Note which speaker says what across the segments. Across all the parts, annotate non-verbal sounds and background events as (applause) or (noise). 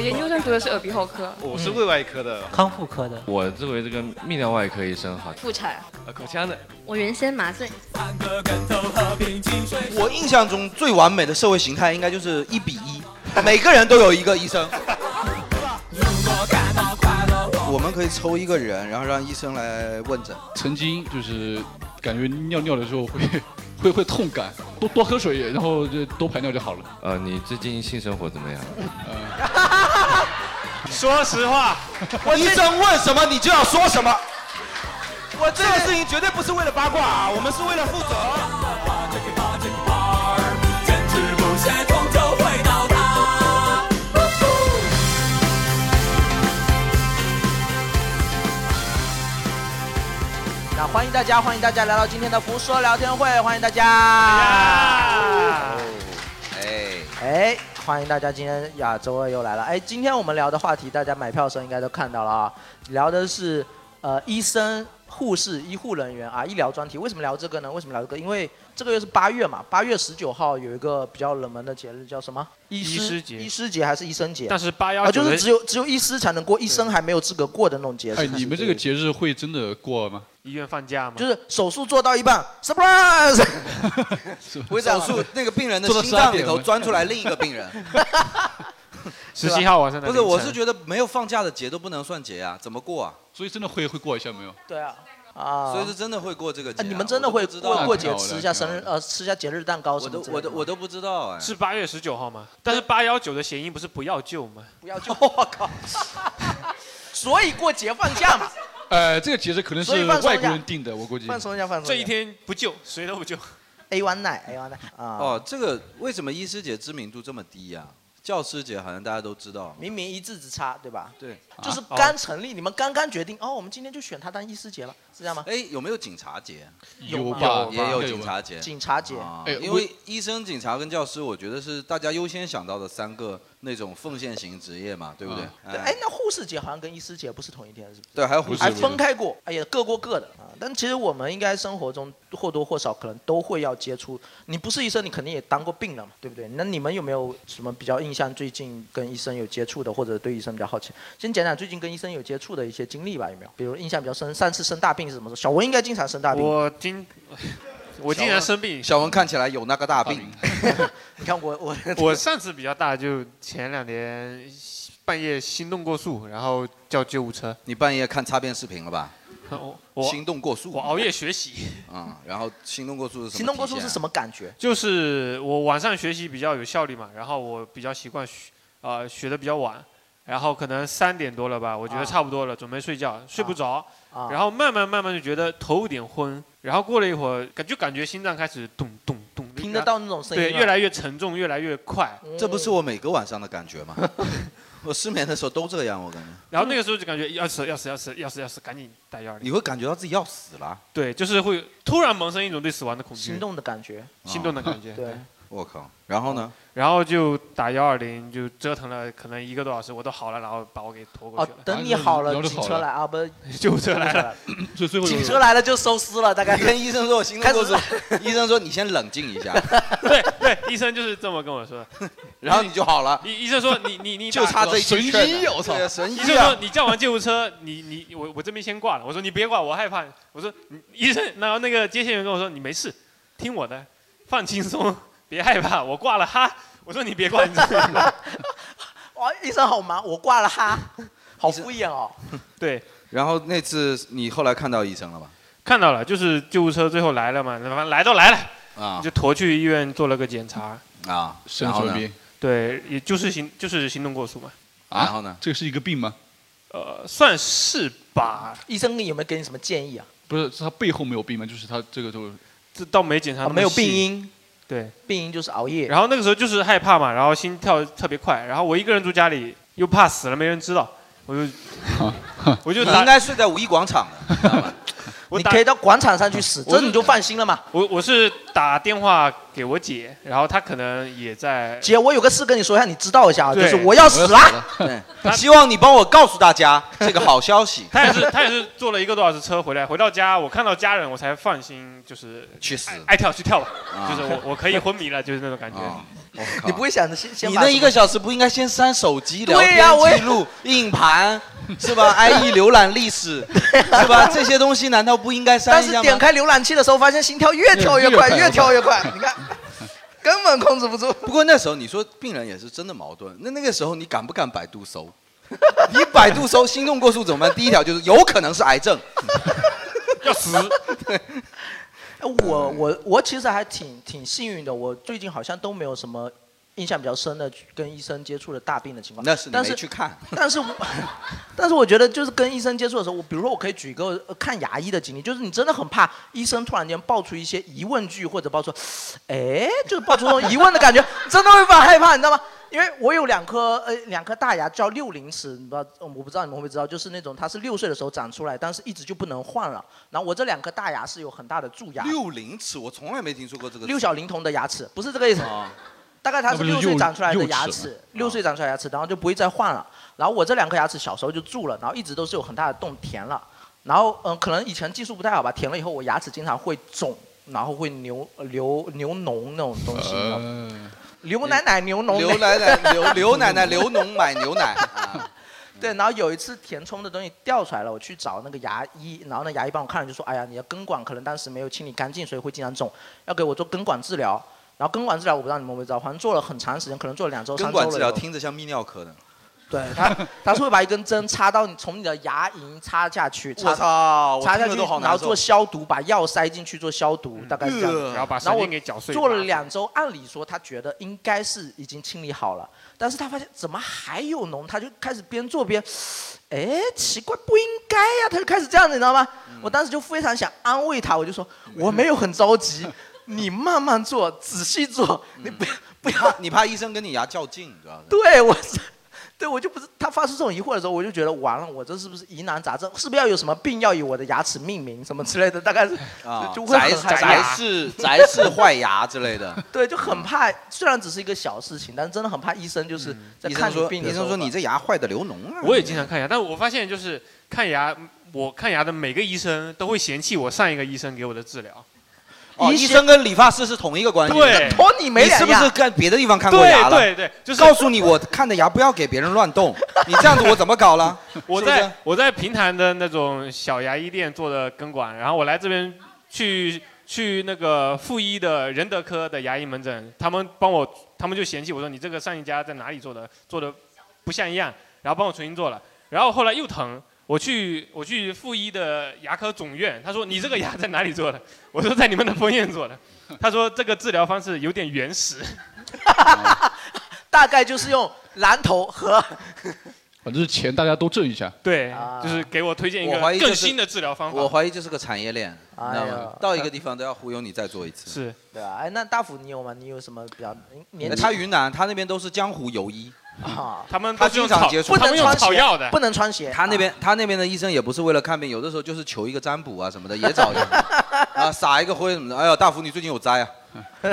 Speaker 1: 研究生读的是耳鼻喉科，
Speaker 2: 我是胃外科的，
Speaker 3: 康复科的，
Speaker 4: 我作为这个泌尿外科医生哈，
Speaker 5: 妇产，
Speaker 2: 呃，口腔的。
Speaker 5: 我原先麻醉。
Speaker 6: 我印象中最完美的社会形态应该就是一比
Speaker 7: (laughs)
Speaker 6: 一，每个人都有一个医生。我们可以抽一个人，然后让医生来问诊。
Speaker 8: 曾经就是感觉尿尿的时候会 (laughs) 会会痛感，多多喝水，然后就多排尿就好了。
Speaker 4: 呃，你最近性生活怎么样？
Speaker 2: 说实话，
Speaker 6: 医生问什么你就要说什么。我这个事情绝对不是为了八卦啊，我们是为了负责。那欢迎大家，欢迎大家来到今天的胡说聊天会，欢迎大家。
Speaker 7: 哎，
Speaker 6: 哎，欢迎大家，今天亚洲二又来了。哎，今天我们聊的话题，大家买票的时候应该都看到了啊，聊的是呃医生、护士、医护人员啊医疗专题。为什么聊这个呢？为什么聊这个？因为这个月是八月嘛，八月十九号有一个比较冷门的节日，叫什么？医
Speaker 9: 医师节
Speaker 6: 医师节还是医生节？
Speaker 9: 但是八幺
Speaker 6: 啊，
Speaker 9: 九
Speaker 6: 就是
Speaker 9: 的
Speaker 6: 只有只有医师才能过，医生还没有资格过的那种节日。
Speaker 8: 哎，你们这个节日会真的过吗？
Speaker 9: 医院放假嘛，
Speaker 6: 就是手术做到一半，surprise，
Speaker 8: (laughs)
Speaker 7: 微手术那个病人的
Speaker 8: 做到
Speaker 7: 心
Speaker 8: 12
Speaker 7: 脏里
Speaker 8: 点
Speaker 7: 头
Speaker 8: 了
Speaker 7: 钻出来另一个
Speaker 8: (laughs)
Speaker 7: 病人，
Speaker 9: 十七号晚上的
Speaker 7: 不
Speaker 9: 凌
Speaker 7: 是，
Speaker 9: 晨。
Speaker 7: 我是觉得没有放假的节都不能算节啊，怎么过啊？
Speaker 8: 所以真的会会过一下没有？
Speaker 6: 对啊，啊，
Speaker 7: 所以是真的会过这个节啊、
Speaker 6: 啊你们真的会
Speaker 7: 我都不知道
Speaker 6: 过
Speaker 8: 啊
Speaker 6: 过节
Speaker 8: 挺好的
Speaker 6: 吃一下
Speaker 8: 挺
Speaker 6: 生
Speaker 8: 好
Speaker 6: 日呃吃一下节日蛋糕什
Speaker 7: 我
Speaker 6: 么
Speaker 7: 都
Speaker 6: 之类
Speaker 7: 我
Speaker 6: 的
Speaker 7: 都我都不知道哎。
Speaker 9: 是八月十九号吗？但是八幺九的谐音不是不要救吗？
Speaker 6: 不要救 (laughs) 我靠！所以过节放假嘛，
Speaker 8: 呃，这个节日可能是
Speaker 6: 所以放松
Speaker 8: 外
Speaker 6: 一下
Speaker 8: 国人定的，我估计。
Speaker 6: 放松一下，放松
Speaker 9: 这一天不救，谁都不救。
Speaker 6: A 1奶 A 1奶啊！
Speaker 7: 哦，这个为什么医师节知名度这么低呀、教师节好像大家都知道。
Speaker 6: 明明一字之差，对吧？
Speaker 7: 对，
Speaker 6: 就是刚成立，你们刚刚决定哦，我们今天就选他当医师节吧，是这样吗？
Speaker 7: 哎，有没有警察节？
Speaker 8: 有
Speaker 9: 吧
Speaker 8: 吧？
Speaker 7: 也有警
Speaker 8: 吧
Speaker 7: 察节。
Speaker 6: 警察节，
Speaker 7: 啊
Speaker 8: 哎
Speaker 7: 因
Speaker 8: 我
Speaker 7: 为医生、警察跟教师，我觉得是大家优先想到的三个那种奉献型职业嘛，对不对？
Speaker 9: 啊
Speaker 7: 啊
Speaker 6: 对哎，那护士节好像跟医师节不是同一天，是不是？
Speaker 7: 对，还有护
Speaker 8: 不
Speaker 7: 士
Speaker 8: 是
Speaker 6: 还
Speaker 8: 不是
Speaker 6: 分开过，哎呀，各过各的啊。但其实我们应该生活中或多或少可能都会要接触。你不是医生，你肯定也当过病人嘛，对不对？那你们有没有什么比较印象最近跟医生有接触的，或者对医生比较好奇？先讲讲最近跟医生有接触的一些经历吧，有没有？比如印象比较深，上次生大病是什么时候？小文应该经常生大病。
Speaker 9: 我经，我经常生病。
Speaker 7: 小文看起来有那个大病，
Speaker 6: 你看我我
Speaker 9: (laughs) 我上次比较大，就前两年半夜心动过速，然后叫救护车。
Speaker 7: 你半夜看擦边视频了吧？
Speaker 9: 我我
Speaker 7: 心动过速
Speaker 9: 我熬夜学习，
Speaker 7: (laughs) 啊、然后心动过速是
Speaker 6: (laughs)
Speaker 7: 什么？
Speaker 6: 行动过速是什
Speaker 7: 么？
Speaker 6: 么感觉？
Speaker 9: 就是我晚上学习比较有效率嘛，然后我比较习惯学，呃，学的比较晚，然后可能三点多了吧，我觉
Speaker 6: 啊
Speaker 9: 得差不多了，准备睡觉，睡不着，
Speaker 6: 啊，
Speaker 9: 然后慢慢慢慢就觉得头有点昏，然后过了一会儿，感就感觉心脏开始咚咚咚，
Speaker 6: (laughs) 听得，到那种声音吗，
Speaker 9: 对，越来越沉重，越来越快。
Speaker 6: 嗯
Speaker 7: 这不是我每个晚上的感觉吗？ (laughs) 我失眠的时候都这样，我感觉
Speaker 9: 然后那个时候就感觉要死要死要死要死要死，赶紧打幺二零。
Speaker 7: 你会感觉到自己要死了。
Speaker 9: 对，就是会突然萌生一种对死亡的恐惧，
Speaker 6: 心动的感觉，
Speaker 9: 心动的感觉。
Speaker 6: 对。
Speaker 7: 我靠！然后呢？
Speaker 9: 然后就打幺二零，就折腾了可能一个多小时，我都好了，然后把我给拖过
Speaker 6: 哦
Speaker 9: 去了，，
Speaker 7: 啊
Speaker 6: 等你好
Speaker 9: 嗯
Speaker 6: 了，
Speaker 8: 聊着
Speaker 6: 警
Speaker 8: 好
Speaker 6: 车
Speaker 8: 了
Speaker 6: 来啊，
Speaker 9: (laughs)
Speaker 6: 不是，
Speaker 9: 救护车来
Speaker 6: (laughs)
Speaker 9: 了。
Speaker 8: 所以最后有
Speaker 6: 警车来了就收尸了，大概
Speaker 7: 你。跟医生说我心动过速，
Speaker 6: (laughs)
Speaker 7: 医生说你先冷静一下，
Speaker 9: 对对，医生就是这么跟我说。
Speaker 7: (laughs) 然后你就好了。
Speaker 9: 医医生说你你你
Speaker 7: 就
Speaker 9: 打
Speaker 7: 差这一
Speaker 8: 神
Speaker 7: 句劝
Speaker 8: 经
Speaker 7: 了，
Speaker 8: 我操
Speaker 7: 对啊神
Speaker 9: 医
Speaker 7: 医
Speaker 9: 生
Speaker 7: 啊
Speaker 9: 说！你叫完救护车，你你我我这边先挂了。我说你别挂，我害怕。我说你医生，然后那个接线员跟我说你没事，听我的，放轻松，别害怕。我挂了哈。我说你别挂，你这个
Speaker 6: 哇，医生好忙，我挂了哈，好敷衍哦。
Speaker 9: 对。
Speaker 7: 然后那次你后来看到医生了吧？
Speaker 9: 看到了，就是救护车最后来了嘛，反正来都来了，
Speaker 7: 啊
Speaker 9: 就驮去医院做了个检查，
Speaker 7: 啊，
Speaker 8: 生什
Speaker 7: 然后
Speaker 8: 么
Speaker 7: 呢？
Speaker 8: 病
Speaker 9: 对，也就是行就是行动过速嘛，
Speaker 8: 啊？
Speaker 7: 然后呢
Speaker 8: 这个是一个病吗？
Speaker 9: 呃，算是吧，
Speaker 6: 医生有没有给你什么建议啊？
Speaker 8: 不是，是他背后没有病吗？就是他这个就
Speaker 9: 这倒没检查、
Speaker 6: 啊没有病，因，
Speaker 9: 对，
Speaker 6: 病因就是熬夜。
Speaker 9: 然后那个时候就是害怕嘛，然后心跳特别快，然后我一个人住家里，又怕死了没人知道，我就我就
Speaker 7: 你应
Speaker 9: 打
Speaker 7: 该睡在五一广场的，知道吧？
Speaker 9: 我
Speaker 6: 你
Speaker 9: 打
Speaker 6: 可以到广场上去死，
Speaker 9: 我
Speaker 6: 这你就放心了嘛。
Speaker 9: 我我是打电话给我姐，然后她可能也在
Speaker 6: 姐，我有个事跟你说一下，你知道一下啊，就
Speaker 9: 对。
Speaker 6: 是我要死了。
Speaker 7: 对，希望你帮我告诉大家这个好消息
Speaker 9: 他也是他也是坐了一个多小时车回来，回到家我看到家人，我才放心，就是
Speaker 7: 去死
Speaker 9: 爱爱跳去跳吧，
Speaker 7: 啊
Speaker 9: 就是我我可以昏迷了，就是那种感觉。
Speaker 7: 啊！我靠
Speaker 6: 你不会想着先先
Speaker 7: 你
Speaker 6: 把
Speaker 7: 那
Speaker 6: 什
Speaker 7: 一
Speaker 6: 么
Speaker 7: 个小时不应该先删手机、聊
Speaker 6: 对呀我也
Speaker 7: 天记
Speaker 6: (laughs)
Speaker 7: 录、硬盘，是吧？IE 浏览历史，是吧？这些东西难道不应该删
Speaker 6: 但
Speaker 7: 一
Speaker 6: 是
Speaker 7: 下
Speaker 6: 点
Speaker 7: 吗？
Speaker 6: 开浏览器的时候，发现心跳越跳越快，
Speaker 8: 越
Speaker 6: 越
Speaker 8: 越
Speaker 6: 跳
Speaker 8: 跳
Speaker 6: 越快，你
Speaker 7: (laughs)
Speaker 6: 看，根本控制不住。
Speaker 7: 不过那时候你说病人也是真的矛盾，那那个时候你敢不敢百度搜？ (laughs) 你百度搜心动过速怎么办？第一条就是有可能是癌症，
Speaker 9: 要死！
Speaker 6: 哎我我我其实还挺挺幸运的，我最近好像都没有什么印象比较深的跟医生接触的大病的情况。
Speaker 7: 那是你
Speaker 6: 但
Speaker 7: 没
Speaker 6: 是
Speaker 7: 去看。
Speaker 6: 但是我， (laughs) 但是我觉得就是跟医生接触的时候，我比如说我可以举一个呃看牙医的经历，就是你真的很怕医生突然间爆出一些疑问句，或者爆出，哎，就是爆出那种疑问的感觉， (laughs) 真的会很害怕，你知道吗？因为我有两颗呃两颗大牙叫六龄齿，你不知道，嗯我不知道你们会不会知道，就是那种它是六岁的时候长出来，但是一直就不能换了。然后我这两颗大牙是有很大的蛀牙，
Speaker 7: 六
Speaker 6: 嗯
Speaker 7: 零齿，我从来没听说过这个词。
Speaker 6: 六小龄童的牙齿，不是这个意思。
Speaker 7: 啊，
Speaker 6: 大概它是
Speaker 8: 那不是
Speaker 6: 六岁
Speaker 8: 幼
Speaker 6: 长出来的
Speaker 8: 幼齿
Speaker 6: 牙
Speaker 8: 吗
Speaker 6: 齿，六岁长出来的牙齿，然后就不会再换了。然后我这两颗牙齿小时候就蛀了，然后一直都是有很大的洞填了。然后嗯，可能以前技术不太好吧，填了以后我牙齿经常会肿，然后会流流流脓那种东西，你知道吗 (laughs)
Speaker 8: 呃，
Speaker 6: 流奶奶流脓 (laughs)
Speaker 7: 刘奶奶、刘刘奶奶、刘农买牛奶啊，
Speaker 6: 对，然后有一次填充的东西掉出来了，我去找那个牙医，然后那牙医帮我看了，就说：“哎呀，你的根管可能当时没有清理干净，所以会经常肿，要给我做根管治疗。”然后根管治疗我不知道你们会不会知道，反正做了很长时间，可能做了两周、
Speaker 7: 根
Speaker 6: 三周了
Speaker 7: 管
Speaker 6: 以后。
Speaker 7: 治疗听着 (laughs) 像泌尿科的。
Speaker 6: 对他，他是会把一根针插到你从你的牙龈插下去，插
Speaker 7: 我操，我
Speaker 6: 插
Speaker 7: 听
Speaker 6: 下
Speaker 7: 着
Speaker 6: 去，
Speaker 7: 都好
Speaker 6: 然
Speaker 7: 难
Speaker 6: 后
Speaker 7: 受
Speaker 6: 做消毒，把药塞进去做消毒，大概是这样子。
Speaker 7: 呃
Speaker 9: 嗯然后把
Speaker 6: 然
Speaker 9: 神
Speaker 6: 后我
Speaker 9: 经给搅碎。
Speaker 6: 做了两周，按理说他觉得应该是已经清理好了，但是他发现怎么还有脓，他就开始边做边，哎，奇怪，不应该呀、他就开始这样子，你知道吗？
Speaker 9: 嗯
Speaker 6: 我当时就非常想安慰他，我就说我没有很
Speaker 9: (laughs)
Speaker 6: 着急，你慢慢做，仔细做，
Speaker 9: 嗯
Speaker 6: 你不要不要
Speaker 7: 怕你怕医生跟你牙较劲，主要是。
Speaker 6: 对我是，对我就不是他发出这种疑惑的时候，我就觉得完了，我这是不是疑难杂症？是不是要有什么病要以我的牙齿命名什么之类的？大概是
Speaker 7: 啊，
Speaker 6: (laughs) 就会
Speaker 7: 宅
Speaker 6: 很害
Speaker 9: 宅
Speaker 7: 宅
Speaker 6: 怕，
Speaker 9: 牙
Speaker 6: (laughs)
Speaker 7: 是宅是坏牙之类的。
Speaker 6: 对，就
Speaker 7: 嗯
Speaker 6: 很怕。虽然只是一个小事情，但是真的很怕医生就是 (laughs) 在
Speaker 7: 嗯医
Speaker 6: 看
Speaker 7: 生
Speaker 6: 你
Speaker 7: 说，
Speaker 6: 病的
Speaker 7: 医
Speaker 6: 时候
Speaker 7: 生
Speaker 6: 吧。
Speaker 7: 说你这牙坏的流脓啊。
Speaker 9: 我也经常看牙，但我发现就是看牙，我看牙的每个医生都会嫌弃我上一个医生给我的治疗。
Speaker 7: 哦，
Speaker 6: 医
Speaker 7: 医生跟理发师是同一个关系。
Speaker 9: 对
Speaker 6: 托你没
Speaker 7: 你
Speaker 6: 两
Speaker 7: 是不
Speaker 6: 样
Speaker 7: 是看别的地方看过牙
Speaker 9: 对对
Speaker 7: 了？
Speaker 9: 对，就是
Speaker 7: 告诉你，我看的牙不要给别人乱
Speaker 6: (laughs)
Speaker 7: 动。你这样子我怎么搞了？
Speaker 9: 我
Speaker 7: 是不是
Speaker 9: 在我在平潭的那种小牙医店做的根管，然后我来这边去去那个附一的仁德科的牙医门诊，他们帮我，他们就嫌弃我说你这个上一家在哪里做的，做的不像样，然后帮我重新做了，然后后来又疼。我去我去附一的牙科总院，他说你这个牙在哪里做的？我说在你们的分院做的。他说这个治疗方式有点原始，
Speaker 6: 大概就是用榔头
Speaker 7: (laughs)
Speaker 6: 和
Speaker 8: 反正钱大家都挣一下。
Speaker 9: 对
Speaker 6: 啊，
Speaker 9: 就是给我推荐一
Speaker 7: 我怀
Speaker 9: 个
Speaker 7: 疑就是
Speaker 9: 更新的治疗方法。
Speaker 7: 我怀疑这是个产业链，你知道
Speaker 6: 哎
Speaker 7: 吗
Speaker 6: 呀？
Speaker 7: 到一个地方都要忽悠你再做一次。
Speaker 9: 是
Speaker 6: 对吧？哎，那大福你有吗？你有什么比较嗯年
Speaker 7: 哎
Speaker 6: 纪
Speaker 7: 啊他云南，他那边都是江湖游医，
Speaker 6: 啊？
Speaker 9: 他们
Speaker 7: 他
Speaker 9: 都是用
Speaker 7: 经常
Speaker 9: 草
Speaker 7: 接触
Speaker 9: 他们用
Speaker 6: 不能穿
Speaker 9: 草
Speaker 6: 鞋
Speaker 9: 药的，
Speaker 6: 不能穿鞋。
Speaker 7: 他那
Speaker 6: 啊
Speaker 7: 边他那边的医生也不是为了看病，有的时候就是求一个占卜啊什么的，也
Speaker 6: (laughs)
Speaker 7: 找一个啊撒一个灰什么的。哎呀，大福你最近有灾啊，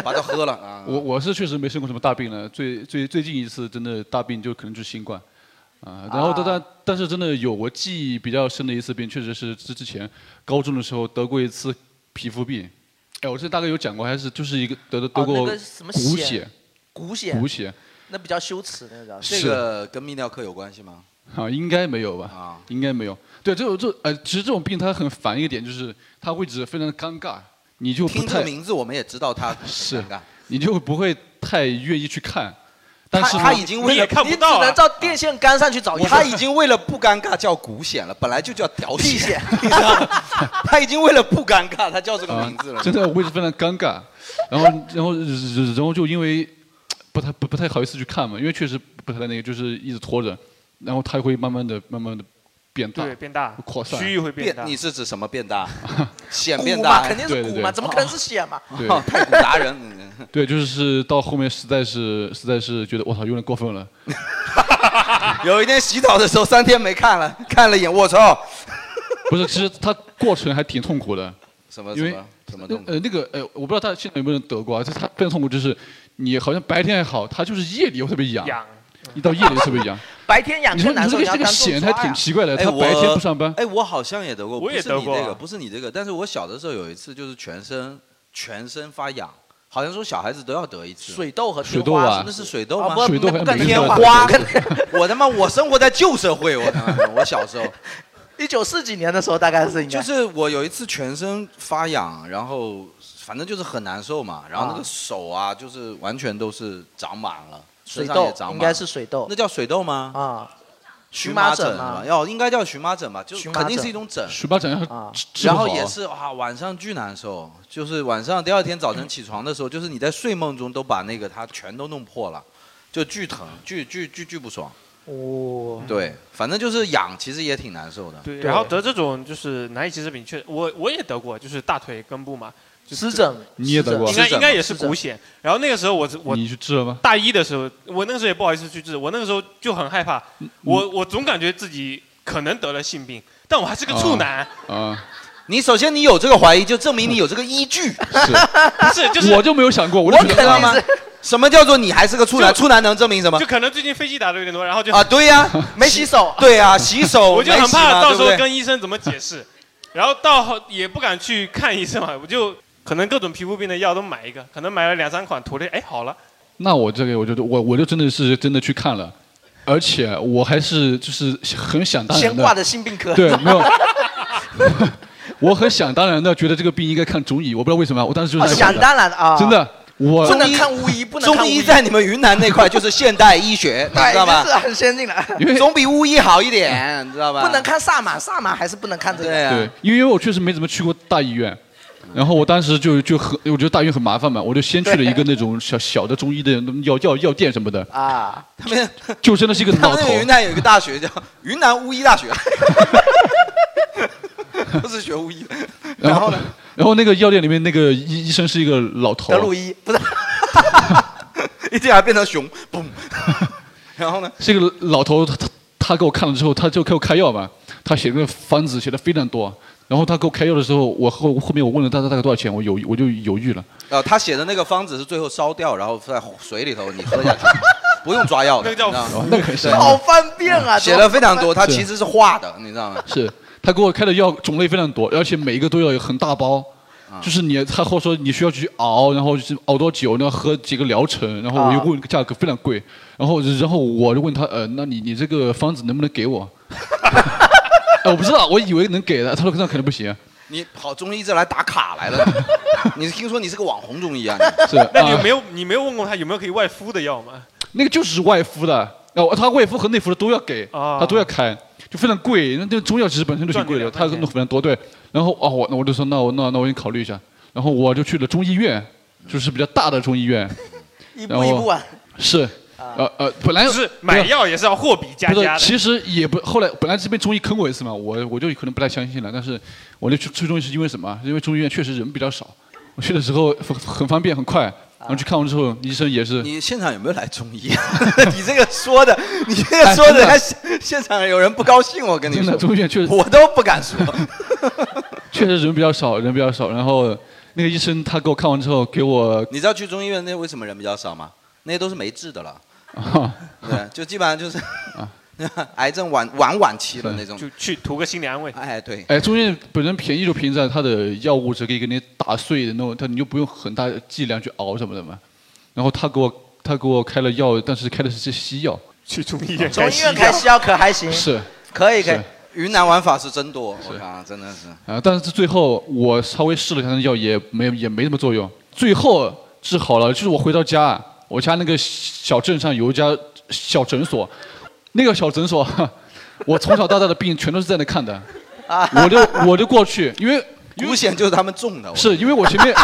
Speaker 7: 把它喝了啊。
Speaker 8: 我我是确实没生过什么大病了，最最最近一次真的大病就可能就是新冠，啊，然后但但、但是真的有我记忆比较深的一次病，确实是之之前高中的时候得过一次皮肤病，哎，我这大概有讲过，还是就是一个得的得
Speaker 6: 哦那
Speaker 8: 过
Speaker 6: 个什么
Speaker 8: 骨
Speaker 6: 血
Speaker 8: 血
Speaker 6: 骨血
Speaker 8: 骨，血
Speaker 6: 那比较羞耻那个叫。
Speaker 7: 这个跟泌尿科有关系吗？
Speaker 8: 啊，应该没有吧？
Speaker 7: 啊，
Speaker 8: 应该没有。对，这种这呃，其实这种病它很烦一点，就是它会只非常的尴尬，你就不
Speaker 7: 听这
Speaker 8: 太
Speaker 7: 个名字我们也知道他
Speaker 8: 是
Speaker 7: 尴尬
Speaker 8: 你就不会太愿意去看，但
Speaker 7: 他
Speaker 8: 是
Speaker 7: 他
Speaker 8: 呢
Speaker 7: 已经
Speaker 9: 你
Speaker 7: 为
Speaker 9: 也
Speaker 7: 了
Speaker 9: 看
Speaker 6: 你
Speaker 9: 不
Speaker 6: 只
Speaker 9: 到
Speaker 6: 能
Speaker 9: 啊。
Speaker 6: 照电线杆上去找医生。
Speaker 7: 他已经为了不尴尬叫骨癣了，本来就叫屌
Speaker 6: 辟
Speaker 7: 癣
Speaker 6: 险，
Speaker 7: 你知道吗？ (laughs) 他已经为了不尴尬，他叫这个
Speaker 8: 啊
Speaker 7: 名字了。
Speaker 8: 真的位置非常尴尬。然后，然后，然后就因为不太不不太好意思去看嘛，因为确实不太那个，就是一直拖着，然后它会慢慢的、慢慢的变大。
Speaker 9: 对，变大，
Speaker 8: 扩散
Speaker 9: 区域会变
Speaker 7: 变
Speaker 9: 大。
Speaker 7: 你是指什么
Speaker 9: (laughs)
Speaker 7: 变大？癣变
Speaker 6: 骨嘛，
Speaker 7: 大
Speaker 6: 肯，定是
Speaker 8: 对
Speaker 6: 骨
Speaker 8: 对
Speaker 6: 嘛，
Speaker 8: 对
Speaker 6: 怎
Speaker 7: 啊
Speaker 6: 么可能是血嘛？
Speaker 8: 对
Speaker 7: (laughs) 哦太古达人。嗯
Speaker 8: 对，就是到后面实在是实在是觉得我操有点过分了，
Speaker 7: 有一天洗澡的时候，三 (laughs) 天没看了，看了一眼，我操，
Speaker 8: 不是，其实它过程还挺痛苦的，
Speaker 7: (laughs) 什么什
Speaker 8: 因为
Speaker 7: 么什么动作？
Speaker 8: 呃，那个呃，我不知道他现在有没有人得过啊，就是他非常痛苦，就是你好像白天还好，他就是夜里会特别痒，
Speaker 9: 痒，
Speaker 8: 一到夜里特别
Speaker 7: (laughs)
Speaker 8: 痒。
Speaker 6: 白天痒
Speaker 8: 你
Speaker 6: 就
Speaker 8: 说你
Speaker 6: 难
Speaker 8: 说
Speaker 6: 受，
Speaker 8: 这个
Speaker 6: 你要
Speaker 8: 这个
Speaker 6: 当
Speaker 8: 显
Speaker 6: 众抓
Speaker 8: 还挺
Speaker 6: 呀。
Speaker 8: 奇怪的，他
Speaker 7: 我
Speaker 8: 白天不上班，
Speaker 7: 哎，我好像也得过，
Speaker 9: 我也
Speaker 7: 不是你
Speaker 9: 得过
Speaker 7: 这个，
Speaker 9: 啊
Speaker 7: 不是你这个，但是我小的时候有一次就是全身全身发痒，好像说小孩子都要得一次。
Speaker 6: 水痘和
Speaker 8: 水
Speaker 6: 天
Speaker 8: 痘
Speaker 6: 花
Speaker 8: 啊
Speaker 7: 那
Speaker 6: 是
Speaker 7: 是水痘
Speaker 6: 啊
Speaker 7: 吗？
Speaker 6: 不
Speaker 8: 水痘
Speaker 6: 那
Speaker 8: 还
Speaker 6: 不跟
Speaker 8: 没
Speaker 6: 天
Speaker 8: 事
Speaker 7: 儿
Speaker 6: 花，
Speaker 7: 我他妈，我生活在旧社会，我他妈的，我小时候
Speaker 6: 一九四几年的时候大概是应该。
Speaker 7: 就是我有一次全身发痒，然后反正就是很难受嘛，然后那
Speaker 6: 啊
Speaker 7: 个手啊，就是完全都是长满了，
Speaker 6: 水
Speaker 7: 身上也
Speaker 6: 痘
Speaker 7: 长满
Speaker 6: 应
Speaker 7: 了
Speaker 6: 该是水痘
Speaker 7: 那叫水痘吗？
Speaker 6: 啊，
Speaker 7: 荨
Speaker 6: 麻
Speaker 7: 疹
Speaker 6: 疹
Speaker 7: 是吧
Speaker 6: 吗？
Speaker 7: 要应该叫荨麻疹吧，就
Speaker 6: 荨麻
Speaker 7: 肯定是
Speaker 6: 疹
Speaker 7: 一种疹。
Speaker 8: 水巴疹
Speaker 6: 啊
Speaker 8: 治治
Speaker 7: 然
Speaker 8: 不
Speaker 7: 后
Speaker 8: 好啊
Speaker 7: 也是啊，晚上巨难受，就是晚上第二天早晨起床的时候，就是你在睡梦中都把那个它全都弄破了，就巨疼，巨巨巨巨不爽。
Speaker 6: 哦，
Speaker 7: 对，反正就是痒，其实也挺难受的。
Speaker 9: 对，
Speaker 6: 对
Speaker 9: 然后得这种就是难以启齿病，确我我也得过，就是大腿根部嘛，就
Speaker 6: 湿
Speaker 9: 是
Speaker 6: 疹，
Speaker 8: 你也
Speaker 6: 湿
Speaker 8: 得过
Speaker 9: 应该
Speaker 7: 湿疹
Speaker 9: 应该也是
Speaker 6: 湿疹
Speaker 9: 骨癣。然后那个时候我我
Speaker 8: 你去治了吗？
Speaker 9: 大一的时候，我那个时候也不好意思去治，我那个时候就很害怕，
Speaker 8: 嗯
Speaker 9: 我我总感觉自己可能得了性病，但我还是个处男，
Speaker 8: 啊，
Speaker 7: 你首先你有这个怀疑，就证明你有这个依据。 (laughs)
Speaker 8: 是，
Speaker 9: 不 (laughs) 是就是
Speaker 8: 我就没有想过，我
Speaker 7: 我
Speaker 8: 就觉
Speaker 7: 肯
Speaker 8: 得啊
Speaker 7: 定是，什么叫做你还是个处男？
Speaker 9: 就
Speaker 7: 处男能证明什么
Speaker 9: 就？可能最近飞机打的有点多，然后就
Speaker 7: 啊，
Speaker 9: (laughs)
Speaker 7: 对呀、
Speaker 6: 没洗手，
Speaker 7: (laughs) 对呀、洗手
Speaker 9: 我就
Speaker 7: 没
Speaker 9: 很
Speaker 7: 洗嘛
Speaker 9: 怕到
Speaker 7: 对
Speaker 9: 时
Speaker 7: 不
Speaker 9: 候
Speaker 7: 对
Speaker 9: 跟医生怎么解
Speaker 7: (laughs)
Speaker 9: 释，然后到后也不敢去看医生嘛，我就可能各种皮肤病的药都买一个，可能买了两三款涂了，哎好了，
Speaker 8: 那我这个我就我我就真的是真的去看了，而且我还是就是很想当然
Speaker 6: 先挂
Speaker 8: 的，
Speaker 6: 的性病科。
Speaker 8: 对，没有。 (laughs) 我很想当然的觉得这个病应该看中医，我不知道为什么，我当时就
Speaker 6: 啊，
Speaker 8: 是这样
Speaker 6: 想
Speaker 8: 的
Speaker 6: 当然啊，
Speaker 8: 真的，我
Speaker 6: 不能
Speaker 7: 中医
Speaker 6: 看巫医，不能看
Speaker 7: 中
Speaker 6: 巫
Speaker 7: 医在你们云南那块就是现代医学，
Speaker 6: (laughs)
Speaker 7: 你
Speaker 6: 对，
Speaker 7: 知
Speaker 6: 这
Speaker 7: 道吧？
Speaker 6: 是很先进的，
Speaker 8: 因为
Speaker 7: 总比巫医好一点，你知道吧？
Speaker 6: (laughs) 不能看萨满，萨满还是不能看这
Speaker 7: 对啊
Speaker 6: 个。
Speaker 7: 呀、
Speaker 8: 对，因为我确实没怎么去过大医院，然后我当时就就很，我觉得大医院很麻烦嘛，我就先去了一个那种小小的中医的药药药店什么的，
Speaker 7: (laughs)
Speaker 6: 啊，
Speaker 7: 他们
Speaker 8: 就真的是一个
Speaker 7: 他
Speaker 8: 闹
Speaker 7: 们那
Speaker 8: 头
Speaker 7: 个。云南有一个大学 (laughs) 叫云南巫医大学， (laughs) 都是学巫医的。
Speaker 8: (laughs) 然
Speaker 7: 然
Speaker 8: 后
Speaker 7: 后呢？
Speaker 8: 然后那个药店里面那个医医生是一个老头
Speaker 6: 德，鲁伊不是
Speaker 7: (laughs) 一进来变成熊，嘣。然后呢？
Speaker 8: 这个老头他他他给我看了之后，他就给我开药嘛，他写个方子写的非常多，然后他给我开药的时候，我后后面我问了他大概多少钱，我犹我就犹豫了。
Speaker 7: 呃，他写的那个方子是最后烧掉，然后在水里头你
Speaker 8: (laughs)
Speaker 7: 喝下去，不用抓药的。
Speaker 9: 那个叫
Speaker 7: 你知道吗
Speaker 8: 哦，那个很神奇
Speaker 6: 好方便啊，
Speaker 7: 嗯写了非常多，他
Speaker 8: 是
Speaker 7: 其实是画的，你知道吗？
Speaker 8: (laughs) 是他给我开的药种类非常多，而且每一个都要有很大包。就是你，他后说你需要去熬，然后是熬多久，然后喝几个疗程，然后我又
Speaker 6: 啊
Speaker 8: 问价格非常贵，然后然后我就问他，呃，那你你这个方子能不能给我？ (laughs) 哎我不知道，我以为能给的，他说那肯定不行，
Speaker 7: 你跑中医这来打卡 (laughs) 来了，你听说你是个网红中医啊？你
Speaker 8: 是啊、
Speaker 9: 那你有没有你没有问过他有没有可以外敷的药吗？
Speaker 8: 那个就是外敷的，哦，他外敷和内敷的都要给，
Speaker 9: 啊
Speaker 8: 他都要开，就非常贵。那这中药其实本身就挺贵的，
Speaker 9: 赚
Speaker 8: 他
Speaker 9: 你两块钱
Speaker 8: 弄得非常多对。然后哦，我那我就说那我那那我给你考虑一下，然后我就去了中医院，就是比较大的中医 (laughs) 院，
Speaker 6: 一步一步啊，
Speaker 8: 是，呃呃，本来
Speaker 9: 就是买药也是要货比家
Speaker 8: 不是
Speaker 9: 家，的，
Speaker 8: 其实也不后来本来是被中医坑过一次嘛，我我就可能不太相信了，但是我就去去中医是因为什么？因为中医院确实人比较少，我去的时候很很方便很快，然后去啊看完之后医生也是。
Speaker 7: 你现场有没有来中
Speaker 8: (laughs)
Speaker 7: 医？ (laughs) 你这个说的，你这个说的，人家
Speaker 8: 哎
Speaker 7: 现现场有人不高兴，我跟你
Speaker 8: 真的，
Speaker 7: 说，
Speaker 8: 中医院确实
Speaker 7: 我都不敢说。
Speaker 8: 确实人比较少，人比较少。然后那个医生他给我看完之后，给我
Speaker 7: 你知道去中医院那为什么人比较少吗？那些都是没治的了，
Speaker 8: 哦
Speaker 7: 对，就基本上就是
Speaker 8: 啊
Speaker 7: (laughs) 癌症晚晚晚期了
Speaker 8: 是
Speaker 7: 那种。
Speaker 9: 就去图个心理安慰。
Speaker 7: 哎，对，
Speaker 8: 哎，中医本身便宜就便宜在它的药物是可以给你打碎的那种，它你就不用很大的剂量去熬什么的嘛。然后他给我他给我开了药，但是开的是西药，
Speaker 9: 去中医院
Speaker 6: 从
Speaker 9: 开
Speaker 6: 医
Speaker 9: 西
Speaker 6: 院
Speaker 9: 药，
Speaker 6: 开西药可还行，
Speaker 8: 是
Speaker 6: 可以可
Speaker 8: 是
Speaker 6: 以。
Speaker 7: 云南玩法是真多，我靠，真的是。
Speaker 8: 啊。但是最后我稍微试了一下那药，也没也没什么作用。最后治好了，就是我回到家，我家那个小镇上有一家小诊所，那个小诊所，我从小到大的病全都是在那看的，我就我就过去，因
Speaker 7: (laughs)
Speaker 8: 为。因为
Speaker 7: 五啊险就是他们种的，我
Speaker 8: 是因为我前
Speaker 7: (laughs)
Speaker 8: 面，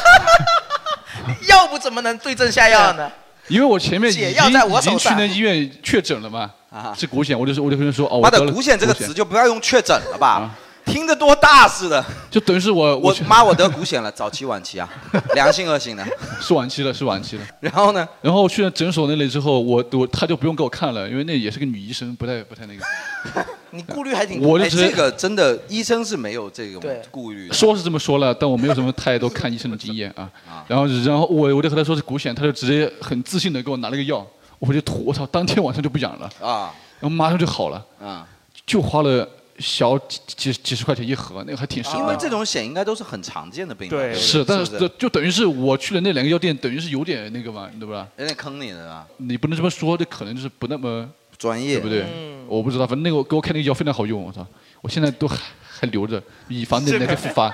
Speaker 6: (laughs) 药不怎么能对症下药呢？
Speaker 8: 因为我前面已经
Speaker 6: 解药在我
Speaker 8: 已经
Speaker 6: 手
Speaker 8: 去
Speaker 6: 上
Speaker 8: 那医院确诊了嘛，
Speaker 7: 啊
Speaker 8: 是骨癣，我就说我就跟他说哦，
Speaker 7: 妈
Speaker 8: 我
Speaker 7: 的
Speaker 8: 得了
Speaker 7: “骨癣”这个
Speaker 8: 骨癣
Speaker 7: 词就不要用确诊了吧
Speaker 8: 啊，
Speaker 7: 听着多大似的。
Speaker 8: 就等于是我我
Speaker 7: 我
Speaker 8: 去
Speaker 7: 妈，我得骨癣了，早期晚期
Speaker 8: (laughs)
Speaker 7: 啊，良性恶性的。
Speaker 8: 是晚期了，是晚期了。
Speaker 7: 然后呢，
Speaker 8: 然后
Speaker 7: (laughs)
Speaker 8: 去了诊所那里之后，我我他就不用给我看了，因为那也是个女医生，不太不太那个。
Speaker 6: 你顾虑还挺多。
Speaker 8: 我就
Speaker 7: 哎
Speaker 8: 只是
Speaker 7: 这个真的，医生是没有这种
Speaker 6: 对
Speaker 7: 顾虑的。
Speaker 8: 说是这么说了，但我没有什么太多看医生的经验啊。然后，然后我我就和他说是骨癣，他就直接很自信的给我拿了个药，我就吐，我操，当天晚上就不痒了，
Speaker 7: 啊
Speaker 8: 然后马上就好了，
Speaker 7: 啊，
Speaker 8: 就花了小几几几十块钱一盒，那个还挺省
Speaker 7: 啊因为
Speaker 8: 的。
Speaker 7: 这种险应该都是很常见的病吧。
Speaker 9: 对
Speaker 7: 不
Speaker 8: 是，但
Speaker 7: 不
Speaker 8: 是就等于是我去了那两个药店，等于是有点那个嘛，对吧？
Speaker 7: 有点坑你的啊，
Speaker 8: 你不能这么说，这可能就是不那么
Speaker 7: 专业
Speaker 8: 对不对？
Speaker 7: 嗯
Speaker 8: 我不知道，反正那个给我开那个药非常好用，我操，我现在都还还留着，以防哪天复
Speaker 7: (laughs)
Speaker 8: 发。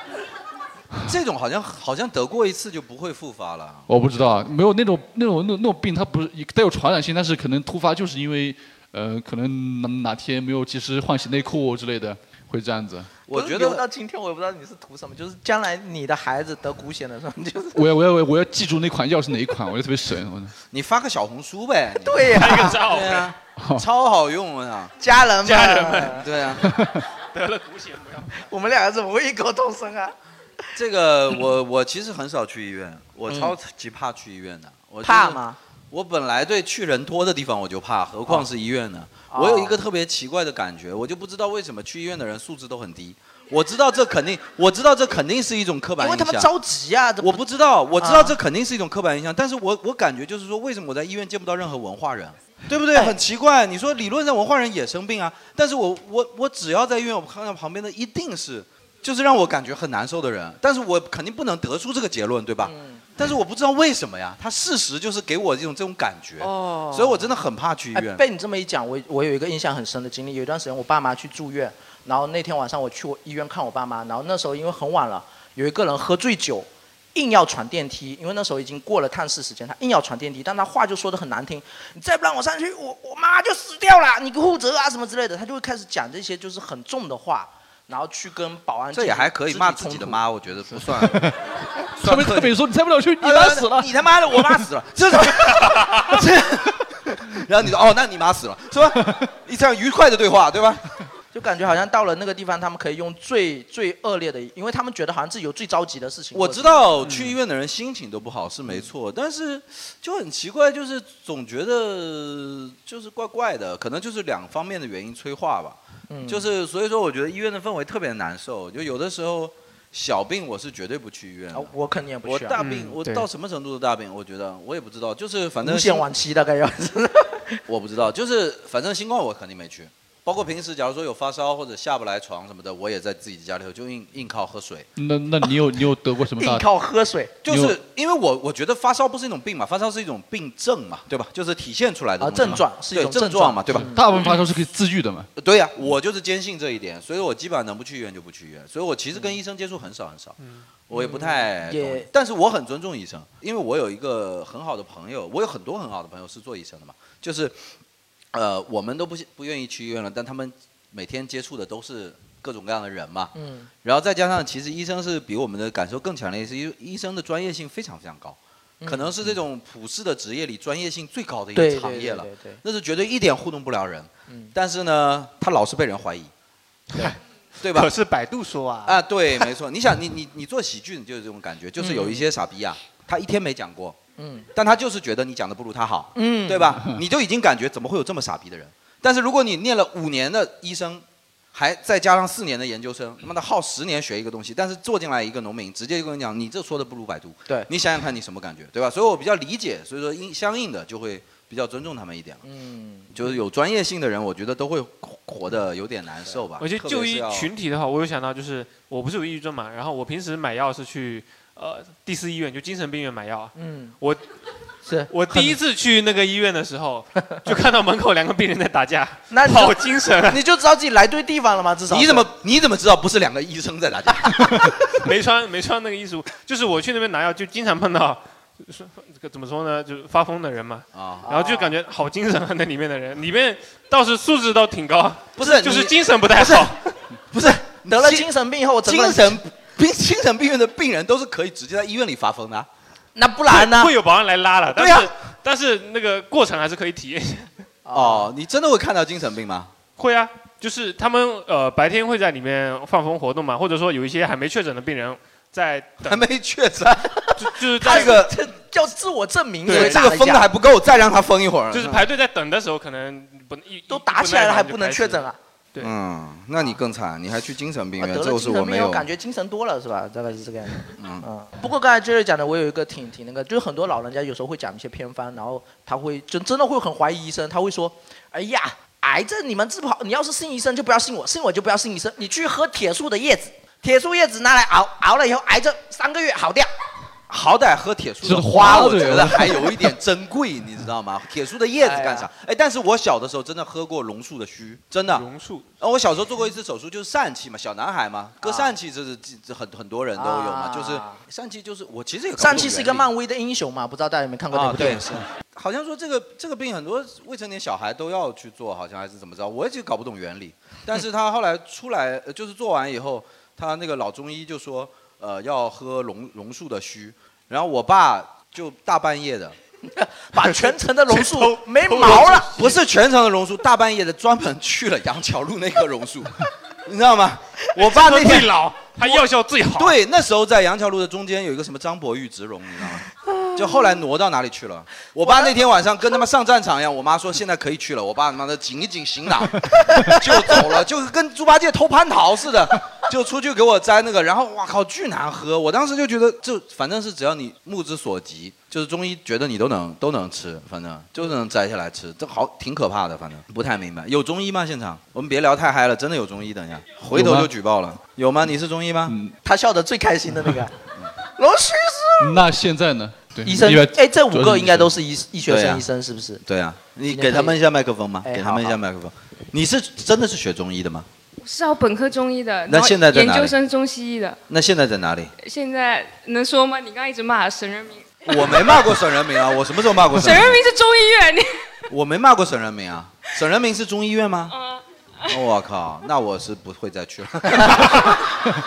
Speaker 7: 这种好像好像得过一次就不会复发了。
Speaker 8: 我不知道，没有那种那种那种那种病，它不是带有传染性，但是可能突发，就是因为呃，可能哪哪天没有及时换洗内裤之类的，会这样子。
Speaker 7: 我
Speaker 6: 不是
Speaker 7: 觉
Speaker 6: 留到
Speaker 7: 得
Speaker 6: 今天，我也不知道你是图什么，就是将来你的孩子得骨癣的时候，你就是
Speaker 8: 我要我要我要我要记住那款药是哪一款，我就特别神。我
Speaker 7: 你发个小红书呗，你
Speaker 6: 对呀、
Speaker 9: 拍个照
Speaker 6: (laughs)
Speaker 7: 对，啊，超好用啊，
Speaker 6: 家人们，
Speaker 9: 家人们
Speaker 7: (laughs)
Speaker 6: (laughs)
Speaker 7: 对啊。
Speaker 9: 得了骨癣不要。
Speaker 6: 我们两个怎么会异口同声啊？
Speaker 7: 这个我我其实很少去医院，我超级怕去医院的。我就是
Speaker 6: 怕？吗？
Speaker 7: 我本来对去人多的地方我就怕，何况是医院呢？
Speaker 6: 哦
Speaker 7: 我有一个特别奇怪的感觉，我就不知道为什么去医院的人素质都很低。我知道这肯定，我知道这肯定是一种刻板
Speaker 6: 因为
Speaker 7: 印
Speaker 6: 他们
Speaker 7: 象。
Speaker 6: 着急啊，这
Speaker 7: 我不知道，我知道
Speaker 6: 啊
Speaker 7: 这肯定是一种刻板印象，但是我我感觉就是说，为什么我在医院见不到任何文化人，对不对？
Speaker 6: 哎
Speaker 7: 很奇怪。你说理论上文化人也生病啊，但是我我我只要在医院，我看到旁边的一定是，就是让我感觉很难受的人，但是我肯定不能得出这个结论，对吧？
Speaker 6: 嗯
Speaker 7: 但是我不知道为什么呀，他事实就是给我一种这种感觉，
Speaker 6: 哦
Speaker 7: 所以我真的很怕去医
Speaker 6: 哎
Speaker 7: 院。
Speaker 6: 被你这么一讲，我我有一个印象很深的经历。有一段时间我爸妈去住院，然后那天晚上我去我医院看我爸妈，然后那时候因为很晚了，有一个人喝醉酒，硬要传电梯，因为那时候已经过了探视时间，他硬要传电梯，但他话就说的很难听，你再不让我上去，我我妈就死掉了，你给负责啊什么之类的，他就会开始讲这些就是很重的话，然后去跟保安
Speaker 7: 这也还可以，骂自己的妈，我觉得不
Speaker 6: (laughs)
Speaker 7: 算，算
Speaker 8: 们
Speaker 7: 刻
Speaker 8: 特
Speaker 7: 意
Speaker 8: 别说你猜不了去，你
Speaker 7: 哎呀
Speaker 8: 妈死了。
Speaker 7: 你他妈的，我妈死了，
Speaker 8: (laughs)
Speaker 7: 这是什么这，然后你说哦，那你妈死了是吧？一场愉快的对话，对吧？
Speaker 6: (laughs) 就感觉好像到了那个地方，他们可以用最最恶劣的，因为他们觉得好像自己有最着急的事情。嗯
Speaker 7: 我知，道去医院的人心情都不好是没错，但是就很奇怪，就是总觉得就是怪怪的，可能就是两方面的原因催化吧。
Speaker 6: 嗯
Speaker 7: 就是所以说，我觉得医院的氛围特别难受，就有的时候小病我是绝对不去医院的
Speaker 6: 啊，我肯定也不
Speaker 7: 我
Speaker 6: 去、啊。
Speaker 7: 大病，
Speaker 9: 嗯
Speaker 7: 我
Speaker 9: 对
Speaker 7: 到什么程度的大病？我觉得我也不知道，就是反正
Speaker 6: 无限晚期大
Speaker 7: (laughs)
Speaker 6: 概要
Speaker 7: 我不知道，就是反正新冠我肯定没去，包括平时假如说有发烧或者下不来床什么的，我也在自己家里头就硬硬靠喝水，
Speaker 8: 那那你有你有得过什么 (laughs)
Speaker 6: 硬
Speaker 8: 大？
Speaker 6: 靠喝水。
Speaker 7: 就
Speaker 8: 你有
Speaker 7: 是因为我我觉得发烧不是一种病嘛，发烧是一种病症嘛，对吧？就是体现出来的
Speaker 6: 啊
Speaker 7: 东西
Speaker 6: 症
Speaker 7: 嘛
Speaker 6: 状是一
Speaker 7: 对
Speaker 6: 种
Speaker 7: 症
Speaker 6: 症状
Speaker 7: 嘛，对吧？
Speaker 8: 嗯大部分发烧是可以自愈的嘛？
Speaker 7: 对呀、我就是坚信这一点，所以我基本上能不去医院就不去医院，所以我其实跟医生接触很少很少，我也不太懂
Speaker 6: 嗯也
Speaker 7: 但是我很尊重医生，因为我有一个很好的朋友，我有很多很好的朋友是做医生的嘛，就是，呃，我们都不不愿意去医院了，但他们每天接触的都是各种各样的人嘛，
Speaker 6: 嗯，
Speaker 7: 然后再加上，其实医生是比我们的感受更强烈，是医医生的专业性非常非常高，可能是这种普世的职业里专业性最高的一
Speaker 6: 嗯对
Speaker 7: 个
Speaker 6: 对
Speaker 7: 行业
Speaker 6: 对
Speaker 7: 了，
Speaker 6: 对对，
Speaker 7: 那是绝对一点糊弄不了人。
Speaker 6: 嗯
Speaker 7: 但是呢，他老是被人怀疑，对对吧
Speaker 9: 可？是百度说啊，
Speaker 7: 啊，对，没错。你想，你你你做喜剧，你就有这种
Speaker 6: (laughs)
Speaker 7: 感觉，就是有一些傻逼啊，他一天没讲过，
Speaker 6: 嗯
Speaker 7: 但他就是觉得你讲的不如他好，
Speaker 6: 嗯，
Speaker 7: 对吧？你就已经感觉怎么会有这么傻逼的人？但是如果你念了五年的医生，还再加上四年的研究生，他妈的耗十年学一个东西，但是做进来一个农民，直接就跟你讲，你这说的不如百度。
Speaker 6: 对
Speaker 7: 你想想看，你什么感觉，对吧？所以我比较理解，所以说应相应的就会比较尊重他们一点了。
Speaker 6: 嗯，
Speaker 7: 就是有专业性的人，我觉得都会活得有点难受吧。
Speaker 9: (laughs) 我觉得
Speaker 7: 特别
Speaker 9: 就是医
Speaker 7: 要
Speaker 9: 群体的话，我有想到就是我不是有抑郁症嘛，然后我平时买药是去呃第四医院，就精神病院买药啊。
Speaker 6: 嗯，
Speaker 9: 我
Speaker 6: 是
Speaker 9: 我第一次去那个医院的时 (laughs) 候，就看到门口两个病人在打架，
Speaker 6: 那你
Speaker 9: 好
Speaker 6: 就
Speaker 9: 精神啊！
Speaker 6: 你就知道自己来对地方了吗？至少
Speaker 7: 你怎么你怎么知道不是两个医生在打架？
Speaker 9: (laughs) 没穿没穿那个衣服，就是我去那边拿药，就经常碰到， (laughs) 说这个怎么说呢，就是发疯的人嘛，
Speaker 7: 啊？
Speaker 9: 然后就感觉好精神啊，那里面的人，里面倒是素质倒挺高，
Speaker 7: 不是，
Speaker 9: 就是
Speaker 7: 你
Speaker 9: 精神不太好。
Speaker 7: (laughs) 不是
Speaker 6: (laughs) 得了
Speaker 7: 精
Speaker 6: 精神病以后，我整个
Speaker 7: 精
Speaker 6: 人
Speaker 7: 神病精神病院的病人都是可以直接在医院里发疯的啊、
Speaker 6: 那不然呢？
Speaker 9: 会有保安来拉了，但
Speaker 7: 对
Speaker 9: 是、
Speaker 7: 啊
Speaker 9: 但是那个过程还是可以体验一 (laughs) 下。
Speaker 7: 哦，你真的会看到精神病吗？
Speaker 9: 会啊，就是他们呃白天会在里面放风活动嘛，或者说有一些还没确诊的病人在
Speaker 7: 还
Speaker 9: 等，
Speaker 7: 没确诊，
Speaker 9: 就
Speaker 7: (laughs)
Speaker 9: 就是在
Speaker 7: 这个
Speaker 6: 这叫自我证明，
Speaker 9: 对
Speaker 6: 所
Speaker 7: 对，
Speaker 6: 以
Speaker 7: 这
Speaker 6: 打
Speaker 7: 个
Speaker 6: 了一
Speaker 7: 疯的
Speaker 6: 架
Speaker 7: 还不够，再让他疯一会儿。
Speaker 9: 就是排队在等的时候，可能不一
Speaker 6: 都打起来了，还不能确诊
Speaker 9: 啊？
Speaker 6: 啊？
Speaker 9: 对
Speaker 7: 嗯，那你更惨，你还去精神病
Speaker 6: 啊
Speaker 7: 院，
Speaker 6: 得
Speaker 7: 这
Speaker 6: 了精
Speaker 7: 个是
Speaker 6: 神
Speaker 7: 我
Speaker 6: 病，
Speaker 7: 没有。
Speaker 6: 感觉精神多了是吧？大概是这个样子。嗯不过刚才 Jerry 讲的，我有一个挺挺那个，就是很多老人家有时候会讲一些偏方，然后他会就真的会很怀疑医生，他会说：“哎呀，癌症你们治不好，你要是信医生就不要信我，信我就不要信医生，你去喝铁树的叶子，铁树叶子拿来熬，熬了以后癌症三个月好掉。”
Speaker 7: 好歹喝铁树
Speaker 8: 是
Speaker 7: 的
Speaker 8: 花
Speaker 7: 花，我
Speaker 8: 对
Speaker 7: 觉得
Speaker 8: 吧
Speaker 7: 还有一点珍贵，你知道吗？铁树的叶子干啥？哎，但是我小的时候真的喝过榕树的须，真的。
Speaker 9: 榕树啊
Speaker 7: 呃，我小时候做过一次手术，就是疝气嘛，小男孩嘛，割疝气这是这这很很多人都有嘛，
Speaker 6: 啊
Speaker 7: 就是疝气就是我其实也搞不懂
Speaker 6: 上期是一个
Speaker 7: 原理
Speaker 6: 漫威的英雄嘛，不知道大家有没有看过那
Speaker 7: 啊，
Speaker 6: 部电
Speaker 7: 对
Speaker 6: 影？
Speaker 7: 是，好像说这个这个病很多未成年小孩都要去做，好像还是怎么着，我也就搞不懂原
Speaker 6: (laughs)
Speaker 7: 理。但是他后来出来，呃就是做完以后，他那个老中医就说，呃，要喝榕榕树的须，然后我爸就大半夜的，
Speaker 6: (laughs) 把全程的榕树没
Speaker 7: 偷
Speaker 6: 毛了。
Speaker 7: 不是全程的榕树，大半夜的专门去了杨桥路那棵榕
Speaker 9: (laughs)
Speaker 7: 树，你知道吗？我爸那
Speaker 9: 这棵
Speaker 7: 天
Speaker 9: 最老，它药效最好。，
Speaker 7: 对，那时候在杨桥路的中间有一个什么张博玉植绒，你知
Speaker 9: 啊
Speaker 7: 道吗？就后来挪到哪里去了？我爸那天晚上跟他们上战场一样，我妈说现在可以去了，我爸他妈的紧一紧行囊就走了，就是跟猪八戒偷蟠桃似的， (laughs) 就出去给我摘那个，然后哇靠，巨难喝！我当时就觉得，就反正是只要你目之所及，就是中医觉得你都能都能吃，反正就是能摘下来吃，这好挺可怕的，反正不太明白。有中医吗？现场？我们别聊太嗨了，真的有中医，等一下回头
Speaker 8: 有吗
Speaker 7: 就举报了。有吗？你是中医吗？
Speaker 6: 他笑得最 (laughs) 开心的那个，龙须是 (laughs)
Speaker 8: 那现在呢？对，
Speaker 6: 医生
Speaker 8: 因为。
Speaker 6: 哎，这五
Speaker 8: 主要
Speaker 6: 个
Speaker 8: 是
Speaker 6: 应该
Speaker 8: 医生
Speaker 6: 都是医医学
Speaker 7: 对啊
Speaker 6: 生医生是不是？
Speaker 7: 对啊，你
Speaker 6: 今天
Speaker 7: 给
Speaker 6: 可
Speaker 7: 他
Speaker 6: 以
Speaker 7: 们一下麦克风嘛，
Speaker 6: 哎
Speaker 7: 给他们一
Speaker 6: 好
Speaker 7: 下麦克风。你是真的是学中医的吗？
Speaker 1: 嗯是要本科中医的，
Speaker 7: 那
Speaker 1: 然后
Speaker 7: 现在在
Speaker 1: 研
Speaker 7: 哪里
Speaker 1: 究生中西医的。
Speaker 7: 那现在在哪里？
Speaker 1: 现在能说吗？你刚刚一直骂沈人民，
Speaker 7: (laughs) 我没骂过沈人民啊，我什么时候骂过沈
Speaker 1: (laughs) 沈
Speaker 7: 人
Speaker 1: 人民是中医院，你
Speaker 7: 民？我没骂过沈人民啊。沈人民是中医院吗？哦
Speaker 1: 啊，
Speaker 7: 我、靠，那我是不会再去了， (laughs)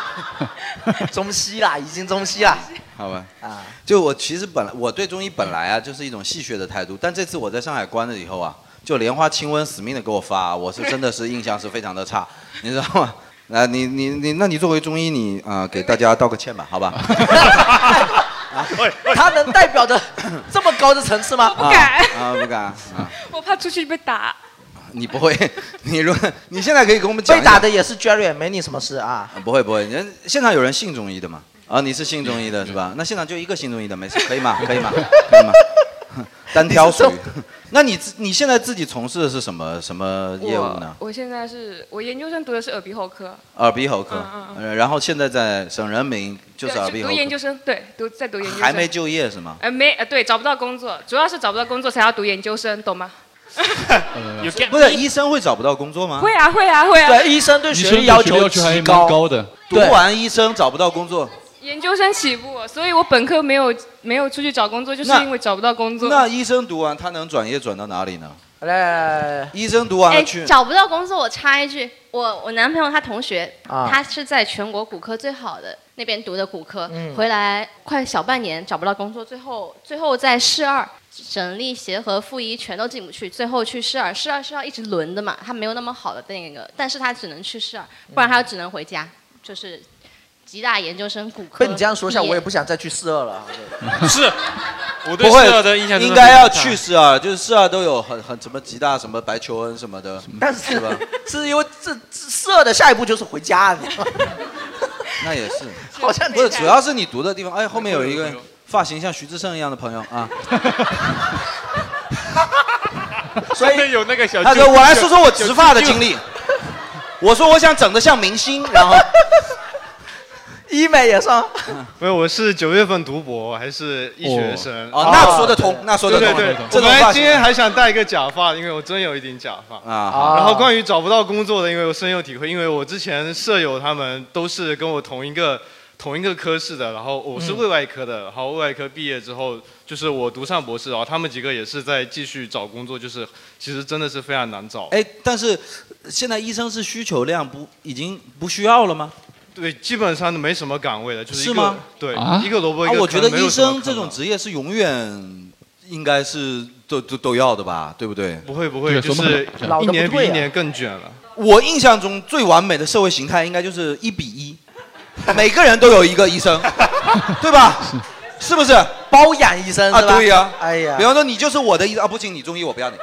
Speaker 6: 中西啦，已经中西啦
Speaker 7: 好吧？
Speaker 6: 啊！
Speaker 7: 就我其实本来我对中医本来啊就是一种戏谑的态度，但这次我在上海关了以后啊，就莲花清瘟死命的给我发啊、我是真的是印象是非常的差， (laughs) 你知道吗？来，你你你，那你作为中医，你啊、给大家道个歉吧，好吧？
Speaker 9: (laughs)
Speaker 6: 他能代表着这么高的层次吗？
Speaker 1: 不敢，
Speaker 7: 啊啊，不敢啊。
Speaker 1: 我怕出去被打。
Speaker 7: 你不会， (laughs) 你如果你现在可以给我们讲
Speaker 6: 被
Speaker 7: 一
Speaker 6: 打
Speaker 7: 讲
Speaker 6: 的也是 Jerry，没你什么事啊。
Speaker 7: 啊不会不会，人现场有人信中医的嘛？啊，你是信中医的是吧？那现场就一个信中医
Speaker 8: (laughs)
Speaker 7: 的，没事，可以吗？可以吗？可以吗？ (laughs) 单挑属于。那你自你现在自己从事的是什么什么业务呢
Speaker 1: 我？我现在是我研究生读的是耳鼻喉科，
Speaker 7: 耳鼻喉科
Speaker 1: 嗯嗯，
Speaker 7: 呃然后现在在省人民就是
Speaker 1: 对啊
Speaker 7: 耳鼻喉
Speaker 1: 读研究
Speaker 7: 科，
Speaker 1: 生，对，读在读研究生，
Speaker 7: 还没就业是
Speaker 1: (laughs)
Speaker 7: 吗？
Speaker 1: 呃没呃对，找不到工作，主要是找不到工作才要读研究生，懂吗？
Speaker 9: 有 get
Speaker 7: 不是，医生会找不到工作吗？
Speaker 1: 会啊会啊会啊，
Speaker 6: 对，医生对
Speaker 8: 医
Speaker 6: 学
Speaker 8: 生
Speaker 6: 历
Speaker 8: 对
Speaker 6: 要
Speaker 8: 学
Speaker 6: 求
Speaker 8: 要求还
Speaker 6: 极
Speaker 8: 蛮
Speaker 6: 高，
Speaker 8: 高的，
Speaker 7: 读完医生找不到工作，
Speaker 1: 研究生起步，所以我本科没有没有出去找工作，就是
Speaker 7: 那
Speaker 1: 因为找不到工作。
Speaker 7: 那医生读完他能转业转到哪里呢？
Speaker 6: 来来来来，
Speaker 7: 医生读完
Speaker 3: 哎
Speaker 7: 了，去
Speaker 3: 找不到工作，我插一句，我我男朋友他同学，
Speaker 6: 啊
Speaker 3: 他是在全国骨科最好的那边读的骨科，
Speaker 6: 嗯
Speaker 3: 回来快小半年找不到工作，最后最后在市二。省立协和、附一全都进不去，最后去市二，市二是要一直轮的嘛，他没有那么好的那个，但是他只能去市二，不然他
Speaker 6: 嗯
Speaker 3: 只能回家，就是吉大研究生骨科。
Speaker 6: 被你这样说一下，我也不想再去四二了啊。
Speaker 9: (laughs) 是，我对
Speaker 7: 不会
Speaker 9: 四二的印象真的
Speaker 7: 应该要
Speaker 9: 非常
Speaker 7: 去
Speaker 9: 差。
Speaker 7: 市二，就是市二都有很很什么吉大什么白求恩什么的，
Speaker 6: 但是
Speaker 7: 是
Speaker 9: (laughs)
Speaker 7: 吧？
Speaker 6: 是因为这这四二的下一步就是回家，你知
Speaker 9: (laughs)
Speaker 6: 道吗？
Speaker 7: 那也是，
Speaker 6: (laughs) 好像
Speaker 7: 不是主要是你读的地方。哎，后面有一个发型像徐志胜一样的朋友啊，
Speaker 6: 所以
Speaker 9: 真的有那个小舅，
Speaker 7: 他说我来说说我
Speaker 9: 小
Speaker 7: 植发的经。历。我说我想整的像明星，然后
Speaker 6: (laughs) 医美也算。
Speaker 2: 没有，我是九月份读博，我还是医学生。
Speaker 9: 啊
Speaker 2: 啊
Speaker 7: 哦，那说得通，那说
Speaker 2: 对
Speaker 7: 得
Speaker 2: 对
Speaker 7: 通，
Speaker 2: 对，
Speaker 7: 这种
Speaker 2: 我本来
Speaker 7: 发
Speaker 2: 今
Speaker 7: 型
Speaker 2: 天还想戴一个假发，因为我真有一顶假发。
Speaker 7: 啊，好
Speaker 6: 啊
Speaker 2: 然后关于找不到工作的，因为我深有体会，因为我之前舍友他们都是跟我同一个同一个科室的，然后我是胃外科的，然后胃外科毕业之后，就是我读上博士，然后他们几个也是在继续找工作，就是其实真的是非常难找。
Speaker 7: 哎，但是现在医生是需求量不已经不需要了吗？
Speaker 2: 对，基本上没什么岗位了，就是一
Speaker 7: 是
Speaker 2: 个
Speaker 7: 吗
Speaker 2: 对、
Speaker 8: 啊
Speaker 2: 一个萝卜一
Speaker 7: 啊
Speaker 2: 个，坑、
Speaker 7: 我觉得
Speaker 2: 没有
Speaker 7: 医
Speaker 2: 什么
Speaker 7: 生这种
Speaker 2: 坑了
Speaker 7: 职业是永远应该是都都都要的吧，对不对？
Speaker 2: 不会不会，
Speaker 8: 对
Speaker 2: 就
Speaker 8: 说不
Speaker 2: 是
Speaker 8: 好
Speaker 6: 老
Speaker 2: 一
Speaker 6: 得
Speaker 2: 年
Speaker 6: 不
Speaker 2: 比
Speaker 6: 对
Speaker 2: 一
Speaker 6: 啊
Speaker 2: 年更卷了。
Speaker 7: 我印象中最完美的社会形态应该就是一比一，每个人都有一个医生，对吧？是不是？啊，
Speaker 6: 包养医生是吧？
Speaker 7: 对呀、
Speaker 6: 哎呀
Speaker 7: 比，方说你就是我的医生啊，不行，你中医我不要你，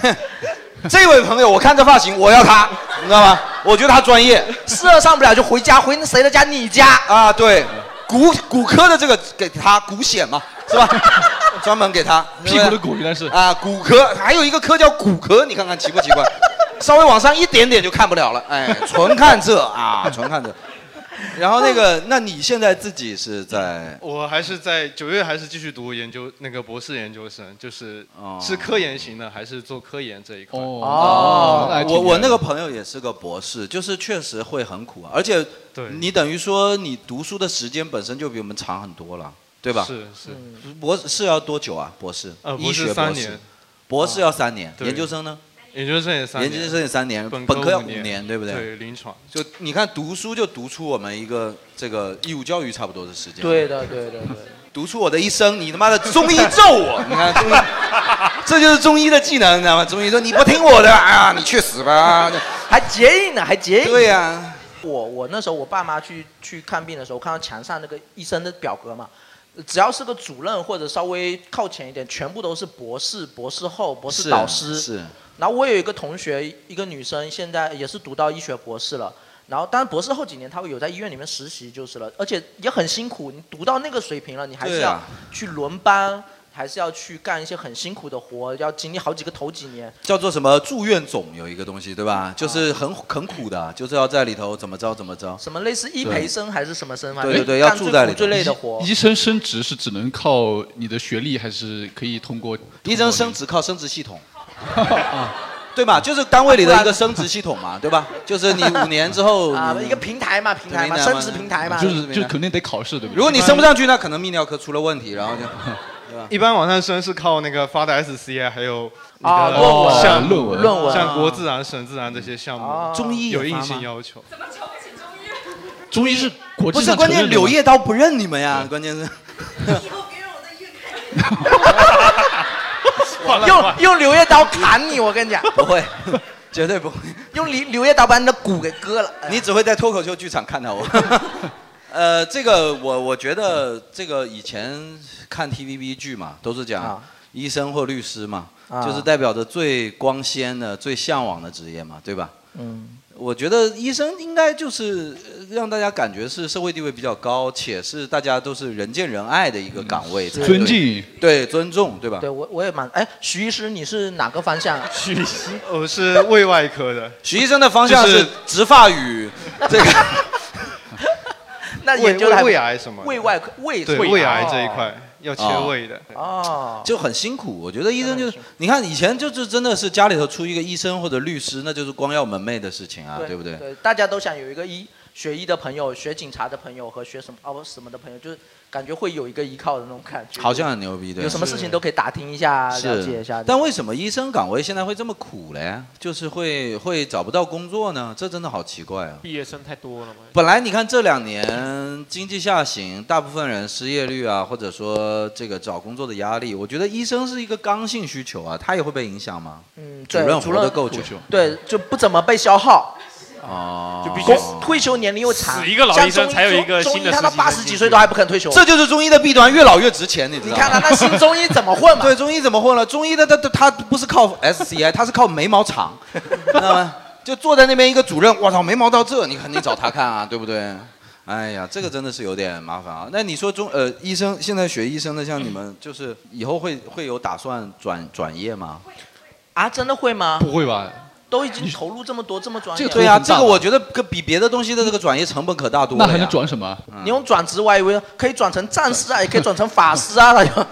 Speaker 7: 你 (laughs) 这位朋友，我看这发型，我要他，你知道吗？我觉得他专业，
Speaker 6: 事儿上不了就回家，回那谁的家？你家
Speaker 7: 啊？对，骨骨科的这个给他骨癣嘛，是吧？ (laughs) 专门给他
Speaker 8: 屁股的骨原来是
Speaker 7: 啊，骨科还有一个科叫骨科，你看看奇不奇怪？ (laughs) 稍微往上一点点就看不了了，哎，纯看这啊，纯看这。然后那个，那你现在自己是在
Speaker 2: 我还是在九月还是继续读研究那个博士研究生，就是、
Speaker 7: 哦
Speaker 2: 是科研型的还是做科研这一块？哦
Speaker 7: 我哦我那个朋友也是个博士，就是确实会很苦啊，而且你等于说你读书的时间本身就比我们长很多了，对吧？
Speaker 2: 是是
Speaker 7: 博士是要多久啊？博士，
Speaker 2: 呃博
Speaker 7: 医
Speaker 2: 士
Speaker 7: 学
Speaker 2: 三
Speaker 7: 博士
Speaker 2: 年，哦
Speaker 7: 博士要三年，
Speaker 2: 对
Speaker 7: 研究生呢？
Speaker 2: 研究生也三年
Speaker 7: 研究生也三年，
Speaker 2: 本
Speaker 7: 本
Speaker 2: 科
Speaker 7: 科要
Speaker 2: 五
Speaker 7: 五
Speaker 2: 年
Speaker 7: 年，对不对？
Speaker 2: 对临床
Speaker 7: 就你看读书就读出我们一个这个义务教育差不多的时间。
Speaker 6: 对的，对的，对的。
Speaker 7: 读出我的一生，你他妈的中医咒我，你看中医，这就是中医的技能，你知道吗？中医说你不听我的啊，你去死吧！
Speaker 6: 还结印呢，还结印。
Speaker 7: 对呀、
Speaker 6: 我我那时候我爸妈去去看病的时候，我看到墙上那个医生的表格嘛，只要是个主任或者稍微靠前一点，全部都是博士、博士后、博士导师。
Speaker 7: 是。
Speaker 6: 然后我有一个同学，一个女生，现在也是读到医学博士了。然后，当然博士后几年她会有在医院里面实习就是了，而且也很辛苦。你读到那个水平了，你还是
Speaker 7: 对
Speaker 6: 要
Speaker 7: 啊
Speaker 6: 去轮班，还是要去干一些很辛苦的活，要经历好几个头几年。
Speaker 7: 叫做什么住院总有一个东西，
Speaker 6: 啊
Speaker 7: 对吧？就是很很苦的，啊就是要在里头怎么着怎么着。
Speaker 6: 什么类似医培生还是什么生，反
Speaker 7: 对
Speaker 6: 正
Speaker 7: 对对
Speaker 6: 啊干
Speaker 7: 要
Speaker 6: 最
Speaker 7: 住在
Speaker 6: 苦
Speaker 7: 里头
Speaker 6: 最累的活。
Speaker 8: 医生升职是只能靠你的学历，还是可以通过？
Speaker 7: 医生升职靠升职系统，
Speaker 6: (laughs)
Speaker 7: 对吧？就是单位里的一个升职系统
Speaker 6: (laughs)
Speaker 7: 嘛，对吧？就是你五年之后，
Speaker 6: 啊，
Speaker 7: 你
Speaker 6: 一个平台嘛，平台嘛，
Speaker 7: 平台嘛
Speaker 6: 升职平台嘛，
Speaker 8: 就是就肯定得考试，对不对？
Speaker 7: 如果你升不上去，那可能泌尿科出了问题，然 (laughs) 后就。
Speaker 2: 一般往上升是靠那个发的 SCI，还有你的
Speaker 6: 啊论文
Speaker 2: 项目
Speaker 8: 论文
Speaker 6: 论文
Speaker 2: 像国自然、省自然这些项目，
Speaker 7: 啊中医
Speaker 2: 有硬
Speaker 7: 发
Speaker 2: 性
Speaker 7: 吗
Speaker 2: 要求。
Speaker 8: 中医是国
Speaker 7: 不
Speaker 8: 际
Speaker 7: 是
Speaker 8: 上
Speaker 7: 关键，
Speaker 8: 承认的吗
Speaker 7: 柳叶刀不认你们呀，关键是。
Speaker 6: (laughs)
Speaker 7: (laughs)
Speaker 6: 用用柳叶刀砍你，我跟
Speaker 2: (laughs)
Speaker 6: 你讲，
Speaker 7: 不会，绝对不会，
Speaker 6: 用柳柳叶刀把你的骨给割了。
Speaker 7: 你只会在脱口秀剧场看
Speaker 6: (laughs)
Speaker 7: 到我。呃，这个我我觉得这个以前看 TVB 剧嘛，都是讲、
Speaker 6: 啊
Speaker 7: 医生或律师嘛，
Speaker 6: 啊
Speaker 7: 就是代表着最光鲜的、最向往的职业嘛，对吧？
Speaker 6: 嗯，
Speaker 7: 我觉得医生应该就是呃让大家感觉是社会地位比较高，且是大家都是人见人爱的一个岗位，才对
Speaker 8: 尊，敬
Speaker 7: 对尊重，对吧？
Speaker 2: 啊
Speaker 6: 对我我也蛮哎，徐医师你是哪个方向
Speaker 2: (laughs)
Speaker 6: 啊？
Speaker 2: 我哦是胃外科的，
Speaker 7: 许医生的方向
Speaker 2: 就是是
Speaker 7: 植发与这个。
Speaker 6: (laughs) 那
Speaker 2: 胃
Speaker 6: 研究的
Speaker 2: 胃
Speaker 6: 还
Speaker 2: 胃癌啊什么的？
Speaker 6: 胃外科胃
Speaker 2: 对胃癌这一块要切胃的。
Speaker 6: 哦，
Speaker 7: 就很辛苦。我觉得医生就是，你看以前就是真的是家里头出一个医生或者律师，那就是光耀门楣的事情啊，对不对？
Speaker 6: 对，大家都想有一个医学医的朋友，学警察的朋友和学什么哦什么的朋友，就是感觉会有一个依靠的那种感觉。
Speaker 7: 好像很牛逼，对吧。
Speaker 6: 有什么事情都可以打听一下，
Speaker 7: 是
Speaker 6: 了解一下。
Speaker 7: 但为什么医生岗位现在会这么苦嘞？就是会会找不到工作呢？这真的好奇怪啊！
Speaker 9: 毕业生太多了嘛。
Speaker 7: 本来你看这两年经济下行，大部分人失业率啊，或者说这个找工作的压力，我觉得医生是一个刚性需求啊，他也会被影响吗？
Speaker 6: 嗯，
Speaker 7: 主
Speaker 6: 对
Speaker 7: 任
Speaker 6: 主
Speaker 7: 活得
Speaker 6: 任
Speaker 7: 够久，
Speaker 6: 对就不怎么被消耗，
Speaker 7: 哦，
Speaker 9: 就必须
Speaker 6: 工退休年龄又长，
Speaker 9: 死一个老
Speaker 6: 像
Speaker 9: 医生
Speaker 6: 中
Speaker 9: 才有一个
Speaker 6: 中
Speaker 9: 新
Speaker 6: 医
Speaker 9: 的
Speaker 6: 他到
Speaker 9: 实习生
Speaker 6: 八十几
Speaker 9: 进
Speaker 6: 岁
Speaker 9: 去
Speaker 6: 都还不肯退休，
Speaker 7: 这就是中医的弊端，越老越值钱，你啊知道
Speaker 6: 你
Speaker 7: 吗？
Speaker 6: 看了那新中医怎么混嘛？
Speaker 7: (laughs) 对，中医怎么混了？中医的他他他不是靠 SCI，他是靠眉毛 (laughs) 长，知道吗？就坐在那边一个主任，我操，眉毛到这，你肯定找他看啊，对 (laughs) 不对？哎呀，这个真的是有点麻烦啊。那你说中呃，医生现在学医生的，像你们就是以后会会有打算转转业吗？
Speaker 6: 啊，真的会吗？
Speaker 8: 不会吧？
Speaker 6: 都已经投入这么多这么专业
Speaker 8: 这
Speaker 6: 了，
Speaker 8: 个
Speaker 7: 对
Speaker 8: 头
Speaker 7: 呀、
Speaker 8: 很
Speaker 7: 这
Speaker 8: 大
Speaker 7: 个
Speaker 8: 吧
Speaker 7: 我觉得跟比别的东西的这个转业成本可大多了
Speaker 8: 那
Speaker 7: 呀。
Speaker 8: 还能转什么？
Speaker 6: 你用转职，我还以为可以转成战士啊，也可以转成法师啊，那
Speaker 7: (laughs)
Speaker 6: 就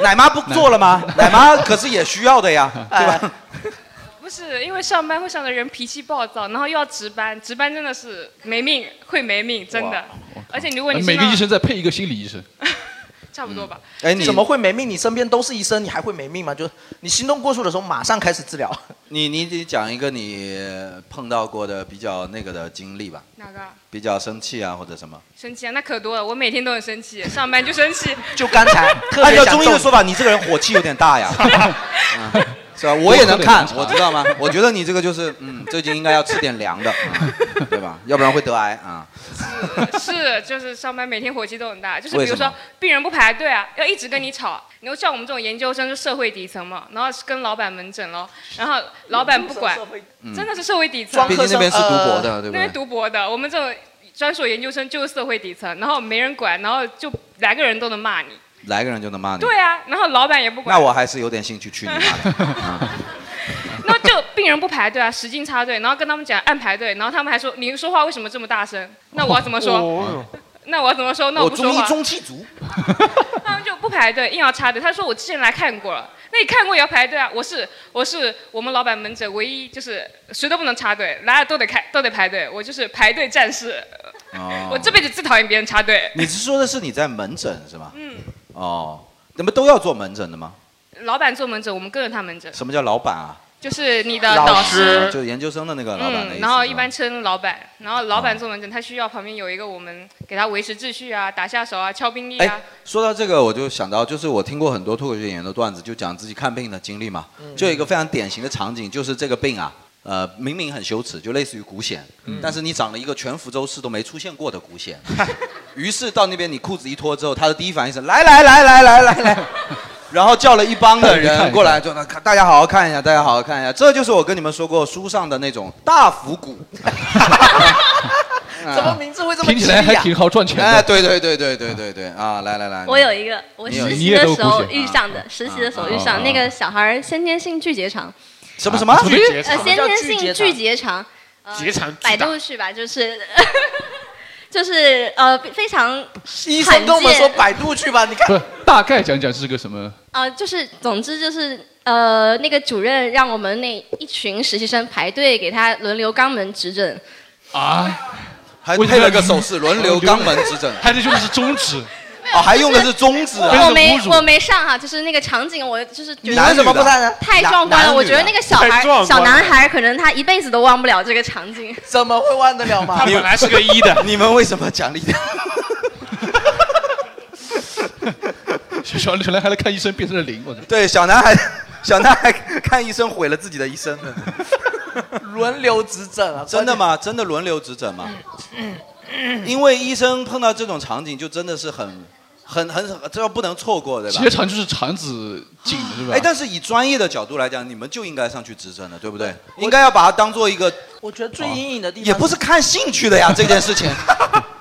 Speaker 7: 奶妈
Speaker 6: (laughs)
Speaker 7: 不做 (laughs) 了吗？奶妈可是也需要的呀，对吧？
Speaker 6: 哎，
Speaker 1: 不是因为上班会上的人脾气暴躁，然后又要值班，值班真的是没命，会没命，真的。而且如果你是
Speaker 8: 每个
Speaker 1: 那
Speaker 8: 医
Speaker 6: 嗯
Speaker 8: 生再配一个心理医生，
Speaker 1: 差不多吧，
Speaker 7: 哎，你
Speaker 6: 怎么会没命？你身边都是医生，你还会没命吗？就你心动过速的时候，马上开始治疗。
Speaker 7: 你你你讲一个你碰到过的比较那个的经历吧，
Speaker 1: 哪个啊
Speaker 7: 比较生气啊或者什么？
Speaker 1: 生气啊？那可多了，我每天都很生气，上班就生气。 (laughs)
Speaker 6: 就刚才特
Speaker 7: 按
Speaker 6: 别
Speaker 7: 照
Speaker 6: 想
Speaker 7: 中医的
Speaker 6: 揍
Speaker 8: (laughs)
Speaker 7: 说法，你这个人火气有点大呀。是吧？我也能看
Speaker 8: 多喝点，红
Speaker 7: 我
Speaker 8: 茶
Speaker 7: 知道吗？我觉得你这个就是，嗯，最近应该要吃点凉的，嗯对吧？要不然会得癌啊。 (laughs)
Speaker 1: 是，就是上班每天火气都很大，就是
Speaker 7: 为
Speaker 1: 比如
Speaker 7: 什么
Speaker 1: 说病人不排队啊，要一直跟你吵。你说像我们这种研究生是社会底层嘛，然后是跟老板门诊咯，然后老板不管，
Speaker 7: 嗯
Speaker 1: 真的是社会底层。
Speaker 7: 毕竟那边是读博的，对不
Speaker 1: 那边
Speaker 7: 对？
Speaker 1: 读博的，我们这种专属研究生就是社会底层，然后没人管，然后就来个人都能骂你。
Speaker 7: 来个人就能骂你。
Speaker 1: 对啊，然后老板也不管。
Speaker 7: 那我还是有点兴趣去你嗯妈的。
Speaker 1: (laughs) 那就病人不排队啊，使劲插队，然后跟他们讲按排队，然后他们还说你说话为什么这么大声？ (laughs) 那我要怎么说？
Speaker 7: 哦
Speaker 1: 那我要怎么说？那
Speaker 7: 我
Speaker 1: 我不说
Speaker 7: 中医
Speaker 1: 话。
Speaker 7: 中气足，
Speaker 1: (laughs) 他们就不排队，硬要插队。他说我之前来看过了，那你看过也要排队啊？我是我是我们老板门诊唯一就是谁都不能插队，来了都得开都得排队，我就是排队战士。
Speaker 7: 哦
Speaker 1: 我这辈子最讨厌别人插队。
Speaker 7: 你是说的是你在门诊是吧？
Speaker 1: 嗯，
Speaker 7: 哦，你们都要做门诊的吗？
Speaker 1: 老板做门诊，我们跟着他门诊，
Speaker 7: 什么叫老板啊？
Speaker 1: 就是你的导
Speaker 7: 哦就是研究生的那个老板的
Speaker 1: 嗯，
Speaker 7: 意思。
Speaker 1: 然后一
Speaker 7: 是
Speaker 1: 般
Speaker 7: 吧哦
Speaker 1: 称老板，然后老板做门诊，他需要旁边有一个我们给他维持秩序啊，打下手啊，敲病历啊
Speaker 7: 哎，说到这个，我就想到，就是我听过很多脱口秀演员的段子，就讲自己看病的经历嘛。就有一个非常典型的场景，就是这个病啊，呃，明明很羞耻，就类似于骨癣，但是你长了一个全福州市都没出现过的骨癣。 (laughs) 于是到那边你裤子一脱之后，他的第一反应是来来来来来来来， (laughs) 然后叫了一帮的人过来，就那大家好好看一下，大家好好看一下，这就是我跟你们说过书上的那种大嗯腹股。
Speaker 6: 怎么名字会这么
Speaker 8: 听起来
Speaker 6: 吉利
Speaker 8: 还
Speaker 6: 啊
Speaker 8: 挺好赚钱
Speaker 7: 哎，
Speaker 8: 的。
Speaker 7: 对对对对对对对啊！来来来，
Speaker 3: 我有一个，我
Speaker 7: 你有
Speaker 3: 实
Speaker 8: 你
Speaker 3: 习
Speaker 8: 也
Speaker 3: 的
Speaker 8: 都
Speaker 3: 时候
Speaker 8: 骨
Speaker 3: 遇上的，实习的时候遇
Speaker 8: 啊
Speaker 3: 上那个小孩儿先天性巨结肠，
Speaker 7: 什啊么什么？
Speaker 9: 拒绝
Speaker 3: 呃，
Speaker 9: 肠
Speaker 6: 么
Speaker 3: 先
Speaker 6: 叫
Speaker 3: 天
Speaker 6: 巨结
Speaker 3: 性
Speaker 6: 肠
Speaker 3: 巨结肠，呃
Speaker 9: 结肠巨
Speaker 3: 百
Speaker 9: 大
Speaker 3: 度去吧，就是 (laughs) 就是呃非常
Speaker 6: 医生跟我们说百度去吧，你看
Speaker 8: 不是，大概讲讲是个什么？
Speaker 3: 啊，就是总之就是呃，那个主任让我们那一群实习生排队给他轮流肛门指诊，
Speaker 7: (laughs)
Speaker 8: 啊，
Speaker 7: 还配了个手势，轮流肛门指诊。
Speaker 8: 还得用的是中指，
Speaker 7: (laughs) 哦，还用的是中指啊！
Speaker 3: 我
Speaker 8: 非常
Speaker 3: 没
Speaker 8: 侮辱
Speaker 7: (laughs)
Speaker 3: 我没上哈、就是那个场景，我就是觉得
Speaker 7: 男的
Speaker 6: 为什么不看呢？
Speaker 3: 太壮观
Speaker 7: 男
Speaker 3: 了。
Speaker 7: 女
Speaker 3: 我觉得
Speaker 7: 的
Speaker 3: 那个小
Speaker 9: 太
Speaker 3: 孩
Speaker 9: 壮观
Speaker 3: 小男
Speaker 9: 了
Speaker 3: 孩，可能他一辈子都忘不了这个场景。
Speaker 6: (laughs) 怎么会忘得了嘛
Speaker 9: 他？本来是个一的，
Speaker 7: 你们为什么奖励 (laughs) 他？
Speaker 8: 小小男孩来看医生变成了零，我操！
Speaker 7: 对，小男孩， (laughs) 小男孩看医生毁了自己的一生。
Speaker 6: (laughs) 轮流指诊啊，
Speaker 7: 真的？吗？真的轮流指诊吗？
Speaker 3: 嗯
Speaker 7: 因为医生碰到这种场景，就真的是很、很、很，这要不能错过，对吧
Speaker 8: 结？肠就是肠子紧的是吧？
Speaker 7: 哎，但是以专业的角度来讲，你们就应该上去指诊了，对不对？应该要把它当做一个，
Speaker 6: 我觉得 (laughs) 最阴影的地方
Speaker 7: 也不是，看兴趣的呀，这件事 (laughs) 情。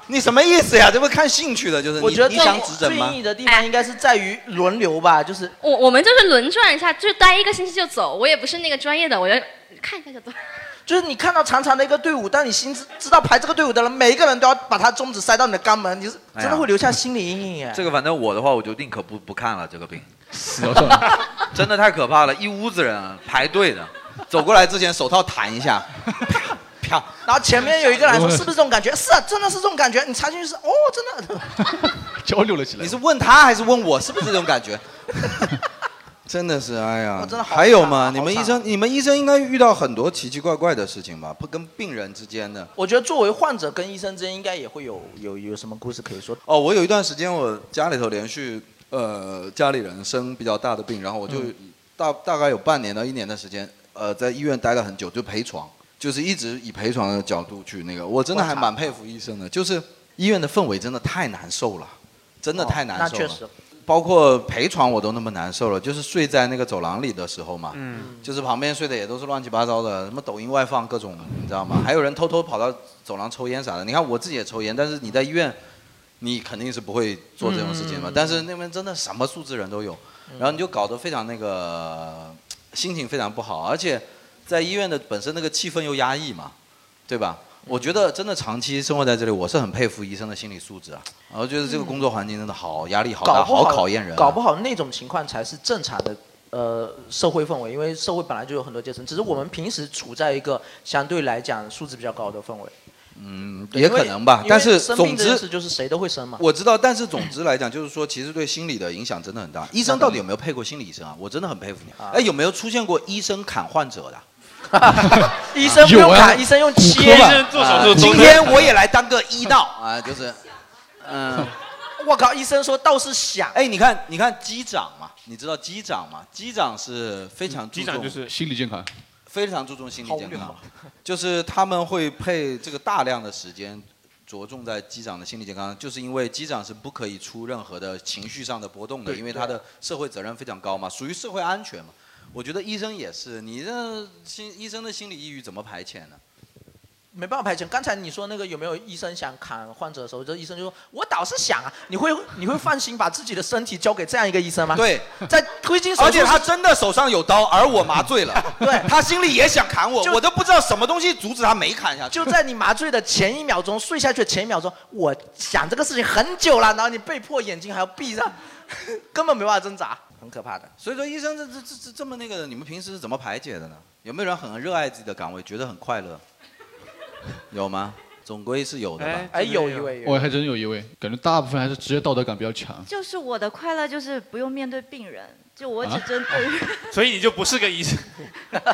Speaker 7: 你什么意思呀？这不看兴趣的，就是
Speaker 6: 我
Speaker 7: 你
Speaker 6: 觉得
Speaker 7: 你
Speaker 6: 最
Speaker 7: 想指诊
Speaker 6: 最
Speaker 7: 吗
Speaker 6: 阴？影的地方应该是在于轮流吧，就是
Speaker 3: (laughs) 我我们就是轮转一下，就待一个星期就走。我也不是那个专业的，我就看一下就走。 (laughs)
Speaker 6: 就是你看到长长的一个队伍，但你心知知道排这个队伍的人，每一个人都要把他中指塞到你的肛门，你是
Speaker 5: 哎呀
Speaker 6: 真的会留下心理阴影哎。
Speaker 5: 这个反正我的话，我就宁可不不看了，这个病
Speaker 8: 死要算了。
Speaker 5: 真的太可怕了，一屋子人啊排队的，
Speaker 7: 走过来之前手套弹
Speaker 8: (laughs)
Speaker 7: 一下，啪啪。
Speaker 6: (laughs) 然后前面有一个人还说
Speaker 8: 我
Speaker 6: 是不是这种感觉？ (laughs) 是啊，真的是这种感觉。你插进去是哦，真的。 (laughs)
Speaker 8: 交流了起来。
Speaker 7: 你是问他还是问我？是不是这种
Speaker 8: (laughs)
Speaker 7: 感觉？真的是，哎呀，
Speaker 6: 我真的好惨
Speaker 7: 还有吗？
Speaker 6: 好
Speaker 7: 你们医
Speaker 6: 惨啊
Speaker 7: 生，你们医生应该遇到很多奇奇怪怪的事情吧？不跟病人之间的。
Speaker 6: 我觉得作为患者跟医生之间应该也会有有有什么故事可以说。
Speaker 7: 哦，我有一段时间，我家里头连续呃家里人生比较大的病，然后我就、
Speaker 6: 嗯
Speaker 7: 大大概有半年到一年的时间，呃，在医院待了很久，就陪床，就是一直以陪床的角度去那个，我真的还蛮佩服医生的，就是医院的氛围真的太难受了，真的太难
Speaker 6: 哦那
Speaker 7: 受了。
Speaker 6: 确实，
Speaker 7: 包括陪床我都那么难受了，就是睡在那个走廊里的时候嘛，
Speaker 9: 嗯，
Speaker 7: 就是旁边睡的也都是乱七八糟的，什么抖音外放各种，你知道吗？还有人偷偷跑到走廊抽烟啥的。你看我自己也抽烟，但是你在医院，你肯定是不会做这种事
Speaker 6: 嗯
Speaker 7: 情嘛。但是那边真的什么素质人都有，然后你就搞得非常那个心情非常不好，而且在医院的本身那个气氛又压抑嘛，对吧？我觉得真的长期生活在这里，我是很佩服医生的心理素质啊。我觉得这个工作环境真的好压力好大，
Speaker 6: 搞不好
Speaker 7: 考验人啊、
Speaker 6: 搞不好那种情况才是正常的。呃，社会氛围，因为社会本来就有很多阶层，只是我们平时处在一个相对来讲素质比较高的氛围，
Speaker 7: 嗯，
Speaker 6: 对
Speaker 7: 也
Speaker 6: 因为
Speaker 7: 可能吧
Speaker 6: 因。为
Speaker 7: 但是
Speaker 6: 生
Speaker 7: 总
Speaker 6: 病这件
Speaker 7: 之
Speaker 6: 事就是谁都会生嘛。
Speaker 7: 我知道，但是总之来讲，就是说，其实对心理的影响真的很大。医生到底有没有配过心理医生啊？我真的很佩服你。
Speaker 6: 啊
Speaker 7: 哎，有没有出现过医生砍患者的？
Speaker 8: (laughs)
Speaker 6: 医生不
Speaker 8: 有
Speaker 6: 用
Speaker 8: 啊
Speaker 6: 砍，医生用切
Speaker 9: 医。生做手术都
Speaker 7: 啊今天我也来当个医闹啊，就是，嗯，
Speaker 6: 我靠，医生说倒是想。
Speaker 7: 哎，你看，你看机长嘛，你知道机长嘛？机长是非常注重，
Speaker 8: 心理健康。
Speaker 7: 非常注重心理健
Speaker 6: 好
Speaker 7: 康，就是他们会配这个大量的时间着重在机长的心理健康，就是因为机长是不可以出任何的情绪上的波动的，
Speaker 6: 对
Speaker 7: 因为他的社会责任非常高嘛，属于社会安全嘛。我觉得医生也是，你这心医生的心理抑郁怎么排遣呢？
Speaker 6: 没办法排遣。刚才你说那个有没有医生想砍患者的时候，这医生就说：“我倒是想啊，你会你会放心把自己的身体交给这样一个医生吗？”
Speaker 7: 对，
Speaker 6: 在推进手术
Speaker 7: 而
Speaker 6: 室，
Speaker 7: 且他真的手上有刀，而我麻醉了，
Speaker 6: (laughs) 对
Speaker 7: 他心里也想砍我，
Speaker 6: 就
Speaker 7: 我都不知道什么东西阻止他没砍下去。
Speaker 6: 就在你麻醉的前一秒钟，睡下去的前一秒钟，我想这个事情很久了，然后你被迫眼睛还要闭上， (laughs) 根本没办法挣扎，很可怕的。
Speaker 7: 所以说，医生这这这这这么那个的，你们平时是怎么排解的呢？有没有人很热爱自己的岗位，觉得很快乐？有吗？总归是有的吧。
Speaker 6: 哎有一位
Speaker 8: 我还真有一位，感觉大部分还是职业道德感比较强。
Speaker 10: 就是我的快乐就是不用面对病人，就我只
Speaker 8: 啊
Speaker 10: 针对于、
Speaker 6: 哦
Speaker 10: (laughs)
Speaker 9: 所以你就不是个医生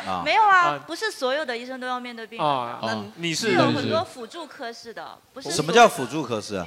Speaker 7: 啊
Speaker 10: 没有啊，不是所有的医生都要面对病人的，
Speaker 9: 啊
Speaker 6: 哦
Speaker 9: 那你是
Speaker 10: 是有很多辅助科室的，不是
Speaker 7: 什么
Speaker 10: 所有
Speaker 7: 叫辅助科室啊？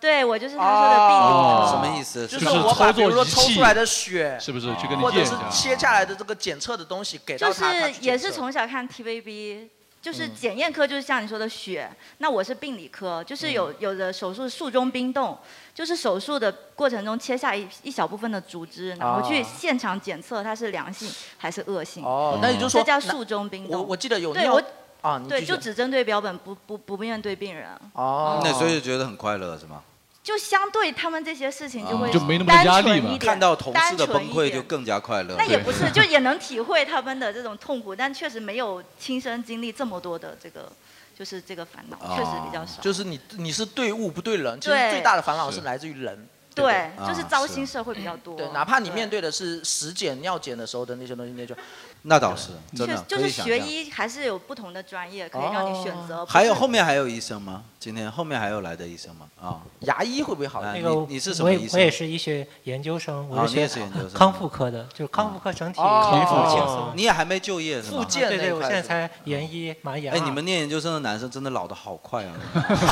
Speaker 10: 对我就是他说的病
Speaker 6: 哦
Speaker 8: 哦
Speaker 10: 理科。
Speaker 7: 什么意思？
Speaker 6: 就是我把比如说抽出来的血，
Speaker 8: 是
Speaker 7: 啊
Speaker 8: 不是去跟你
Speaker 6: 或者
Speaker 8: 验一
Speaker 6: 是
Speaker 8: 下
Speaker 6: 切下来的这个检测的东西给到
Speaker 10: 就
Speaker 6: 他，他
Speaker 10: 是
Speaker 6: 去检
Speaker 10: 也是
Speaker 6: 测
Speaker 10: 从小看 TVB，就是
Speaker 6: 嗯
Speaker 10: 检验科就是像你说的血，那我是病理科，
Speaker 6: 嗯
Speaker 10: 就是有有的手术术中冰冻，就是手术的过程中切下一一小部分的组织，然后去
Speaker 6: 啊
Speaker 10: 现场检测它是良性还是恶性。嗯
Speaker 6: 哦，那也就是说
Speaker 10: 这叫
Speaker 6: 那
Speaker 10: 术中冰
Speaker 6: 我
Speaker 10: 冻。
Speaker 6: 我记得有
Speaker 10: 对
Speaker 6: 尿
Speaker 10: 我
Speaker 6: 啊，你
Speaker 10: 对，
Speaker 6: 继续
Speaker 10: 就只针对标本，不不不面对病人，啊
Speaker 6: 哦，
Speaker 7: 那所以就觉得很快乐是吗？
Speaker 10: 就相对他们这些事情就会
Speaker 7: 哦
Speaker 8: 啊就没那么
Speaker 10: 单
Speaker 8: 多压力
Speaker 10: 纯
Speaker 8: 嘛
Speaker 10: 一点
Speaker 7: 看到同
Speaker 10: 单
Speaker 7: 事的
Speaker 10: 纯
Speaker 7: 崩
Speaker 10: 一
Speaker 7: 溃
Speaker 10: 点
Speaker 7: 就更加快乐。
Speaker 10: 那也不是，就也能体会他们的这种痛苦，但确实没有亲身经历这么多的这个，就是这个烦恼，确实
Speaker 7: 啊
Speaker 10: 比较少。
Speaker 6: 就是你你是对物不对人，其实
Speaker 10: 对
Speaker 6: 最大的烦恼是
Speaker 8: 是
Speaker 6: 来自于人。对不
Speaker 10: 对，
Speaker 7: 啊
Speaker 10: 就是糟心啊事会比较多。
Speaker 6: 对，哪怕你面对的是食检、尿检的时候的那些东西，那就
Speaker 7: 那倒是真
Speaker 10: 确
Speaker 7: 的，
Speaker 10: 就
Speaker 7: 可
Speaker 10: 是
Speaker 7: 以想
Speaker 10: 学
Speaker 7: 象
Speaker 10: 医还是有不同的专业可以让你选
Speaker 6: 哦
Speaker 10: 择。不
Speaker 7: 还有
Speaker 10: 是
Speaker 7: 后面还有医生吗？今天后面还有来的医生吗？啊，
Speaker 6: 牙医会不会好一
Speaker 7: 啊
Speaker 6: 点？
Speaker 7: 你
Speaker 11: 那个
Speaker 7: 你是什
Speaker 11: 我
Speaker 7: 么
Speaker 11: 也
Speaker 7: 医
Speaker 11: 我也
Speaker 7: 生？
Speaker 11: 是医学研究生，
Speaker 7: 哦
Speaker 11: 我
Speaker 7: 你也
Speaker 11: 学
Speaker 7: 是研究生
Speaker 11: 康复科的，就是康复科整体
Speaker 6: 哦
Speaker 11: 比较
Speaker 6: 康复
Speaker 11: 轻
Speaker 6: 科
Speaker 11: 松。
Speaker 7: 你也还没就业是吗
Speaker 6: 复？健
Speaker 11: 啊对
Speaker 6: 那一
Speaker 11: 对，我
Speaker 6: 块
Speaker 11: 现在
Speaker 6: 是
Speaker 11: 才研一，马上研
Speaker 7: 哎，
Speaker 11: 二。
Speaker 7: 你们念研究生的男生真的老得好快啊！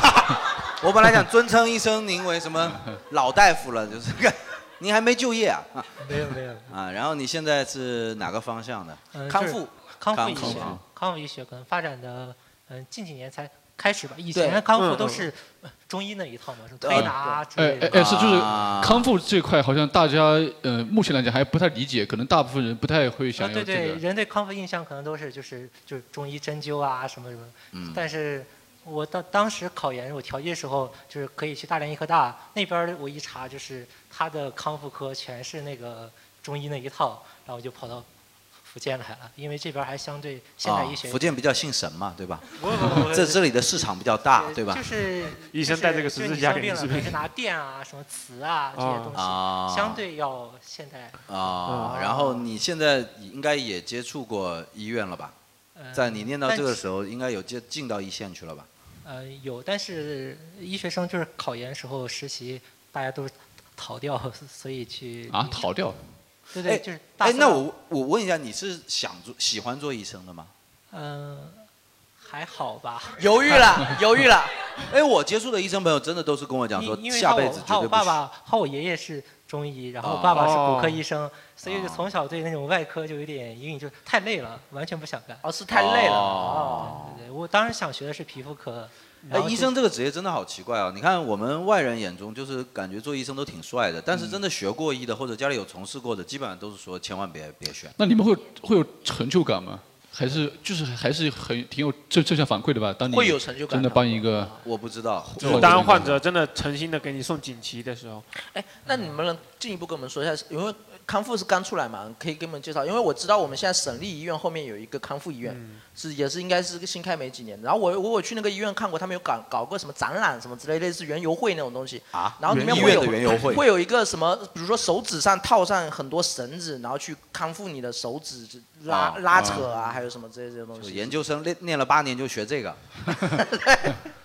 Speaker 7: (laughs) 我本来想尊称医生您为什么老大夫了，就是 (laughs) 您还没就业啊啊
Speaker 11: 没有没有，
Speaker 7: 啊！然后你现在是哪个方向的？
Speaker 11: 嗯，
Speaker 6: 康
Speaker 11: 就是
Speaker 6: 复
Speaker 11: 康
Speaker 7: 康
Speaker 11: 复医
Speaker 7: 复
Speaker 11: 学
Speaker 7: 啊，
Speaker 11: 康复医学可能发展的，嗯，近几年才开始吧。以
Speaker 6: 对
Speaker 11: 前康
Speaker 9: 嗯
Speaker 11: 复都
Speaker 9: 嗯
Speaker 11: 是呃中医那一套嘛，什么
Speaker 7: 对
Speaker 11: 推拿啊之
Speaker 8: 哎
Speaker 11: 类
Speaker 8: 哎
Speaker 11: 的。
Speaker 8: 哎，是就是
Speaker 7: 啊
Speaker 8: 康复这块，好像大家呃，目前来讲还不太理解，可能大部分人不太会
Speaker 11: 啊，
Speaker 8: 想要
Speaker 11: 对
Speaker 8: 这
Speaker 11: 对，
Speaker 8: 个。
Speaker 11: 人对康复印象可能都是就是就是中医针灸啊什么什么，
Speaker 7: 嗯
Speaker 11: 但是我当当时考研我调剂的时候，就是可以去大连医科大那边儿，我一查就是他的康复科全是那个中医那一套，然后我就跑到福建来了，因为这边儿还相对现代
Speaker 7: 啊
Speaker 11: 医学，，
Speaker 7: 福建比较信神嘛，对吧？
Speaker 11: 不不不
Speaker 7: 这这里的市场比较大，对吧
Speaker 11: 就？是
Speaker 9: 医
Speaker 11: 就
Speaker 9: 生
Speaker 11: 是
Speaker 9: 带这个
Speaker 11: 就
Speaker 9: 十
Speaker 11: 是
Speaker 9: 字
Speaker 11: 你
Speaker 9: 架
Speaker 11: 生
Speaker 9: 给你
Speaker 11: 病了，
Speaker 9: 治
Speaker 11: 可能
Speaker 9: 病
Speaker 11: 是拿电啊、什么磁啊这些
Speaker 9: 啊
Speaker 11: 东西，
Speaker 7: 啊，
Speaker 11: 相对要现代。
Speaker 7: 啊，然后你现在应该也接触过医院了吧？
Speaker 11: 呃
Speaker 7: 在你念到
Speaker 11: 但
Speaker 7: 这个
Speaker 11: 其
Speaker 7: 时候，应该有接进到一线去了吧？
Speaker 11: 呃，有，但是医学生就是考研时候实习，大家都逃掉， (laughs) 所以去
Speaker 8: 啊，逃掉
Speaker 11: 对
Speaker 7: 哎
Speaker 11: 对，就是大
Speaker 7: 哎，
Speaker 11: 四
Speaker 7: 那
Speaker 11: 了
Speaker 7: 我我问一下，你是想做喜欢做医生的吗？
Speaker 11: 嗯、还好吧，
Speaker 6: (laughs) 犹豫了，
Speaker 11: (laughs)
Speaker 6: 犹豫了。
Speaker 7: (laughs) 哎，我接触的医生朋友真的都是跟我讲说
Speaker 11: 因，因为
Speaker 7: 下
Speaker 11: 他
Speaker 7: 辈
Speaker 11: 我
Speaker 7: 子绝
Speaker 11: 他
Speaker 7: 对
Speaker 11: 我
Speaker 7: 不
Speaker 11: 爸
Speaker 7: 是。
Speaker 11: 爸和我爷爷是中医，然后我爸爸是骨科医生，所以就
Speaker 7: 哦
Speaker 11: 从小对那种外科就有点阴影，就太累了，完全不想干。
Speaker 6: 哦，是太累了。
Speaker 7: 哦
Speaker 6: 哦，
Speaker 11: 对对，我当时想学的是皮肤科，
Speaker 7: 哎
Speaker 8: 嗯
Speaker 11: 然，后
Speaker 7: 医
Speaker 11: 就
Speaker 7: 生这个职业真的好奇怪啊！你看我们外人眼中就是感觉做医生都挺帅的，但是
Speaker 8: 嗯
Speaker 7: 真的学过医的或者家里有从事过的，基本上都是说千万别别选。
Speaker 8: 那你们会会有成就感吗？还是就是还是很挺有正正向反馈的吧？当你
Speaker 6: 会有成就感
Speaker 8: 真的
Speaker 6: 的啊
Speaker 8: 帮一个
Speaker 7: 我不知道，
Speaker 8: 就
Speaker 9: 就是当患者真的诚心的给你送锦旗的时候，
Speaker 6: 哎，那你们能进一步跟我们说一下，因为康复是刚出来嘛，可以给我们介绍。因为我知道我们现在省立医院后面有一个康复医院，
Speaker 7: 嗯
Speaker 6: 是也是应该是新开没几年。然后我我有去那个医院看过，他们有搞搞过什么展览什么之类，类似园游会那种东西
Speaker 7: 啊
Speaker 6: 然后里面
Speaker 7: 园
Speaker 6: 会有
Speaker 7: 医院的园游会
Speaker 6: 会有一个什么，比如说手指上套上很多绳子，然后去康复你的手指拉、
Speaker 7: 啊
Speaker 6: 拉扯啊，还有什么这些东
Speaker 7: 就
Speaker 6: 西。
Speaker 7: 研究生念念了八年就学这个，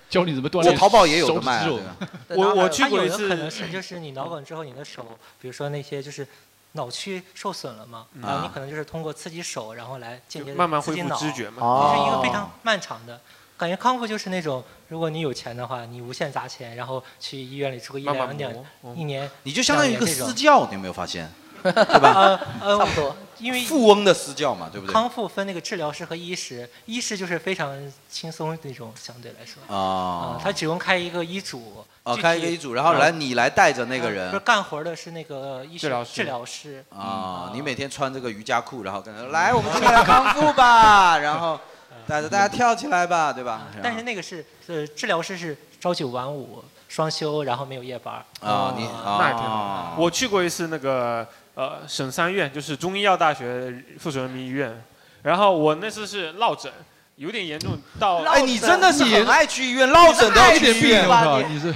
Speaker 8: 教 (laughs) 哦你怎么锻
Speaker 7: 我
Speaker 8: 炼
Speaker 7: 淘宝也有
Speaker 8: 手
Speaker 7: 的
Speaker 8: 指
Speaker 7: 卖啊，
Speaker 8: 肌肉
Speaker 7: 对
Speaker 9: (laughs)
Speaker 7: 吧？
Speaker 8: (laughs)
Speaker 6: 对然后
Speaker 9: 我
Speaker 6: 还
Speaker 9: 我
Speaker 6: 有
Speaker 9: 去过一
Speaker 11: 它有的可能
Speaker 9: 次，
Speaker 11: 是就是你脑梗之后，你的手，比如说那些就是脑区受损了嘛，然
Speaker 7: 啊
Speaker 11: 后你可能就是通过刺激手，然后来
Speaker 9: 嗯
Speaker 11: 间
Speaker 9: 就
Speaker 11: 接地
Speaker 9: 慢慢
Speaker 11: 刺
Speaker 9: 恢
Speaker 11: 激
Speaker 9: 复
Speaker 11: 脑
Speaker 9: 知觉嘛。
Speaker 11: 这
Speaker 6: 哦
Speaker 11: 是一个非常漫长的。感觉康复就是那种，如果你有钱的话，你无限砸钱，然后去医院里住个一
Speaker 7: 慢
Speaker 11: (laughs)
Speaker 7: 慢
Speaker 11: 两两
Speaker 8: 哦
Speaker 7: 磨嗯
Speaker 11: 一年，
Speaker 7: 你就相当于一个
Speaker 11: 两年那
Speaker 7: 私
Speaker 11: 种
Speaker 7: 教，你有没有发
Speaker 11: (laughs)
Speaker 7: 现？对吧？
Speaker 11: 呃，差不多，因为
Speaker 7: 富翁的私教嘛，对不对？
Speaker 11: 康复分那个治疗师和医师，医师就是非常轻松那种，相对来说
Speaker 7: 哦
Speaker 11: 啊他只用开一个医嘱，
Speaker 7: 哦，
Speaker 11: 具
Speaker 7: 开一
Speaker 11: 体啊
Speaker 7: 个医嘱，然后来你来带着那个
Speaker 11: 不是
Speaker 7: 人
Speaker 11: 干活的是那个医师治疗师
Speaker 7: 啊，
Speaker 8: 嗯
Speaker 7: 你每天穿这个瑜伽裤，然后跟他说来，我们今天来康复吧， (laughs) 然后带着大家跳起来吧，对吧？
Speaker 11: 嗯但是那个是呃治疗师是朝九晚五双休，然后没有夜班
Speaker 7: 啊你啊
Speaker 9: 那也挺好。我去过一次那个呃省三院，就是中医药大学附属人民医院，然后我那次是落枕，有点严重到。
Speaker 7: 哎，你真的是很爱去医院，落枕都要去医院吧？你
Speaker 8: 你是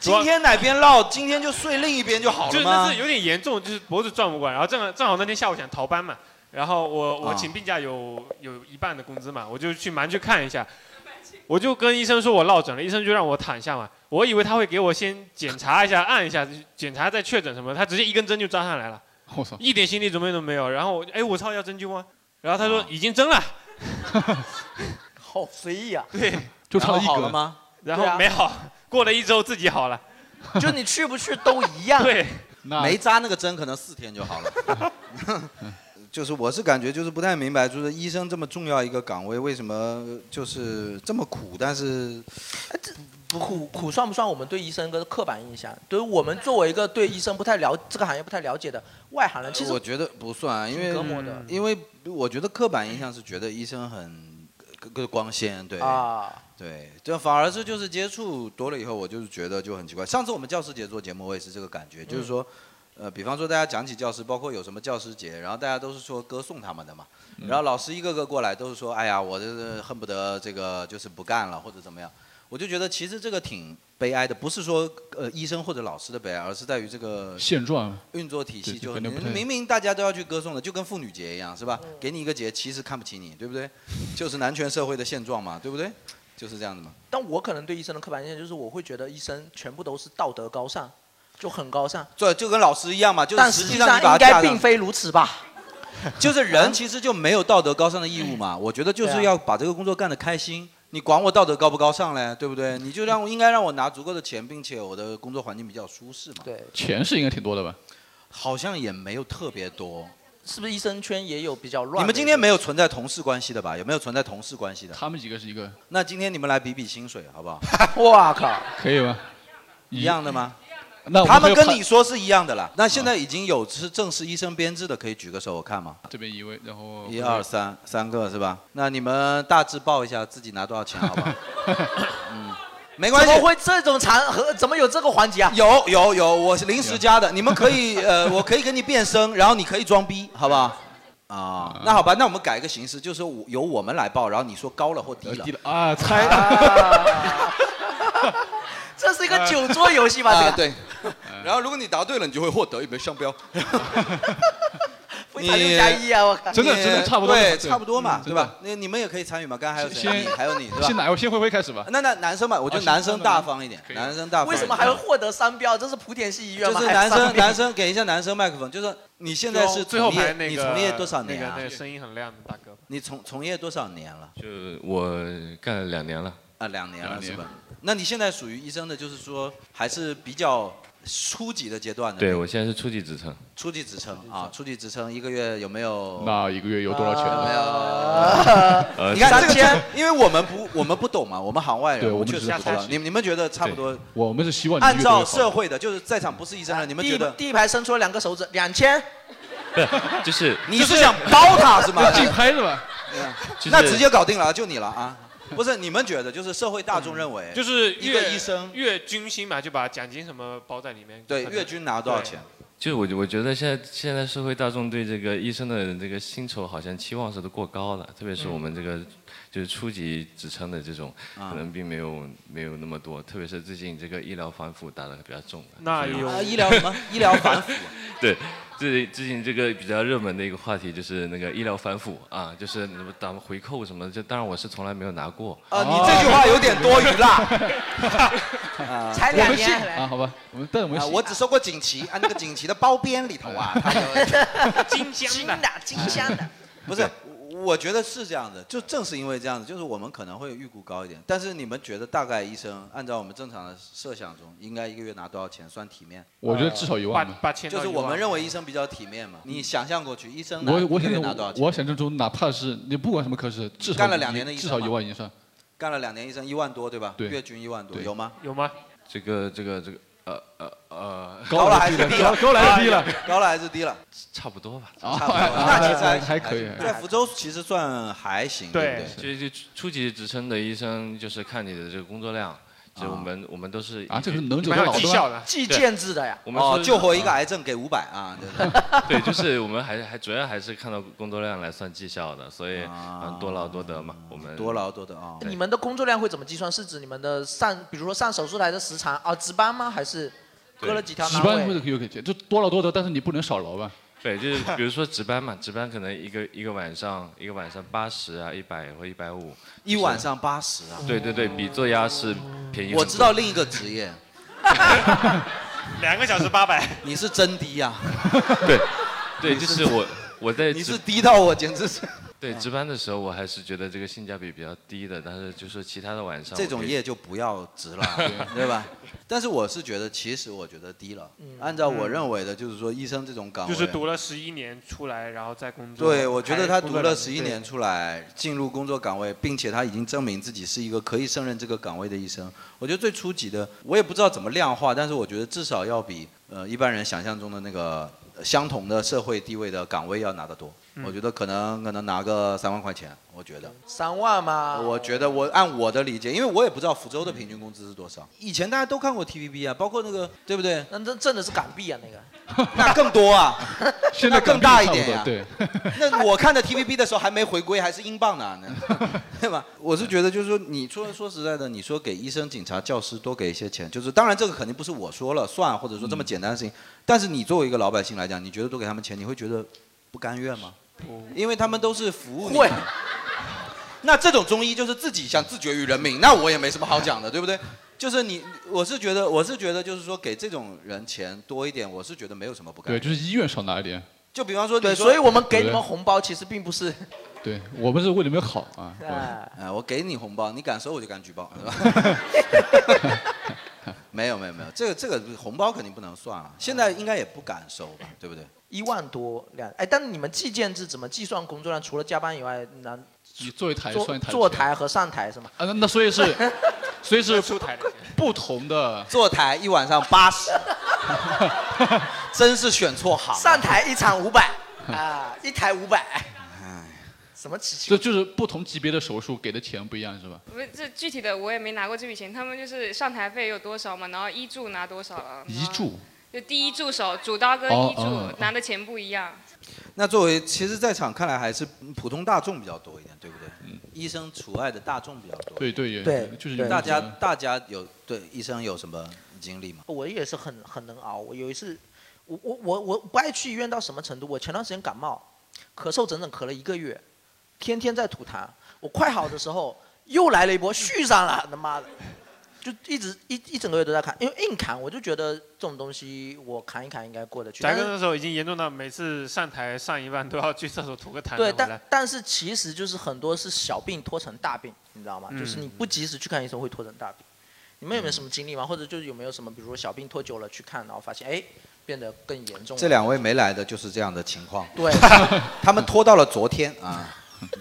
Speaker 7: 今天哪边落，今天就睡另一边就好
Speaker 9: 就
Speaker 7: 了
Speaker 9: 是那
Speaker 7: 吗
Speaker 9: 次？有点严重，就是脖子转不过来，然后正好正好那天下午想逃班嘛，然后我我请病假有有一半的工资嘛，我就去忙去看一下，我就跟医生说我落枕了，医生就让我躺下嘛，我以为他会给我先检查一下，按一下，检查再确诊什么，他直接一根针就扎上来了，
Speaker 8: 我操，
Speaker 9: 一点心理准备都没有，然后我就哎我操要针灸吗？然后他说已经针了，
Speaker 6: 好随意啊！
Speaker 9: 对，
Speaker 8: 就
Speaker 6: 差一根然后好了吗
Speaker 9: 然
Speaker 6: 对
Speaker 9: 后
Speaker 6: 啊
Speaker 9: 没好，过了一周自己好了，
Speaker 6: 就你去不去都一
Speaker 9: (laughs)
Speaker 6: 样。
Speaker 9: 对，
Speaker 7: 没扎那个针，可能四天就好了。就是我是感觉就是不太明白，就是医生这么重要一个岗位，为什么呃就是这么苦？但是
Speaker 6: 不苦苦算不算我们对医生的刻板印象？对于我们作为一个对医生不太了这个行业不太了解的外行人，其实
Speaker 7: 我觉得不算，因为
Speaker 6: 挺隔膜的
Speaker 7: 因为我觉得刻板印象是觉得医生很更光鲜，对
Speaker 6: 啊，
Speaker 7: 对，这反而是就是接触多了以后，我就是觉得就很奇怪。上次我们教师节做节目，我也是这个感觉，
Speaker 8: 嗯
Speaker 7: 就是说，呃，比方说大家讲起教师，包括有什么教师节，然后大家都是说歌颂他们的嘛，
Speaker 8: 嗯
Speaker 7: 然后老师一个个过来都是说，哎呀，我这是恨不得这个就是不干了或者怎么样。我就觉得其实这个挺悲哀的，不是说呃医生或者老师的悲哀，而是在于这个
Speaker 8: 现状
Speaker 7: 运作体系
Speaker 8: 对
Speaker 7: 就
Speaker 8: 可
Speaker 7: 很
Speaker 8: 能不太
Speaker 7: 明明大家都要去歌颂的，就跟妇女节一样，是吧？给你一个节，其实看不起你，对不对？就是男权社会的现状嘛，对不对？就是这样的嘛。
Speaker 6: 但我可能对医生的刻板印象就是，我会觉得医生全部都是道德高尚，就很高尚。
Speaker 7: 这就跟老师一样嘛，就是
Speaker 6: 但
Speaker 7: 实
Speaker 6: 实
Speaker 7: 际
Speaker 6: 际
Speaker 7: 上
Speaker 6: 上
Speaker 7: 你把
Speaker 6: 应
Speaker 7: 它架
Speaker 6: 该
Speaker 7: 上
Speaker 6: 并非如此吧？
Speaker 7: (laughs) 就是人其实就没有道德高尚的义务嘛。我觉得就是要把这个工作干得开心，你管我道德高不高尚嘞，对不对？你就让我应该让我拿足够的钱，并且我的工作环境比较舒适嘛。
Speaker 6: 对，
Speaker 8: 钱是应该挺多的吧？
Speaker 7: 好像也没有特别多。
Speaker 6: 是不是医生圈也有比较乱的？
Speaker 7: 你们今天没有存在同事关系的吧？有没有存在同事关系的？
Speaker 8: 他们几个是一个。
Speaker 7: 那今天你们来比比薪水好不好？
Speaker 6: (laughs)
Speaker 7: 啊
Speaker 6: 哇靠！
Speaker 8: 可以吗？
Speaker 7: 一样的吗？
Speaker 8: 那我
Speaker 7: 他
Speaker 8: 们
Speaker 7: 们
Speaker 8: 就
Speaker 7: 跟
Speaker 8: 判啊
Speaker 7: 你说是一样的啦。那现在已经有是正式医生编制的，可以举个手我看吗？
Speaker 8: 这边一位，然后
Speaker 7: 一二三，三个是吧？那你们大致报一下自己拿多少钱，好
Speaker 8: (laughs)
Speaker 7: 不好？嗯，没关系。
Speaker 6: 怎么会这种场合？怎么有这个环节啊？
Speaker 7: 有有有，我是临时加的。你们可以呃， (laughs) 我可以给你变声，然后你可以装逼，好不好？啊，那好吧，那我们改一个形式，就是说我由我们来报，然后你说高了或低了。啊
Speaker 8: 低了啊，猜。 (laughs)
Speaker 6: 这是一个酒桌游戏吧？这个、
Speaker 7: 啊对。呃 (laughs) 然后如果你答对了，你就会获得一枚商标。
Speaker 6: (laughs) 非常六加一啊！我靠，
Speaker 8: 真的真的差不多
Speaker 7: 对，
Speaker 8: 对
Speaker 7: 差不多嘛，
Speaker 8: 嗯
Speaker 7: 对吧？那你们也可以参与嘛，刚才还有谁？
Speaker 8: 先
Speaker 7: 你还有你，对吧？
Speaker 8: 先哪位？先灰灰开始吧。
Speaker 7: 那那男生吧，我觉得
Speaker 8: 哦
Speaker 7: 男生
Speaker 8: 行
Speaker 7: 大方一点，男生大方一点。
Speaker 6: 为什么还会获得商标？这是莆田系医院
Speaker 7: 就
Speaker 6: 吗？哎
Speaker 7: 是
Speaker 6: 还
Speaker 7: 男
Speaker 6: 商
Speaker 7: 生
Speaker 6: 标
Speaker 7: 男生给一下男生麦克风，就是你现在是
Speaker 9: 最后
Speaker 7: 从业
Speaker 9: 排那个
Speaker 7: 你从业多少年啊？
Speaker 9: 那个那个声音很亮的大哥。
Speaker 7: 你从从业多少年了？
Speaker 4: 就我干了两年了。
Speaker 7: 啊，两年了
Speaker 4: 两年
Speaker 7: 是吧？那你现在属于医生的，就是说还是比较初级的阶段的。
Speaker 4: 对，我现在是初级职称。
Speaker 7: 初级职称啊，初级职称一个月有没有？
Speaker 8: 那一个月有多少钱？
Speaker 7: 没有。
Speaker 8: 呃
Speaker 7: 你看
Speaker 8: 三
Speaker 7: 这个就
Speaker 8: 千，
Speaker 7: 因为我们不我们不懂嘛，我们行外人，
Speaker 8: 对我们
Speaker 7: 确
Speaker 8: 只
Speaker 7: 实
Speaker 8: 是
Speaker 7: 不懂
Speaker 8: 普通。
Speaker 7: 你们你们觉得差不多？
Speaker 8: 我们是希望你
Speaker 7: 按
Speaker 8: 越多越
Speaker 7: 照
Speaker 8: 好
Speaker 7: 社会的，就是在场不是医生的，你们
Speaker 6: 第
Speaker 7: 觉
Speaker 6: 一
Speaker 7: 得
Speaker 6: 第一排伸出了两个手指，两千。
Speaker 4: 不是，就是
Speaker 7: (laughs) 你是想包他是吗？
Speaker 8: 竞
Speaker 7: (laughs)
Speaker 8: 拍是吧？
Speaker 4: 就是
Speaker 7: 那直接搞定了啊，就你了啊！不是，你们觉得就是社会大众认
Speaker 4: 嗯
Speaker 7: 为，
Speaker 9: 就是
Speaker 7: 哎一个
Speaker 9: 月
Speaker 7: 医生
Speaker 9: 月军薪嘛，就把奖金什么包在里面。
Speaker 7: 对
Speaker 9: 可能
Speaker 7: 月均拿多少钱？
Speaker 4: 就我我觉得现在现在社会大众对这个医生的这个薪酬好像期望是都过高了，特别是我们这个
Speaker 8: 嗯
Speaker 4: 就是初级职称的这种，
Speaker 7: 啊
Speaker 4: 可能并没有没有那么多，特别是最近这个医疗反腐打得比较重。
Speaker 9: 那
Speaker 4: 所以
Speaker 9: 有
Speaker 4: 我
Speaker 9: 啊医疗什
Speaker 4: (laughs)
Speaker 9: 么医疗反腐？
Speaker 4: 对，最最近这个比较热门的一个话题就是那个医疗反腐啊，就是什么打回扣什么的，就当然我是从来没有拿过。
Speaker 7: 啊，你这句话有点多余
Speaker 4: (laughs)
Speaker 7: 啦。
Speaker 6: 才两年
Speaker 8: 我们信啊，好吧，我们但我们
Speaker 7: 啊，
Speaker 8: 信
Speaker 7: 我只收过锦旗啊，那
Speaker 8: (laughs)
Speaker 7: 个 (laughs) 锦旗的包边里头啊，它有
Speaker 6: 金香的，金香的。
Speaker 7: 不是。我我觉得是这样的，就正是因为这样子，就是我们可能会预估高一点，但是你们觉得大概医生按照我们正常的设想中，应该一个月拿多少钱算体面？
Speaker 8: 我觉得至少一万吧把把
Speaker 9: 钱到
Speaker 7: 就是
Speaker 9: 一万
Speaker 7: 我们认为医生比较体面嘛。你想象过去，医生拿
Speaker 8: 我我
Speaker 7: 一个
Speaker 8: 想
Speaker 7: 月
Speaker 8: 想
Speaker 7: 拿多少钱？
Speaker 8: 我想象中哪怕是你不管什么科室，至少
Speaker 7: 干了
Speaker 8: 一
Speaker 7: 两年的医
Speaker 8: 至
Speaker 7: 生
Speaker 8: 少
Speaker 7: 嘛
Speaker 8: 一万以上。
Speaker 7: 干了两年医生一万多对吧？
Speaker 8: 对
Speaker 7: 月均一万多
Speaker 8: 对
Speaker 7: 有吗？
Speaker 9: 有吗？
Speaker 4: 这个这个这个呃呃呃，
Speaker 7: 高了还是低了？
Speaker 8: 高了还是低了？
Speaker 7: 高了还是低了？
Speaker 4: 差不多吧。
Speaker 7: 差不多，那其实在福州其实算嗯还行，对不对？
Speaker 4: 对，就就初级职称的医生就是看你的这个工作量，就我们我们都是
Speaker 8: 啊
Speaker 4: 一
Speaker 8: 这
Speaker 4: 句
Speaker 8: 个能
Speaker 4: 一
Speaker 8: 者
Speaker 4: 般
Speaker 8: 多
Speaker 4: 有
Speaker 8: 劳
Speaker 4: 绩
Speaker 8: 动
Speaker 4: 效
Speaker 8: 啊
Speaker 4: 的，
Speaker 6: 计
Speaker 4: 对
Speaker 6: 件制的呀
Speaker 4: 我们
Speaker 7: 哦
Speaker 4: 是，啊
Speaker 7: 救活一个癌症给五百啊！对对
Speaker 4: (laughs) 对，就是我们还是还主要还是看到工作量来算绩效的，所以嗯多劳多得嘛，我们
Speaker 7: 啊多劳多得啊
Speaker 6: 哎你们的工作量会怎么计算？是指你们的上，比如说上手术台的时长啊，值班吗？还是割了几条
Speaker 8: 值
Speaker 6: 阑
Speaker 8: 班
Speaker 6: 尾？
Speaker 8: 会可以可以，就多劳多得，但是你不能少劳吧？
Speaker 4: 对，就是比如说值班嘛，值班可能一个一个晚上一个晚上八十啊，一百或一百五，
Speaker 7: 一晚上八十啊！
Speaker 4: 对对对，比做鸭是便宜。
Speaker 7: 我知道另一个职
Speaker 4: (laughs)
Speaker 7: 业，
Speaker 9: 两个小时八百，
Speaker 7: 你是真低呀、
Speaker 4: 对，对，就是我我在
Speaker 7: 你
Speaker 4: 值
Speaker 7: 是低到我简直是。
Speaker 4: 对值班的时候，我还是觉得这个性价比比较低的，但是就是其他的晚上
Speaker 7: 这种夜就不要值
Speaker 4: (laughs)
Speaker 7: 了，对吧？但是我是觉得，其实我觉得低了。按照
Speaker 4: 嗯
Speaker 7: 我认为的，就是说医生这种岗位，啊
Speaker 9: 就是读了十一年出来，然后再工作。
Speaker 7: 对，我觉得
Speaker 9: 还
Speaker 7: 他
Speaker 9: 工
Speaker 7: 读
Speaker 9: 作
Speaker 7: 了
Speaker 9: 两
Speaker 7: 十一年出来，进入工作岗位，并且他已经证明自己是一个可以胜任这个岗位的医生。我觉得最初级的，我也不知道怎么量化，但是我觉得至少要比呃一般人想象中的那个呃相同的社会地位的岗位要拿得多。
Speaker 6: 嗯
Speaker 7: 我觉得可能可能拿个三万块钱，我觉得。
Speaker 6: 三万吗？
Speaker 7: 我觉得我按我的理解，因为我也不知道福州的平均工资是多少。
Speaker 5: 嗯
Speaker 7: 以前大家都看过 TVB 啊，包括那个对不对？
Speaker 6: 那那挣的是港币啊，那个。
Speaker 7: 那更多啊，
Speaker 8: 现
Speaker 7: 那
Speaker 8: 在港
Speaker 7: 更
Speaker 8: 币
Speaker 7: 大一
Speaker 8: 差不
Speaker 7: 点呀、
Speaker 8: 多对，
Speaker 7: (laughs) 那我看的 TVB 的时候还没回归，还是英镑呢，对吧？我是觉得就是说，你说说实在的，你说给医生、警察、教师多给一些钱，就是当然这个肯定不是我说了算，或者说这
Speaker 6: 嗯
Speaker 7: 么简单的事情。但是你作为一个老百姓来讲，你觉得多给他们钱，你会觉得不甘愿吗？因为他们都是服务你。那这种中医就是自己想自绝于人民，那我也没什么好讲的，对不对？就是你，我是觉得，我是觉得，就是说给这种人钱多一点，我是觉得没有什么不甘
Speaker 8: 对，
Speaker 7: 愿。
Speaker 8: 就是医院少拿一点。
Speaker 7: 就比方说你
Speaker 6: 对，
Speaker 7: 说，
Speaker 6: 所以我们给你们红包其实并不是。
Speaker 8: 对我们是为你们好啊。对吧
Speaker 6: 哎
Speaker 7: 哎，我给你红包，你敢收我就敢举报，
Speaker 6: (laughs)
Speaker 7: 是吧？没有没有没有，这个这个红包肯定不能算
Speaker 6: 嗯
Speaker 7: 啊，现在应该也不敢收吧，对不对？
Speaker 6: 一万多两哎，但你们计件制怎么计算工作量？除了加班以外，那
Speaker 8: 你坐一台
Speaker 6: 坐
Speaker 8: 算一台
Speaker 6: 坐
Speaker 8: 钱
Speaker 6: 台和上台是吗？
Speaker 8: 啊，那那所以是， (laughs) 所以是
Speaker 9: 出台
Speaker 8: 不同的。
Speaker 7: 坐台一晚上
Speaker 6: (laughs)
Speaker 7: 八十，真是选错行。
Speaker 6: 上台一场五
Speaker 8: (laughs)
Speaker 6: 百啊，一台五百。什么奇
Speaker 8: 这就是不同级别的手术给的钱不一样是吧？
Speaker 1: 不是这具体的我也没拿过这笔钱，他们就是上台费有多少嘛，然后医助拿多少了，
Speaker 7: 嗯
Speaker 8: 一注
Speaker 1: 就第一助手主刀跟
Speaker 7: 哦
Speaker 1: 医助、
Speaker 7: 哦哦
Speaker 1: 拿的钱不一样。
Speaker 7: 那作为其实，在场看来还是普通大众比较多一点，对不对？医生除外的大众比较
Speaker 8: 嗯
Speaker 7: 多。
Speaker 8: 对对也
Speaker 6: 对就是对
Speaker 7: 大家大家有对医生有什么经历吗？
Speaker 6: 我也是很很能熬。我有一次，我我我我不爱去医院到什么程度？我前段时间感冒，咳嗽整整咳了一个月，天天在吐痰。我快好的时
Speaker 8: (laughs)
Speaker 6: 候又来了一波，续上了，他妈的，就一直一一整个月都在扛，因为硬扛，我就觉得这种东西我扛一扛应该过得去。
Speaker 9: 翟
Speaker 6: 但
Speaker 9: 哥
Speaker 6: 是
Speaker 9: 那时候已经严重到每次上台上一半都要去厕所吐个痰
Speaker 6: 对，
Speaker 9: 再回来
Speaker 6: 但但是其实就是很多是小病拖成大病，你知道吗？
Speaker 9: 嗯
Speaker 6: 就是你不及时去看医生会拖成大病。你们有没有什么经历吗？或者就是有没有什么，比如说小病拖久了去看，然后发现哎变得更严重了？
Speaker 7: 这两位没来的就是这样的情况。
Speaker 6: 对，
Speaker 7: (laughs) 他们拖到了昨天啊，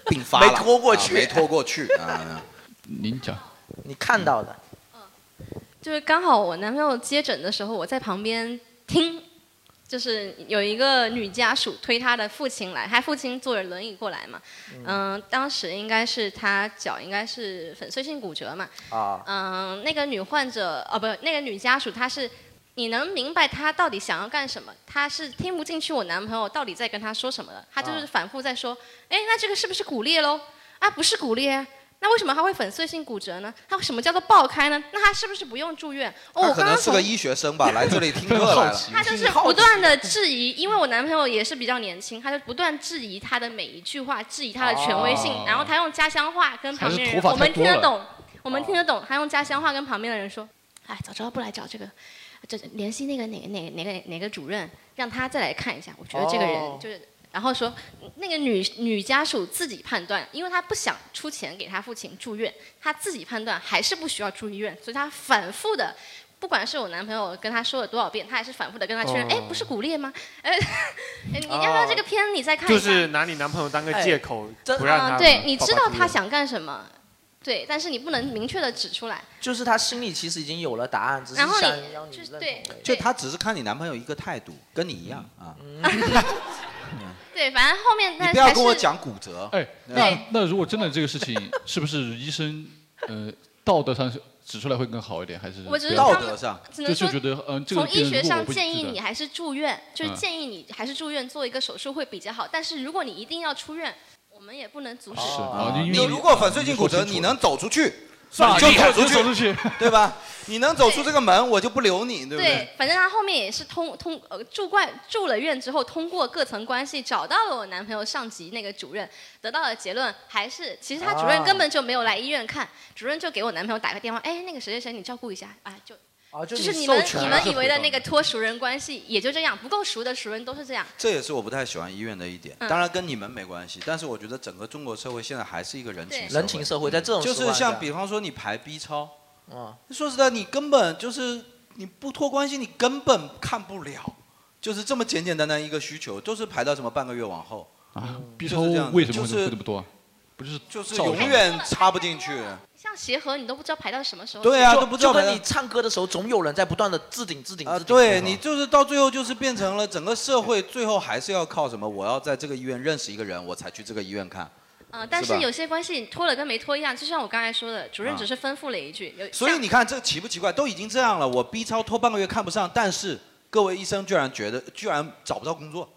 Speaker 7: 病发了，
Speaker 6: 没拖过
Speaker 7: 啊
Speaker 6: 去
Speaker 7: 没拖过去啊。
Speaker 8: 您讲，
Speaker 6: (laughs) 你看到的，
Speaker 3: 就是刚好我男朋友接诊的时候，我在旁边听，就是有一个女家属推她的父亲来，她父亲坐着轮椅过来嘛，嗯、当时应该是她脚应该是粉碎性骨折嘛，
Speaker 6: 啊，
Speaker 3: 嗯、那个女患者哦不，那个女家属她是。你能明白她到底想要干什么？她是听不进去我男朋友到底在跟她说什么的，她就是
Speaker 12: 啊
Speaker 3: 反复在说，哎、那这个是不是骨裂喽？啊，不是骨裂啊，那为什么还会粉碎性骨折呢？它什么叫做爆开呢？那他是不是不用住院？哦，
Speaker 7: 他
Speaker 3: 我
Speaker 7: 可
Speaker 3: 刚
Speaker 7: 能
Speaker 3: 刚
Speaker 7: 是
Speaker 3: 从
Speaker 7: 个医学生吧，
Speaker 3: (laughs)
Speaker 7: 来这里听课来了。
Speaker 3: 他就是不断的质疑，因为我男朋友也是比较年轻，他就不断质疑他的每一句话，质疑他的权威性，
Speaker 12: 哦
Speaker 3: 然后他用家乡话跟旁边
Speaker 12: 还是
Speaker 3: 人，
Speaker 12: 头发
Speaker 3: 我们
Speaker 12: 太多
Speaker 3: 听
Speaker 12: 了哦
Speaker 3: 得懂，我们听得懂，他用家乡话跟旁边的人说，哎，早知道不来找这个，这联系那个哪个哪个哪个哪个主任，让他再来看一下，我觉得这个人
Speaker 12: 哦
Speaker 3: 就是。然后说那个女女家属自己判断，因为她不想出钱给她父亲住院，她自己判断还是不需要住医院，所以她反复的。不管是我男朋友跟她说了多少遍，她还是反复的跟她确认，哎、
Speaker 9: 哦
Speaker 3: 不是骨裂吗？ (laughs) 哎，你要不要这个片？你再看一下。
Speaker 9: 就是拿你男朋友当个借口，
Speaker 6: 哎
Speaker 7: 哎
Speaker 9: 不让他、
Speaker 3: 啊，对，你知道他。想干什么，对，但是你不能明确的指出来。
Speaker 6: 就是他心里其实已经有了答案，只是
Speaker 3: 然后
Speaker 6: 想
Speaker 3: 你就是对
Speaker 7: 就他只是看你男朋友一个态度，跟你一样
Speaker 6: 嗯
Speaker 7: 啊。
Speaker 3: 对，反正后面
Speaker 7: 你
Speaker 3: 但
Speaker 7: 不
Speaker 3: 还
Speaker 7: 要
Speaker 3: 是
Speaker 7: 跟我讲骨折。
Speaker 8: 哎，那那如果真的这个事情，是不是医生呃道德上指出来会更好一点，还是
Speaker 3: 我只是
Speaker 8: 不
Speaker 3: 他
Speaker 8: 要
Speaker 3: 们道德上只能
Speaker 8: 就就
Speaker 3: 说
Speaker 8: 觉得嗯、呃这个
Speaker 3: 从
Speaker 8: 病
Speaker 3: 医
Speaker 8: 人如果
Speaker 3: 学上
Speaker 8: 我不
Speaker 3: 建议
Speaker 8: 治的
Speaker 3: 你还是住院，就是
Speaker 8: 嗯
Speaker 3: 建议你还是住院做一个手术会比较好。但是如果你一定要出院，我们也不能阻止。
Speaker 8: 啊因为
Speaker 7: 哦你如果粉碎性骨折，你能走出 (laughs) 去，
Speaker 8: 那
Speaker 7: 你就
Speaker 8: 你还
Speaker 7: 走
Speaker 8: 能走
Speaker 7: 出去，对吧？你能走出这个门，我就不留你，对不对？
Speaker 3: 反正他后面也是通通呃住惯住了院之后，通过各层关系找到了我男朋友上级那个主任，得到的结论还是其实他主任
Speaker 6: 啊
Speaker 3: 根本就没有来医院看，主任就给我男朋友打个电话，哎，那个谁谁谁你照顾一下啊，就
Speaker 6: 啊，
Speaker 3: 就
Speaker 6: 就是你
Speaker 3: 你
Speaker 6: 授
Speaker 3: 们
Speaker 6: 权
Speaker 3: 你
Speaker 6: 了
Speaker 3: 们以为的那个托熟人关系也就这样，不够熟的熟人都是这样。
Speaker 7: 这也是我不太喜欢医院的一点，
Speaker 3: 嗯
Speaker 7: 当然跟你们没关系，但是我觉得整个中国社会现在还是一个人情
Speaker 3: 对
Speaker 7: 社会
Speaker 6: 人情社会在这种
Speaker 7: 就
Speaker 6: 情
Speaker 7: 是
Speaker 6: 况下
Speaker 7: 像比方说你排 B 超，
Speaker 6: 啊，
Speaker 7: 说实在，你根本就是你不托关系，你根本看不了，就是这么简简单单一个需求，都是排到什么半个月往后，
Speaker 8: 啊，B
Speaker 7: 就是
Speaker 8: 超
Speaker 7: 这样子
Speaker 8: 为什么
Speaker 7: 就
Speaker 8: 会
Speaker 7: 是
Speaker 8: 会这么多啊？不是
Speaker 7: 就是
Speaker 8: 照
Speaker 7: 永
Speaker 8: 常
Speaker 7: 远插不进去。
Speaker 3: 像协和你都不知道排到什么时候。
Speaker 7: 对啊，
Speaker 6: 就
Speaker 7: 都不知道
Speaker 6: 就
Speaker 7: 排
Speaker 6: 跟
Speaker 7: 到
Speaker 6: 你唱歌的时候，总有人在不断的置顶置顶
Speaker 7: 啊，
Speaker 6: 置顶。
Speaker 7: 对你就是到最后就是变成了整个社会最后还是要靠什么？我要在这个医院认识一个人，我才去这个医院看。
Speaker 3: 嗯、但
Speaker 7: 是吧
Speaker 3: 是有些关系你脱了跟没脱一样，就像我刚才说的，主任
Speaker 7: 啊
Speaker 3: 只是吩咐了一句，有
Speaker 7: 所以你看这奇不奇怪？都已经这样了，我 B 超拖半个月看不上，但是各位医生居然觉得居然找不到工作，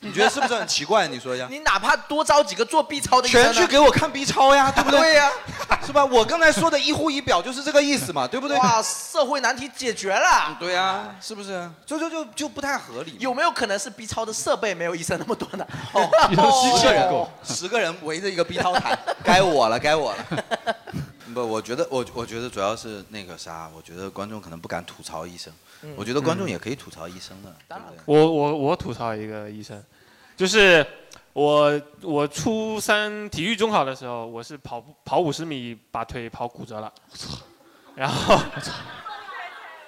Speaker 7: 你觉得是不是很奇怪？你说一下。
Speaker 6: 你哪怕多招几个做 B 超的医生
Speaker 7: 全
Speaker 6: 呢，
Speaker 7: 去给我看 B 超呀， (laughs) 对不对？
Speaker 6: 对呀
Speaker 7: 是吧？我刚才说的一呼一表就是这个意思嘛，对不对？
Speaker 6: 哇，社会难题解决了。
Speaker 7: 对呀、
Speaker 6: 啊
Speaker 7: 是不是？就就就就不太合理。
Speaker 6: 有没有可能是 B 超的设备没有医生那么多呢？ (laughs) 哦
Speaker 7: (laughs) 十个人，十个人围着一个 B 超台，该我了，该我了。不，我觉得我我觉得主要是那个啥，我觉得观众可能不敢吐槽医生，
Speaker 9: 嗯
Speaker 7: 我觉得观众也可以吐槽医生的。
Speaker 9: 我我我吐槽一个医生，就是我我初三体育中考的时候，我是跑步跑五十米把腿跑骨折了，然后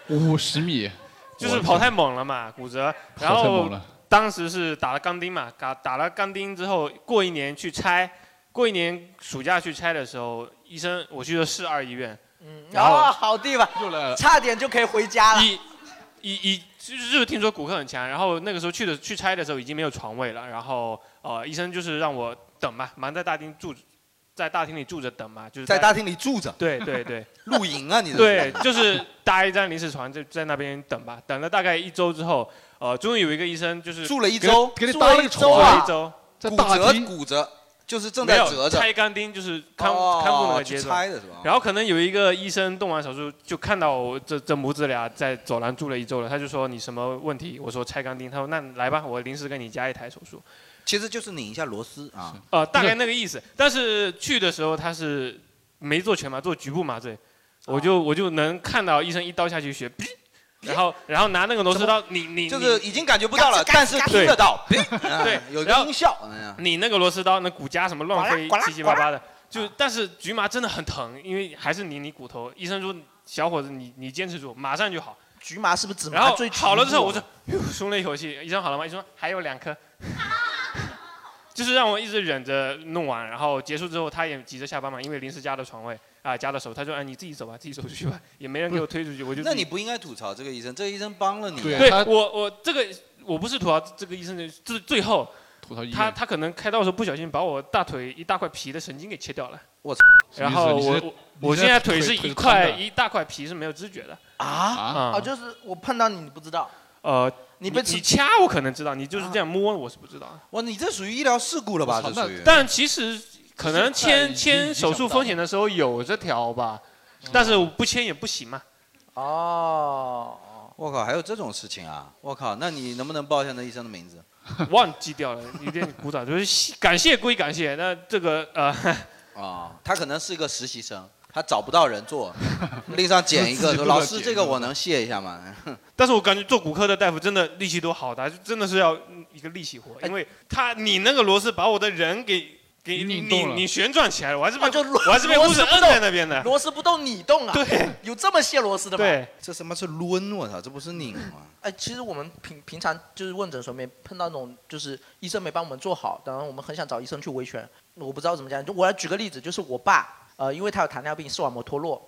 Speaker 8: 五十米，
Speaker 9: 就是跑太猛了嘛，骨折，
Speaker 8: 跑太
Speaker 9: 然后
Speaker 8: 猛了
Speaker 9: 当时是打了钢钉嘛，打打了钢钉之后，过一年去拆，过一年暑假去拆的时候，医生我去了市二医院，然后
Speaker 6: 啊，好地方，哦差点就可以回家了。
Speaker 9: 以以就是就是听说骨科很强，然后那个时候去的去拆的时候已经没有床位了，然后呃医生就是让我等嘛，忙在大厅住，在大厅里住着等嘛，就是
Speaker 7: (laughs) 在大厅里住着。
Speaker 9: 对对对，
Speaker 7: (laughs) 露营啊，你这
Speaker 9: 对， (laughs) 就是搭一张临时床就在那边等吧，等了大概一周之后，呃，终于有一个医生就是
Speaker 7: 住了一周
Speaker 9: 给你
Speaker 7: 住
Speaker 9: 搭
Speaker 7: 了
Speaker 9: 了
Speaker 7: 一
Speaker 9: 一
Speaker 7: 周啊
Speaker 9: 一周，
Speaker 7: 骨折骨折就是正在
Speaker 9: 没有
Speaker 7: 折着，
Speaker 9: 拆钢钉就是康
Speaker 7: 哦
Speaker 9: 康复那个阶
Speaker 7: 去
Speaker 9: 段，
Speaker 7: 拆的是吧
Speaker 9: 然后可能有一个医生动完手术就看到我这这母子俩在走廊住了一周了，他就说你什么问题？我说拆钢钉，他说那来吧，我临时给你加一台手术，
Speaker 7: 其实就是拧一下螺丝啊。
Speaker 9: 呃，大概那个意思。但是去的时候他是没做全麻，做局部麻醉，我
Speaker 7: 哦
Speaker 9: 就我就能看到医生一刀下去血，哔然后然后拿那个螺丝刀拧拧，
Speaker 7: 就是
Speaker 9: 拧
Speaker 7: 已经感觉不到了，但是听
Speaker 9: 对
Speaker 7: 得到，
Speaker 9: 对
Speaker 7: 啊，有
Speaker 9: 然后
Speaker 7: 音效。哎呀
Speaker 9: 你那个螺丝刀，那骨架什么乱飞
Speaker 7: 呱啦呱啦
Speaker 9: 七七八八的，就但是局麻真的很疼，因为还是拧你骨头。医生说小伙子你你坚持住，马上就好。
Speaker 6: 局麻是不是只
Speaker 9: 然后
Speaker 6: 麻醉局部啊？
Speaker 9: 好了之后，我就哟松了一口气。医生好了吗？医生说还有两颗， (laughs) 就是让我一直忍着弄完。然后结束之后，他也急着下班嘛，因为临时加的床位啊、加的手，他说哎你自己走吧，自己走出去吧，也没人给我推出去，我就自己
Speaker 7: 那你不应该吐槽这个医生，这个医生帮了你。
Speaker 9: 对
Speaker 7: 啊
Speaker 9: 我我这个我不是吐槽这个医生的，最最后
Speaker 8: 吐槽医
Speaker 9: 他他可能开刀的时候不小心把我大腿一大块皮的神经给切掉了。
Speaker 7: 我操！
Speaker 9: 然后
Speaker 8: 什么
Speaker 9: 我
Speaker 8: 意思你现在
Speaker 9: 我
Speaker 8: 你
Speaker 9: 我
Speaker 8: 现
Speaker 9: 现
Speaker 8: 在
Speaker 9: 在
Speaker 8: 腿
Speaker 9: 腿是
Speaker 8: 腿
Speaker 9: 一
Speaker 8: 是
Speaker 9: 块
Speaker 8: 空的
Speaker 9: 一大块皮是没有知觉的。
Speaker 6: 啊
Speaker 9: 啊
Speaker 6: 哦，就是我碰到你，你不知道。
Speaker 9: 呃，
Speaker 6: 你
Speaker 9: 被你掐我可能知道，你就是这样摸我是不知道。
Speaker 7: 哇，你这属于医疗事故了吧？这属于。
Speaker 9: 但其实可能
Speaker 7: 已
Speaker 9: 签
Speaker 7: 经
Speaker 9: 签手术风险的时候有这条吧，但是我不签也不行嘛。
Speaker 6: 哦，
Speaker 7: 我靠，还有这种事情啊！我靠，那你能不能报一下那医生的名字？
Speaker 9: (laughs) 忘记掉了，有点鼓掌，就是感谢归感谢，那这个
Speaker 7: (laughs)
Speaker 9: 呃。
Speaker 7: 啊，他可能是一个实习生，他找不到人做， (laughs) 令上捡一
Speaker 9: (laughs)
Speaker 7: 个说老师这个我能卸一下吗？ (laughs)
Speaker 9: 但是我感觉做骨科的大夫真的力气都好大，就真的是要嗯一个力气活，因为他你那个螺丝把我的人给给你你
Speaker 6: 动了
Speaker 9: 你旋转起来了，我还是被、
Speaker 6: 啊就螺
Speaker 9: 我还是被
Speaker 6: 螺
Speaker 9: 屋子
Speaker 6: 丝不
Speaker 9: 摁
Speaker 6: 动
Speaker 9: 在那边的。
Speaker 6: 螺丝不动你动啊？
Speaker 9: 对，
Speaker 6: 有这么卸螺丝的吗？
Speaker 9: 对，
Speaker 7: 这什么是抡？我操，这不是拧吗？
Speaker 6: 哎，其实我们平平常就是问诊时候没碰到那种，就是医生没帮我们做好，然后我们很想找医生去维权，我不知道怎么讲。就我来举个例子，就是我爸，呃，因为他有糖尿病，视网膜脱落，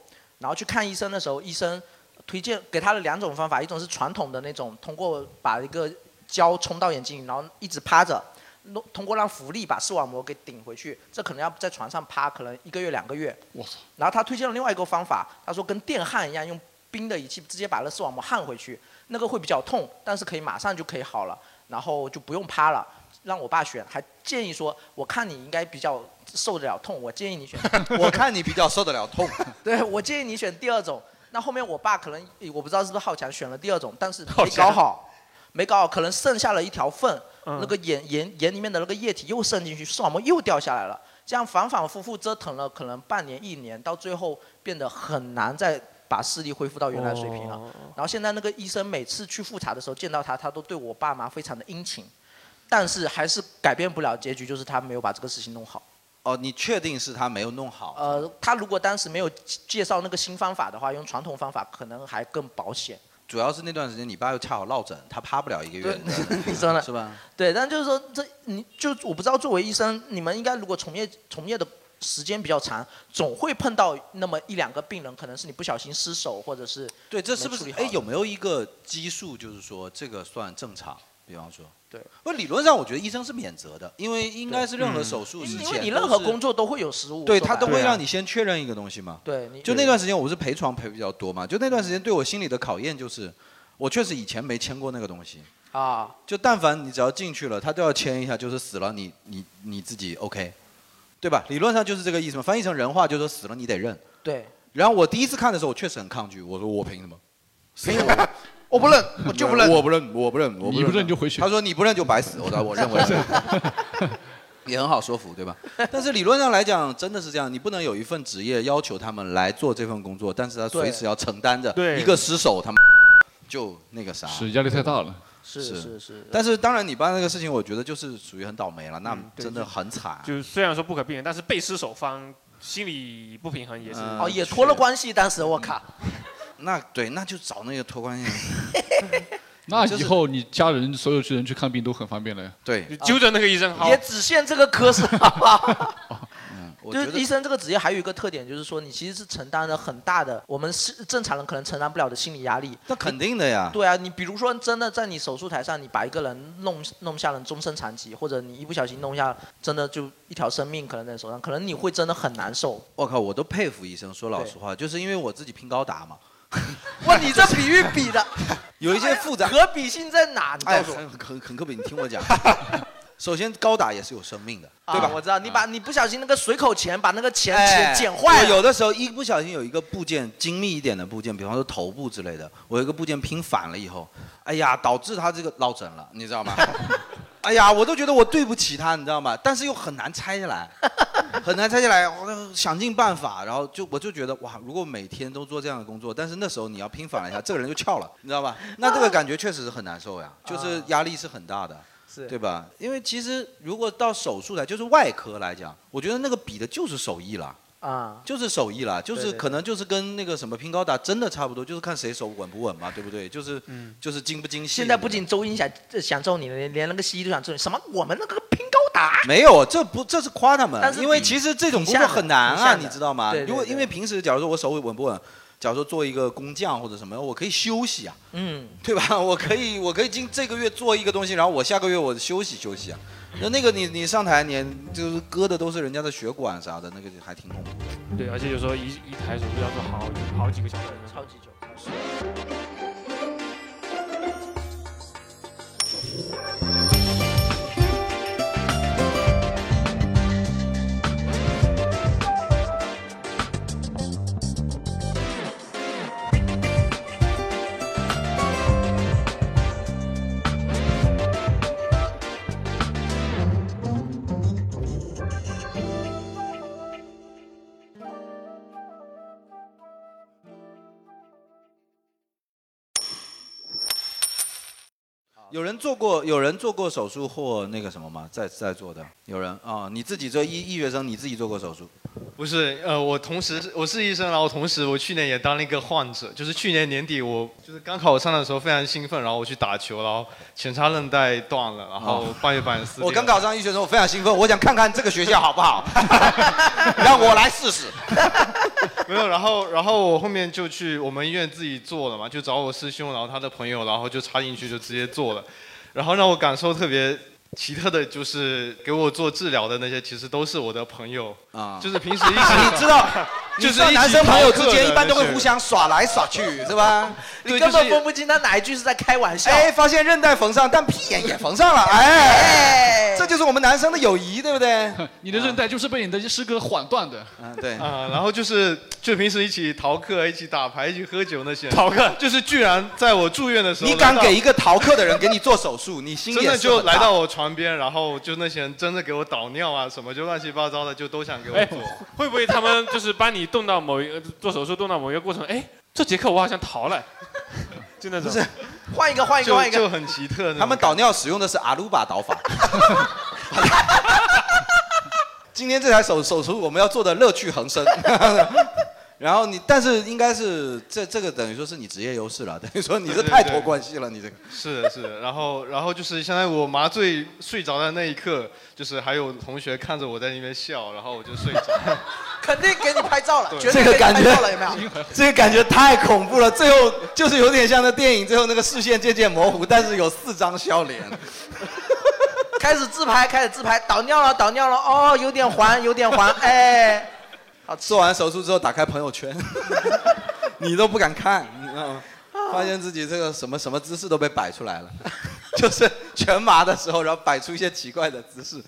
Speaker 6: 然后去看医生的时候，医生推荐给他了两种方法，一种是传统的那种，通过把一个胶冲到眼睛里，然后一直趴着，弄通过让浮力把视网膜给顶回去，这可能要在床上趴，可能一个月两个月。
Speaker 8: 我操！
Speaker 6: 然后他推荐了另外一个方法，他说跟电焊一样，用冰的仪器直接把那视网膜焊回去，那个会比较痛，但是可以马上就可以好了，然后就不用趴了。让我爸选，还建议说，我看你应该比较受得了痛，我建议你选。
Speaker 7: 我看你比较受得了痛。 (laughs)
Speaker 6: 对，我建议你选第二种。那后面我爸可能诶我不知道是不是好强选了第二种，但是没
Speaker 7: 强
Speaker 6: 搞
Speaker 7: (laughs)
Speaker 6: 好，没搞好，可能剩下了一条缝，
Speaker 7: 嗯
Speaker 6: 那个眼眼眼里面的那个液体又渗进去，视网膜又掉下来了。这样反反复复折腾了可能半年一年，到最后变得很难再把视力恢复到原来水平了。
Speaker 12: 哦
Speaker 6: 然后现在那个医生每次去复查的时候见到他，他都对我爸妈非常的殷勤，但是还是改变不了结局，就是他没有把这个事情弄好。
Speaker 7: 哦，你确定是他没有弄好？
Speaker 6: 呃，他如果当时没有介绍那个新方法的话，用传统方法可能还更保险。
Speaker 7: 主要是那段时间你爸又恰好落枕，他趴不了一个月，
Speaker 6: 你说呢？
Speaker 7: 是吧？
Speaker 6: 对，但就是说，这你就我不知道，作为医生，你们应该如果从业从业的时间比较长，总会碰到那么一两个病人，可能是你不小心失手，或者是
Speaker 7: 对，这是不
Speaker 6: 没
Speaker 7: 是？
Speaker 6: 处理
Speaker 7: 哎，
Speaker 6: 好
Speaker 7: 有没有一个基数，就是说这个算正常？比方说，
Speaker 6: 对，
Speaker 7: 不，理论上我觉得医生是免责的， (laughs) 因为应该是任何手术之前
Speaker 6: 因
Speaker 7: 都是，
Speaker 6: 为你任何工作都会有失误，
Speaker 7: 对
Speaker 6: 说
Speaker 7: 他
Speaker 6: 白
Speaker 7: 都
Speaker 6: 了
Speaker 7: 会让你先确认一个东西嘛。
Speaker 6: 对你
Speaker 7: 就那段时间我是陪床陪比较多嘛，就那段时间对我心里的考验就是，我确实以前没签过那个东西。
Speaker 6: 啊，
Speaker 7: 就但凡你只要进去了，他都要签一下，就是死了你你你自己 OK，对吧？理论上就是这个意思嘛。翻译成人话就是死了你得认。
Speaker 6: 对，
Speaker 7: 然后我第一次看的时候，我确实很抗拒，我说我凭什么？凭什么？
Speaker 6: 我不认，
Speaker 7: 我
Speaker 6: 就不认
Speaker 7: 我不认，我不认，我
Speaker 8: 你不认就回去
Speaker 7: 他说你不认就白死，我说我认为 (laughs) 是，也很好说服，对吧？ (laughs) 但是理论上来讲，真的是这样，你不能有一份职业要求他们来做这份工作，但是他随时要承担着
Speaker 8: 对
Speaker 7: 一个失手，他们就那个啥，
Speaker 8: 是压力太大了。
Speaker 6: 是
Speaker 7: 是
Speaker 6: 是是
Speaker 7: 但是当然，你办那个事情，我觉得就是属于很倒霉了，那真的很惨啊。
Speaker 9: 就是虽然说不可避免，但是被失手方心理不平衡也是。
Speaker 7: 嗯
Speaker 6: 哦，也脱了关系，当时我靠，
Speaker 7: 那对，那就找那个托 (laughs) 关系。
Speaker 8: 那以后你家人所有人去看病都很方便了呀。
Speaker 7: 对
Speaker 6: 啊
Speaker 9: 纠正那个医生
Speaker 6: 也只限这个科室， (laughs) 好不好？
Speaker 7: 嗯我
Speaker 6: 就
Speaker 7: 觉
Speaker 6: 是
Speaker 7: 得
Speaker 6: 医生这个职业还有一个特点，就是说你其实是承担了很大的，我们是正常人可能承担不了的心理压力。
Speaker 7: 那肯定的呀。
Speaker 6: 对啊，你比如说真的在你手术台上，你把一个人弄弄下了终身残疾，或者你一不小心弄下，真的就一条生命可能在手上，可能你会真的很难
Speaker 7: (laughs)
Speaker 6: 受。
Speaker 7: 我靠，我都佩服医生。说老实话，就是因为我自己拼高
Speaker 6: (laughs)
Speaker 7: 达嘛，
Speaker 6: 哇，你这比喻比的
Speaker 7: 有一些复杂。
Speaker 6: 哎可比性在哪？你告
Speaker 7: 哎，
Speaker 6: 诉我。
Speaker 7: 很很很可比，你
Speaker 6: (laughs)
Speaker 7: 听我讲。首先，高达也是有生命的，对吧
Speaker 6: 啊，？我知道，你把你不小心那个水口钳把那个钳
Speaker 7: 哎
Speaker 6: 剪剪坏
Speaker 7: 我
Speaker 6: 了，
Speaker 7: 有的时候一不小心有一个部件精密一点的部件，比方说头部之类的，我有一个部件拼反了以后，哎呀，导致他这个落枕了，你知
Speaker 6: (laughs)
Speaker 7: 道吗？哎呀，我都觉得我对不起他，你知道吗？ (laughs) 但是又很难拆下来，很难拆下来，我想尽办法，然后就我就觉得哇，如果每天都做这样的工作，但是那时候你要拼反了一下，这个人就翘了，你知道吧？那这个感觉确实是很难
Speaker 6: (laughs)
Speaker 7: 受呀，就是压力是很大的。
Speaker 6: 是
Speaker 7: 对吧？因为其实如果到手术来，就是外科来讲，我觉得那个比的就是手艺了。
Speaker 6: 啊，
Speaker 7: 就是手艺啦，就
Speaker 6: 对
Speaker 7: 是
Speaker 6: 对
Speaker 7: 可能就是跟那个什么拼高达真的差不多，就是看谁手稳不稳嘛，对
Speaker 6: 嗯
Speaker 7: 不对？就是、就是精不精细。
Speaker 6: 现在不仅周英想想揍你，连连那个西医都想揍你。什么？我们那个拼高达？
Speaker 7: 没有，啊这不这是夸他们
Speaker 6: 但，是
Speaker 7: 因为
Speaker 6: 比
Speaker 7: 其实这种
Speaker 6: 比
Speaker 7: 工
Speaker 6: 下
Speaker 7: 作
Speaker 6: 的
Speaker 7: 很难
Speaker 6: 比下
Speaker 7: 啊，
Speaker 6: 的
Speaker 7: 你知道吗
Speaker 6: 对？对
Speaker 7: 如果
Speaker 6: 对
Speaker 7: 因为平时假如说我手稳不稳，假如说做一个工匠或者什么，我可以休息啊，
Speaker 6: 嗯，
Speaker 7: 对吧？我可以我可以今这个月做一个东西，然后我下个月我休息休息啊。那那个你你上台你就是割的都是人家的血管啥的，那个还挺恐怖的。
Speaker 9: 对，而且有时候一一台手术要做好好几个小时，
Speaker 6: 超级久。
Speaker 7: 有人做过有人做过手术或那个什么吗？在在做的有人啊、你自己这医医学生，你自己做过手术？
Speaker 2: 不是，呃，我同时是我是医生，然后同时我去年也当了一个患者，就是去年年底我就是刚考上的时候非常兴奋，然后我去打球，然后前叉韧带断了，然后半月板撕裂
Speaker 7: 啊
Speaker 2: 了。
Speaker 7: 我刚考上医学生，我非常兴奋，我想看看这个学校好不
Speaker 2: (laughs)
Speaker 7: 好， (laughs) 让我来试试。
Speaker 2: 没有，然后然后我后面就去我们医院自己做了嘛，就找我师兄，然后他的朋友，然后就插进去就直接做了，然后让我感受特别。奇特的就是给我做治疗的那些，其实都是我的朋友啊， (laughs) 就是平时一起
Speaker 7: 你知道，
Speaker 2: (laughs)
Speaker 7: 你
Speaker 2: 就是
Speaker 7: 知道
Speaker 2: 一起
Speaker 7: 男生朋友之间
Speaker 2: 逃课的
Speaker 7: 一般都会
Speaker 2: 那些
Speaker 7: 互相耍来耍
Speaker 2: (laughs)
Speaker 7: 去，是吧？
Speaker 2: 对
Speaker 6: 你
Speaker 2: 就
Speaker 6: 根
Speaker 2: 是
Speaker 6: 本分不清他哪一句是在开玩笑。
Speaker 7: 哎，发现韧带缝上，但屁眼也缝上了， (laughs) 哎，这就是我们男生的友谊，对不对？
Speaker 8: 你的韧带就是被你的师哥缓断的。
Speaker 7: 嗯，对
Speaker 2: 啊、然后就是就平时一起逃课、一起打牌、一起喝酒那些。
Speaker 7: 逃课
Speaker 2: 就是居然在我住院的时候，
Speaker 7: 你敢给一个逃课的
Speaker 2: (laughs)
Speaker 7: 人给你做手术，你心
Speaker 2: 真
Speaker 7: 也
Speaker 2: 的
Speaker 7: 是
Speaker 2: 就
Speaker 7: 很大
Speaker 2: 来到我床边，然后就那些人真的给我倒尿啊什么，就乱七八糟的，就都想给我
Speaker 9: 哎
Speaker 2: 做。
Speaker 9: 会不会他们就是帮你动到某一个做手术动到某一个过程？哎，这节课我好像逃了， (laughs) 就那种。
Speaker 6: 换一个，换一个，换一个。
Speaker 2: 很奇特。
Speaker 7: 他们倒尿使用的是阿鲁巴导法。今天这台手手术我们要做的乐趣横
Speaker 2: (laughs)
Speaker 7: 生。然后你，但是应该是这这个等于说是你职业优势
Speaker 2: (laughs)
Speaker 7: 了，等于说你是
Speaker 2: 对对
Speaker 7: 太多
Speaker 2: 对
Speaker 7: 关系了，你这个。
Speaker 2: 是的，是的。然后，然后就是相当于我麻醉睡着的那一刻，就是还有同学看着我在那边笑，然后我就睡着。
Speaker 6: 肯定给你拍照
Speaker 2: (laughs)
Speaker 6: 了，绝
Speaker 7: 这
Speaker 6: 对
Speaker 7: 个
Speaker 6: 给
Speaker 7: 感
Speaker 6: 你拍
Speaker 7: 觉
Speaker 6: 照了，有没有？
Speaker 7: 这个感觉太恐怖了，最后就是有点像那电影，最后那个视线渐渐模糊，但是有四张笑脸。
Speaker 6: 开始自拍，开始自拍，倒尿了，倒尿了，哦，有点黄，有点黄，哎，
Speaker 7: 做完手术之后打开朋友圈， (laughs) 你都不敢看，你知道吗？发现自己这个什么什么姿势都被摆出来了， (laughs) 就是全麻的时候，然后摆出一些奇怪的姿势，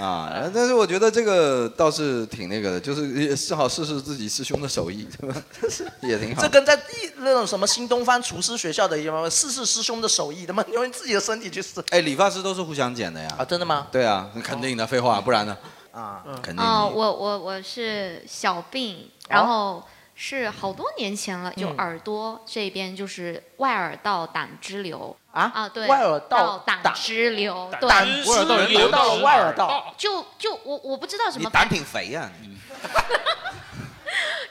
Speaker 7: 啊，然后但是我觉得这个倒是挺那个的，就是也正好试试自己师兄的手艺，对吧？ (laughs) 也挺好。
Speaker 6: 这跟在一那种什么新东方厨师学校的一样，试试师兄的手艺，他妈用自己的身体去试。
Speaker 7: 哎，理发师都是互相剪的呀。啊，
Speaker 6: 真的吗？
Speaker 7: 对啊，那肯定的，废话，不然呢？
Speaker 6: 啊，
Speaker 7: 肯定的。
Speaker 12: 哦，我我我是小病，然后是好多年前了，就
Speaker 6: 哦嗯
Speaker 12: 耳朵这边就是外耳道胆汁瘤
Speaker 6: 啊
Speaker 12: 对，
Speaker 6: 外耳道
Speaker 12: 胆汁瘤，对，
Speaker 6: 胆汁外耳道瘤流到了外耳道，
Speaker 12: 就就我我不知道什
Speaker 7: 你
Speaker 12: 么
Speaker 7: 胆挺肥呀、你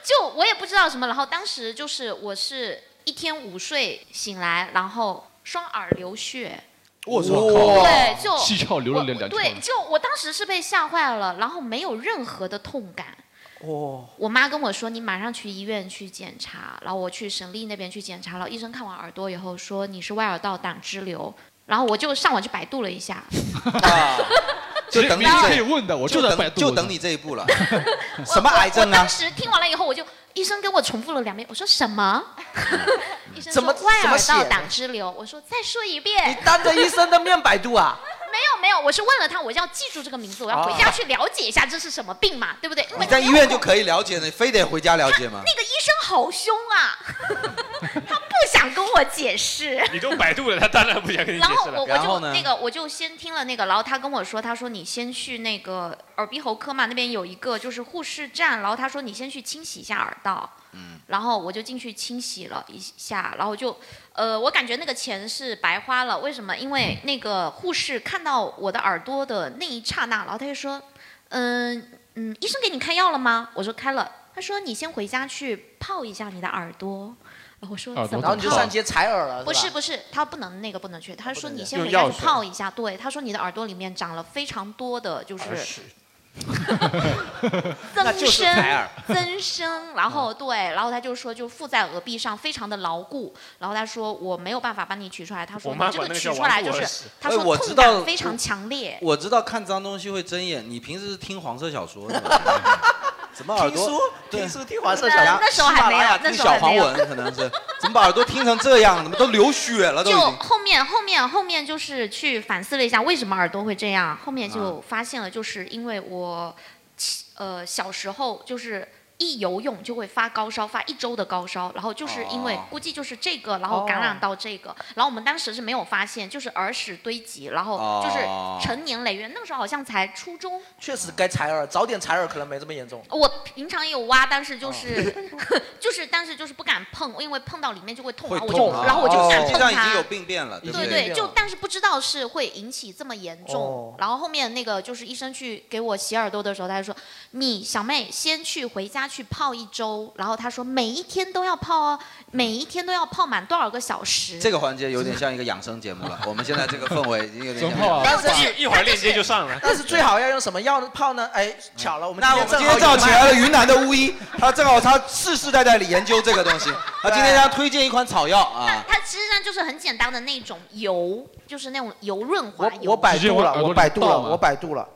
Speaker 12: 就我也不知道什么，然后当时就是我是一天午睡醒来，然后双耳流血。
Speaker 8: 我
Speaker 12: 操对就
Speaker 8: 七窍流了两两条。
Speaker 12: 对，就我当时是被吓坏了，然后没有任何的痛感。
Speaker 6: 哦，
Speaker 12: 我妈跟我说，你马上去医院去检查。然后我去省立那边去检查，然后医生看完耳朵以后说你是外耳道胆汁瘤。然后我就上网去百度了一下，
Speaker 7: 就等你
Speaker 12: (laughs) 其实
Speaker 7: 这
Speaker 12: 可以
Speaker 8: 问的，我
Speaker 7: 就
Speaker 8: 就在
Speaker 7: 等
Speaker 8: 百度
Speaker 7: 就
Speaker 8: 我
Speaker 7: 等
Speaker 8: 的
Speaker 7: 你这一
Speaker 12: (laughs)
Speaker 7: 步了。
Speaker 12: 我
Speaker 7: 什么癌症
Speaker 12: 我我
Speaker 7: 啊
Speaker 12: 当？时听完了以后，我就医生跟我重复了两遍，我说什
Speaker 6: (laughs)
Speaker 12: 么？医生说
Speaker 6: 怎么
Speaker 12: 外
Speaker 6: 怎么
Speaker 12: 耳
Speaker 6: 写
Speaker 12: 道
Speaker 6: 的
Speaker 12: 胆汁瘤。我说再说一遍。
Speaker 6: 你当着医生的面百度啊？
Speaker 12: 没有没有，我是问了他，我要记住这个名字，我要回
Speaker 6: 哦
Speaker 12: 家去了解一下这是什么病嘛，对不对？因为
Speaker 7: 你在
Speaker 12: 没
Speaker 7: 医
Speaker 12: 有
Speaker 7: 院
Speaker 12: 空
Speaker 7: 就可以了解，你非得回家了解吗？
Speaker 12: 那个医生好凶啊， (laughs) 他不想跟我解释。
Speaker 9: 你都百度了，他当然不想跟你解
Speaker 12: 然后
Speaker 9: 释
Speaker 12: 我
Speaker 9: 了。
Speaker 12: 我就那个我就先听了那个，然后他跟我说，他说你先去那个耳鼻喉科嘛，那边有一个就是护士站，然后他说你先去清洗一下耳道，嗯，然后我就进去清洗了一下，然后就，呃，我感觉那个钱是白花了，为什么？因为那个护士看到我的耳朵的那一刹那，然后他就说，嗯嗯，医生给你开药了吗？我说开了，他说你先回家去泡一下你的耳朵，然后我说
Speaker 6: 然
Speaker 12: 怎么
Speaker 6: 后你就
Speaker 12: 泡
Speaker 6: 上街采耳了，
Speaker 12: 不
Speaker 6: 是
Speaker 12: 是
Speaker 6: 吧
Speaker 12: 不是，他不能那个不能去，他说你先
Speaker 6: 用
Speaker 12: 回家
Speaker 6: 药
Speaker 12: 去
Speaker 6: 水
Speaker 12: 泡一下。对，他说你的耳朵里面长了非常多的就是
Speaker 6: 耳屎那
Speaker 12: 增
Speaker 6: 就是
Speaker 12: 生
Speaker 6: 采
Speaker 7: (laughs)
Speaker 6: 耳
Speaker 12: (laughs) 增生，然
Speaker 7: 嗯
Speaker 12: 后对，然后他就说就附在耳壁上非常的牢固，然后他说我没有办法帮你取出来，他说
Speaker 7: 我
Speaker 12: 你
Speaker 7: 妈
Speaker 12: 这
Speaker 7: 管
Speaker 12: 个
Speaker 7: 那个
Speaker 12: 取
Speaker 7: 叫
Speaker 12: 出
Speaker 7: 顽
Speaker 12: 来
Speaker 7: 固
Speaker 12: 就
Speaker 7: 耳
Speaker 12: 是
Speaker 7: 屎
Speaker 12: 他
Speaker 7: 哎
Speaker 12: 说
Speaker 7: 我知
Speaker 12: 痛
Speaker 7: 道
Speaker 12: 感非常
Speaker 7: 我
Speaker 12: 强烈。
Speaker 7: 我知道看脏东西会睁眼，你平时是听黄色小说的吧，怎么耳朵
Speaker 6: 听书
Speaker 7: 对
Speaker 6: 听书听黄色小说
Speaker 7: 然后
Speaker 12: 那时候还没有
Speaker 7: 喜马拉雅
Speaker 12: 那
Speaker 7: 听
Speaker 12: 时候还
Speaker 7: 小黄
Speaker 12: 没有
Speaker 7: 文可能是，怎么把耳朵听成这样？怎么都流血了都已
Speaker 12: 就
Speaker 7: 经。
Speaker 12: 后面后面后面就是去反思了一下为什么耳朵会这
Speaker 7: 啊
Speaker 12: 样，后面就发现了，就是因为我，呃，小时候就是一游泳就会发高烧，发一周的高烧，然后就是因为
Speaker 13: 哦
Speaker 12: 估计就是这个，然后感
Speaker 7: 哦
Speaker 12: 染到这个，然后我们当时是没有发现，就是耳屎堆积，然后
Speaker 7: 哦
Speaker 12: 就是成年累月，那个时候好像才初中，
Speaker 6: 哦确实该采耳，早点采耳可能没这么严重。
Speaker 12: 我平常也有挖，但是就是、 (laughs) 就是，但是就是不敢碰，因为碰到里面就会痛，
Speaker 7: 啊会
Speaker 12: 然后
Speaker 7: 痛
Speaker 12: 我就
Speaker 7: 啊
Speaker 12: 然后我就不敢
Speaker 7: 实
Speaker 12: 碰
Speaker 7: 际
Speaker 12: 它。
Speaker 7: 上已经有病变了，对不
Speaker 12: 对哦对，就但是不知道是会引起这么严重。
Speaker 7: 哦
Speaker 12: 然后后面那个就是医生去给我洗耳朵的时候，他就说：“你小妹先去回家去泡一周。”然后他说每一天都要泡哦，每一天都要泡满多少个小时。
Speaker 5: 这个环节有点像一个养生节目了，我们现在这个氛围已经有
Speaker 12: (laughs)
Speaker 5: 点
Speaker 6: 怎么
Speaker 5: 像。
Speaker 6: 啊但是一一会儿链接
Speaker 9: 就上了
Speaker 6: 但是最好要用什么药泡呢？哎，巧了，我们
Speaker 5: 那我们今天
Speaker 6: 正好
Speaker 5: 正好
Speaker 6: 有卖
Speaker 5: 请来了云南的巫医，他正好他世世代代里研究这个东西，他今天他推荐一款草药
Speaker 12: (laughs)
Speaker 5: 啊，
Speaker 12: 它实际上就是很简单的那种油，就是那种油润滑
Speaker 6: 我
Speaker 12: 油。
Speaker 6: 我百度了，我百度了，我百度了。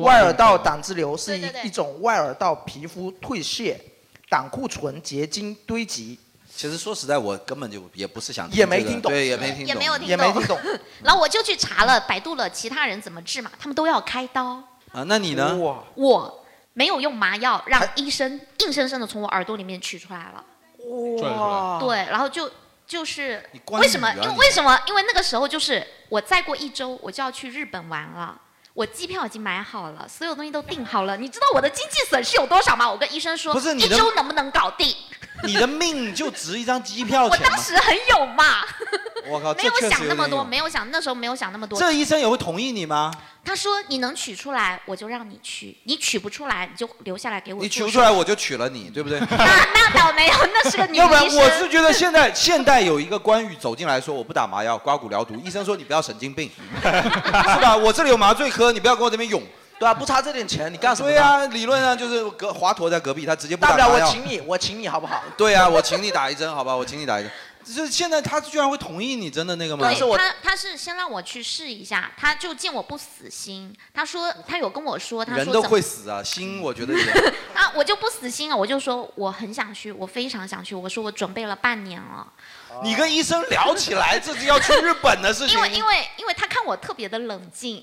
Speaker 6: 外耳道胆汁瘤是一一种外耳道皮肤退屑、胆固醇结晶堆积。
Speaker 5: 其实说实在，我根本就也不是想
Speaker 6: 也没
Speaker 5: 这个
Speaker 6: 听懂
Speaker 5: 对，也没听懂，
Speaker 12: 也没有听懂，
Speaker 6: 懂。
Speaker 12: 然后我就去查了，百度了其他人怎么治嘛，他们都要开刀。
Speaker 5: (laughs) 啊。那你呢？
Speaker 6: 哇，
Speaker 12: 我没有用麻药，让医生硬生生的从我耳朵里面取出来了。
Speaker 5: 拽出来
Speaker 12: 对，然后就就是
Speaker 5: 关
Speaker 12: 为什么？
Speaker 5: 羽啊
Speaker 12: 因为
Speaker 5: 你
Speaker 12: 为什么？因为那个时候就是我再过一周我就要去日本玩了。我机票已经买好了，所有东西都订好了。你知道我的经济损失有多少吗？我跟医生说，
Speaker 5: 不是你
Speaker 12: 一
Speaker 5: 的
Speaker 12: 周能不能搞定？
Speaker 5: 你的命就值一张机票
Speaker 12: 我
Speaker 5: 钱吗
Speaker 12: 当？时很有嘛，(laughs)
Speaker 5: 我靠，
Speaker 12: 没
Speaker 5: 这
Speaker 12: 有
Speaker 5: 确实
Speaker 12: 想那么
Speaker 5: 点
Speaker 12: 多，
Speaker 5: 用
Speaker 12: 没有想那时候没有想那么多。
Speaker 5: 这医生也会同意你吗？
Speaker 12: 他说你能取出来，我就让你取；你取不出来，你就留下来给我。
Speaker 5: 你取不出来，我就娶了你，对不对？
Speaker 12: 那倒没有，那是个女医生。
Speaker 5: (laughs) 要不然我是觉得现在现代有一个关羽走进来说我不打麻药，刮骨疗毒，医生说你不要神经病， (laughs) 是吧？我这里有麻醉科，你不要跟我这边涌。
Speaker 6: 对啊，不差这点钱，你干什么呢
Speaker 5: 对啊，理论上就是隔华佗在隔壁，他直接不
Speaker 6: 大
Speaker 5: 打
Speaker 6: 不了
Speaker 5: 麻
Speaker 6: 我
Speaker 5: 药。
Speaker 6: 请你，我请你好不好？
Speaker 5: 对啊，我请你打一针，好吧，我请你打一针。就是现在他居然会同意你真的那个吗？
Speaker 12: 对，他他是先让我去试一下，他就见我不死心，他说他有跟我说，他说
Speaker 5: 人都
Speaker 12: 怎
Speaker 5: 会
Speaker 12: 么
Speaker 5: 死啊，心我觉得也。
Speaker 12: 啊，我就不死心啊，我就说我很想去，我非常想去，我说我准备了半年了。
Speaker 5: 你跟医生聊起来，这是要去日本的事情。
Speaker 12: 因为因为因为他看我特别的冷静，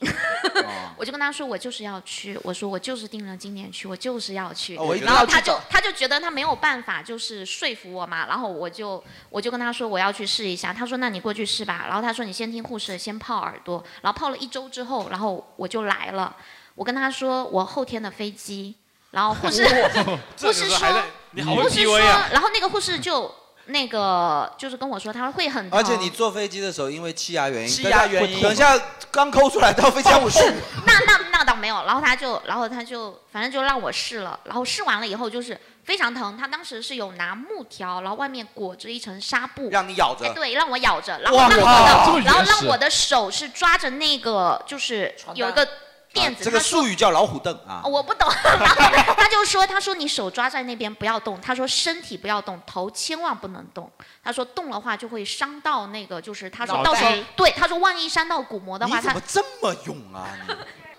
Speaker 5: 哦
Speaker 12: (laughs) 我就跟他说我就是要去，我说我就是定了今年去，我就是要去。
Speaker 7: 啊
Speaker 5: 哦我一定
Speaker 12: 然后
Speaker 5: 要去
Speaker 12: 他就
Speaker 5: 找
Speaker 12: 他就觉得他没有办法就是说服我嘛，然后我就我就跟他说我要去试一下，他说那你过去试吧，然后他说你先听护士的，先泡耳朵，然后泡了一周之后，然后我就来了，我跟他说我后天的飞机，然后护士护士说
Speaker 5: 你
Speaker 12: 护士说，然后那个护士就。那个就是跟我说，他会很疼，
Speaker 5: 而且你坐飞机的时候，因为气压原因，
Speaker 6: 气压
Speaker 5: 等下
Speaker 6: 原因
Speaker 5: 等一下刚抠出来到飞机上，我去
Speaker 12: (laughs) 那那那倒没有，然后他就，然后他就，反正就让我试了，然后试完了以后就是非常疼，他当时是有拿木条，然后外面裹着一层纱布，
Speaker 5: 让你咬着
Speaker 12: 哎，对，让我咬着，然后
Speaker 5: 哇
Speaker 12: 让我
Speaker 5: 哇这
Speaker 12: 的，
Speaker 5: 么
Speaker 12: 然后
Speaker 5: 原始
Speaker 12: 让我的手是抓着那个，就是有一个垫子，
Speaker 5: 啊这个术语叫老虎凳啊
Speaker 12: 哦。我不懂， (laughs) 然后他就说，他说你手抓在那边不要动，他说身体不要动，头千万不能动，他说动的话就会伤到那个，就是他说
Speaker 5: 脑
Speaker 12: 到时候
Speaker 5: 袋
Speaker 12: 对，他说万一伤到骨膜的
Speaker 5: 你
Speaker 12: 话，
Speaker 5: 怎
Speaker 12: 他
Speaker 5: 么这么勇啊？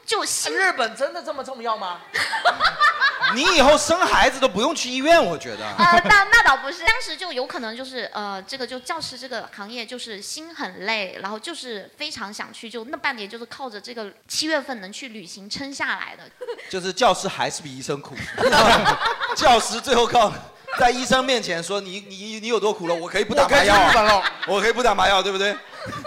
Speaker 12: 就
Speaker 6: 啊日本真的这么重要吗？
Speaker 5: 你你以后生孩子都不用去医院，我觉得。
Speaker 12: 呃，那那倒不是，当时就有可能就是呃，这个就教师这个行业就是心很累，然后就是非常想去，就那半年就是靠着这个七月份能去旅行撑下来的。
Speaker 5: 就是教师还是比医生苦， (laughs) 教师最后靠在医生面前说你你你有多苦了，我可以不打麻药
Speaker 6: 我可以去日本了
Speaker 5: 啊，我可以不打麻药，对不对？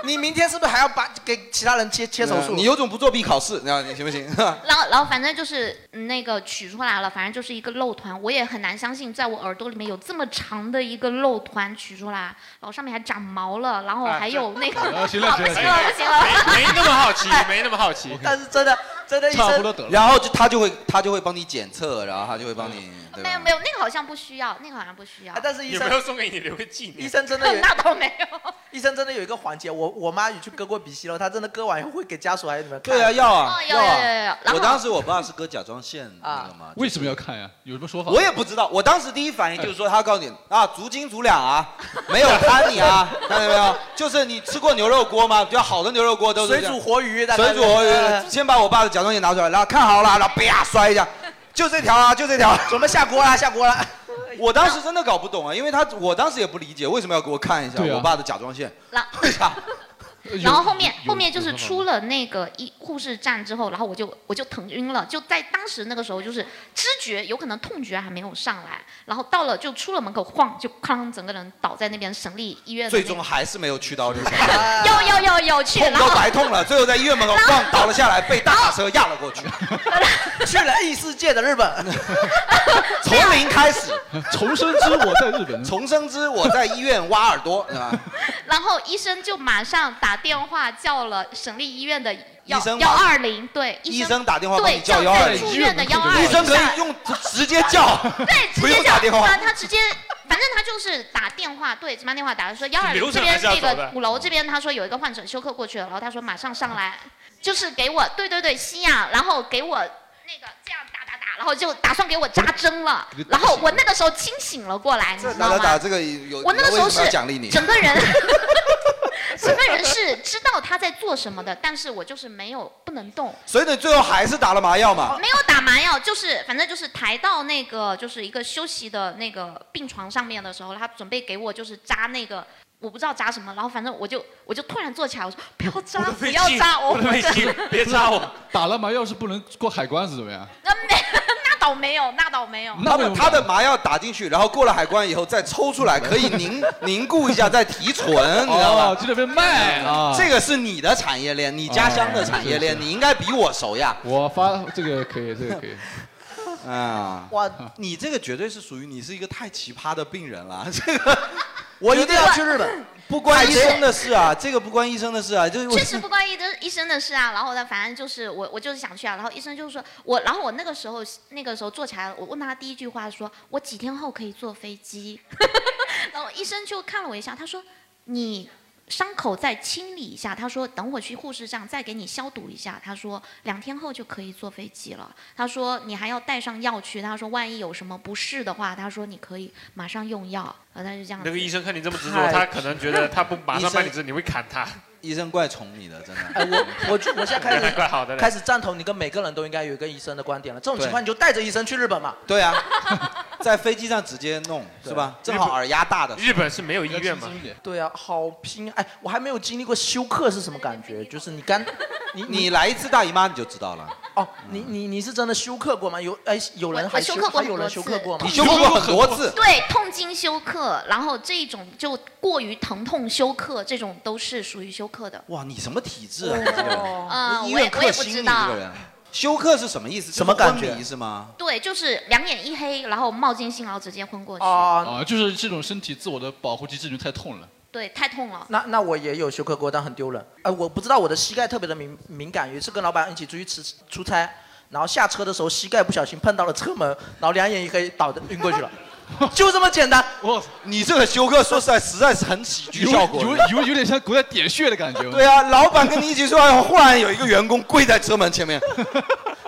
Speaker 6: 你明天是不是还要把给其他人切切手术？
Speaker 5: 嗯你有种不作弊考试，
Speaker 12: (laughs)
Speaker 5: 那你行 (laughs) 不行？
Speaker 12: 然后，然后反正就是嗯那个取出来了，反正就是一个肉团，我也很难相信，在我耳朵里面有这么长的一个肉团取出来，然后上面还长毛了，然后还有那个，
Speaker 9: 啊
Speaker 5: 哎
Speaker 12: 好，不
Speaker 9: 行
Speaker 12: 行
Speaker 9: 了行了
Speaker 12: 了，不 (laughs) 行了，不行了。
Speaker 9: (laughs) 没没那么好奇，没那么好奇。
Speaker 6: 但是真的真的医生
Speaker 5: 然后就他就会他就会帮你检测，然后他就会帮你，对
Speaker 12: 没有
Speaker 5: 吧？
Speaker 12: 没有，那个好像不需要，那个好像不需要。
Speaker 6: 啊但是医
Speaker 9: 有
Speaker 6: 生
Speaker 9: 没有送给你留个纪念？
Speaker 6: (laughs) 医生真的有
Speaker 12: (laughs) 那倒没有。
Speaker 6: (laughs) 医生真的有一个环节，我我妈也去割过鼻息肉，她真的割完以后会给家属还有你们看。
Speaker 5: 对啊，要啊，
Speaker 12: 哦有
Speaker 5: 要
Speaker 12: 有有有
Speaker 5: 啊
Speaker 12: 然！后
Speaker 5: 我当时我爸是割甲状腺那个嘛，
Speaker 8: 为什么要看呀、有什么说法？
Speaker 5: 我也不知道，我当时第一反应就是说，他告诉你 (laughs) 啊，足斤足两啊， (laughs) 没有贪你啊， (laughs) 看见没有？就是你吃过牛肉锅吗？比较好的牛肉锅都是这样
Speaker 6: 水煮活鱼大概
Speaker 5: 水煮活鱼，
Speaker 6: 呃
Speaker 5: 先把我爸的甲状腺拿出来，然后看好了，然后啪摔一下，就这条啊，就这条，
Speaker 6: (laughs) 准备下锅啦，下锅啦。
Speaker 5: (laughs) 我当时真的搞不懂啊，因为他我当时也不理解为什么要给我看一下
Speaker 8: 对啊
Speaker 5: 我爸的甲状腺，
Speaker 12: 然
Speaker 5: 为啥？
Speaker 8: 有
Speaker 12: 然后后面
Speaker 8: 有
Speaker 12: 后面就是
Speaker 8: 有
Speaker 12: 出了那个医护士站之后，然后我就我就疼晕了，就在当时那个时候就是知觉有可能痛觉还没有上来，然后到了就出了门口晃，就哐整个人倒在那边省立医
Speaker 6: 啊
Speaker 12: 院的
Speaker 5: 最
Speaker 12: 那
Speaker 5: 终还是没有去到日
Speaker 6: (laughs)
Speaker 5: 本，
Speaker 12: 有有有有去，
Speaker 5: 痛
Speaker 12: 然
Speaker 5: 都
Speaker 12: 后
Speaker 5: 白痛了，最后在医院
Speaker 6: (laughs)
Speaker 5: 门口晃倒了下来，被大卡车压了过去，
Speaker 6: (laughs) 去了异世界的日本，
Speaker 5: (laughs) 从零开
Speaker 8: (laughs)
Speaker 5: 始，
Speaker 8: 重生之我在日本，
Speaker 5: 重生之我在医院挖耳朵，
Speaker 12: (laughs)
Speaker 5: 是吧？
Speaker 12: 然后医生就马上打电话叫了省立医院的幺
Speaker 5: 医生
Speaker 12: 幺
Speaker 5: 吗
Speaker 12: 二零，对，
Speaker 5: 医
Speaker 12: 生
Speaker 5: 生打电话帮
Speaker 12: 对
Speaker 5: 你叫幺
Speaker 12: 在
Speaker 5: 二零，
Speaker 12: 住院的幺二零，
Speaker 5: 医生可以用直接叫，
Speaker 12: 对，直
Speaker 5: 不
Speaker 12: 接
Speaker 5: 用
Speaker 12: 叫
Speaker 5: 打电话
Speaker 12: 他他直接，反正他就是打电话，对，直接打电话打说幺二零
Speaker 5: 流
Speaker 12: 这
Speaker 5: 程
Speaker 12: 边
Speaker 5: 还是要
Speaker 12: 那
Speaker 5: 走的
Speaker 12: 个五楼这边，他说有一个患者休克过去了，然后他说马上上来，就是给我，对对对，吸氧，然后给我。那个这样打打打，然后就打算给我扎针了
Speaker 5: 给你，打
Speaker 12: 然
Speaker 5: 醒
Speaker 12: 后我那个时候清醒了过来，你知
Speaker 5: 打
Speaker 12: 道
Speaker 5: 打
Speaker 12: 吗？
Speaker 5: 打，这个有
Speaker 12: 我那个时候
Speaker 5: 为什
Speaker 12: 是
Speaker 5: 么要奖励你，
Speaker 12: 整个
Speaker 5: (laughs)
Speaker 12: 人，整个人是知道他在做什么的，但是我就是没有不能动，
Speaker 5: 所以你最后还是打了麻药嘛？
Speaker 12: 没有打麻药，哦就是反正就是抬到那个就是一个休息的那个病床上面的时候，他准备给我就是扎那个。我不知道扎什么，然后反正我就我就突然坐起来，我说不要扎，不要扎我，
Speaker 9: 别扎我。
Speaker 8: 打了麻药是不能过海关是怎么样？
Speaker 12: (laughs) 那倒没有，那倒没有，
Speaker 5: 他们他的麻药打进去，然后过了海关以后再抽出来，可以凝凝固一下，再提纯，你知道吗？
Speaker 8: 去那边
Speaker 9: 哎
Speaker 8: 卖啊
Speaker 5: 这个是你的产业链，你家乡的产业链，
Speaker 8: 哦
Speaker 5: 你应该比我熟呀。
Speaker 8: 我发这个可以，这个可以。
Speaker 5: 啊，
Speaker 6: 哇，
Speaker 7: 你这个绝对是属于你是一个太奇葩的病人
Speaker 5: (laughs)
Speaker 7: 了，这个
Speaker 6: 我一定要去日本，
Speaker 7: 不关医生的
Speaker 12: 事。
Speaker 7: 事啊，这个不关医生的事啊，就是我
Speaker 12: 确
Speaker 5: (laughs)
Speaker 12: 实不关医的医生的事啊。然后呢，反正就是我我就是想去啊。然后医生就说我，然后我那个时候那个时候坐起来了，我问他第一句话说，我几天后可以坐飞机？ (laughs) 然后医生就看了我一下，他说你。伤口再清理一下，他说等我去护士站再给你消毒一下。他说两天后就可以坐飞机了。他说你还要带上药去。他说万一有什么不适的话，他说你可以马上用药。然后他就这样子。
Speaker 9: 那个医生看你这么执着，
Speaker 6: 太
Speaker 9: 他可能觉得他不马
Speaker 7: 医
Speaker 9: 上
Speaker 7: 生
Speaker 9: 办理治，你会砍他。
Speaker 7: 医生怪宠你的，真的。
Speaker 6: (laughs) 哎，我我我
Speaker 9: (laughs)
Speaker 6: 现在开
Speaker 9: 怪好的
Speaker 6: 始
Speaker 9: 嘞
Speaker 6: 开始赞同你跟每个人都应该有一个医生的观点了。这种情况你就带着医生去日本嘛。(laughs)
Speaker 5: 对啊，在飞机上直接弄
Speaker 6: 对
Speaker 5: 是吧？正好耳压大的。
Speaker 9: 日本是没有医院吗？
Speaker 6: 对啊，好拼！哎，我还没有经历过休克是什么感觉，就是你
Speaker 5: (laughs)
Speaker 6: 刚，你
Speaker 5: 你来一次大姨妈你就知道了。
Speaker 6: 哦，你你你是真的休克过吗？有哎，有人
Speaker 12: 我
Speaker 6: 还
Speaker 12: 休克过
Speaker 6: 还有人
Speaker 12: 很多
Speaker 6: 休克
Speaker 12: 次
Speaker 6: 过吗？
Speaker 5: 你休克过很多次
Speaker 12: 对，痛经休克，然后这一种就过于疼痛休克，这种都是属于休克的。
Speaker 5: 哇，你什么体质
Speaker 12: 哦
Speaker 5: 啊？你这个人
Speaker 12: 嗯
Speaker 5: 医
Speaker 12: 我也
Speaker 5: 院
Speaker 12: 我
Speaker 5: 克
Speaker 12: 也不
Speaker 5: 星，
Speaker 12: 知
Speaker 5: 你这
Speaker 12: 道
Speaker 5: 个人。休克是什么意思？
Speaker 6: 什么感觉
Speaker 5: 就是昏迷是吗？
Speaker 12: 对，就是两眼一黑，然后冒金星，然后直接昏过去。
Speaker 6: 哦
Speaker 8: 啊，就是这种身体自我的保护机制就太痛了。
Speaker 12: 对，太痛了。
Speaker 6: 那那我也有休克过，但很丢人。哎、我不知道我的膝盖特别的敏敏感。有一次跟老板一起出去吃出差，然后下车的时候膝盖不小心碰到了车门，然后两眼一黑倒的晕过去了，
Speaker 8: (laughs)
Speaker 6: 就这么简单。
Speaker 8: 我
Speaker 5: 你这个休克说实在实在是很喜剧效果。
Speaker 8: 有有有点像古代点穴的感觉。
Speaker 5: 对啊，老板跟你一起说，哎呦忽然有一个员工跪在车门
Speaker 8: (laughs)
Speaker 5: 前面，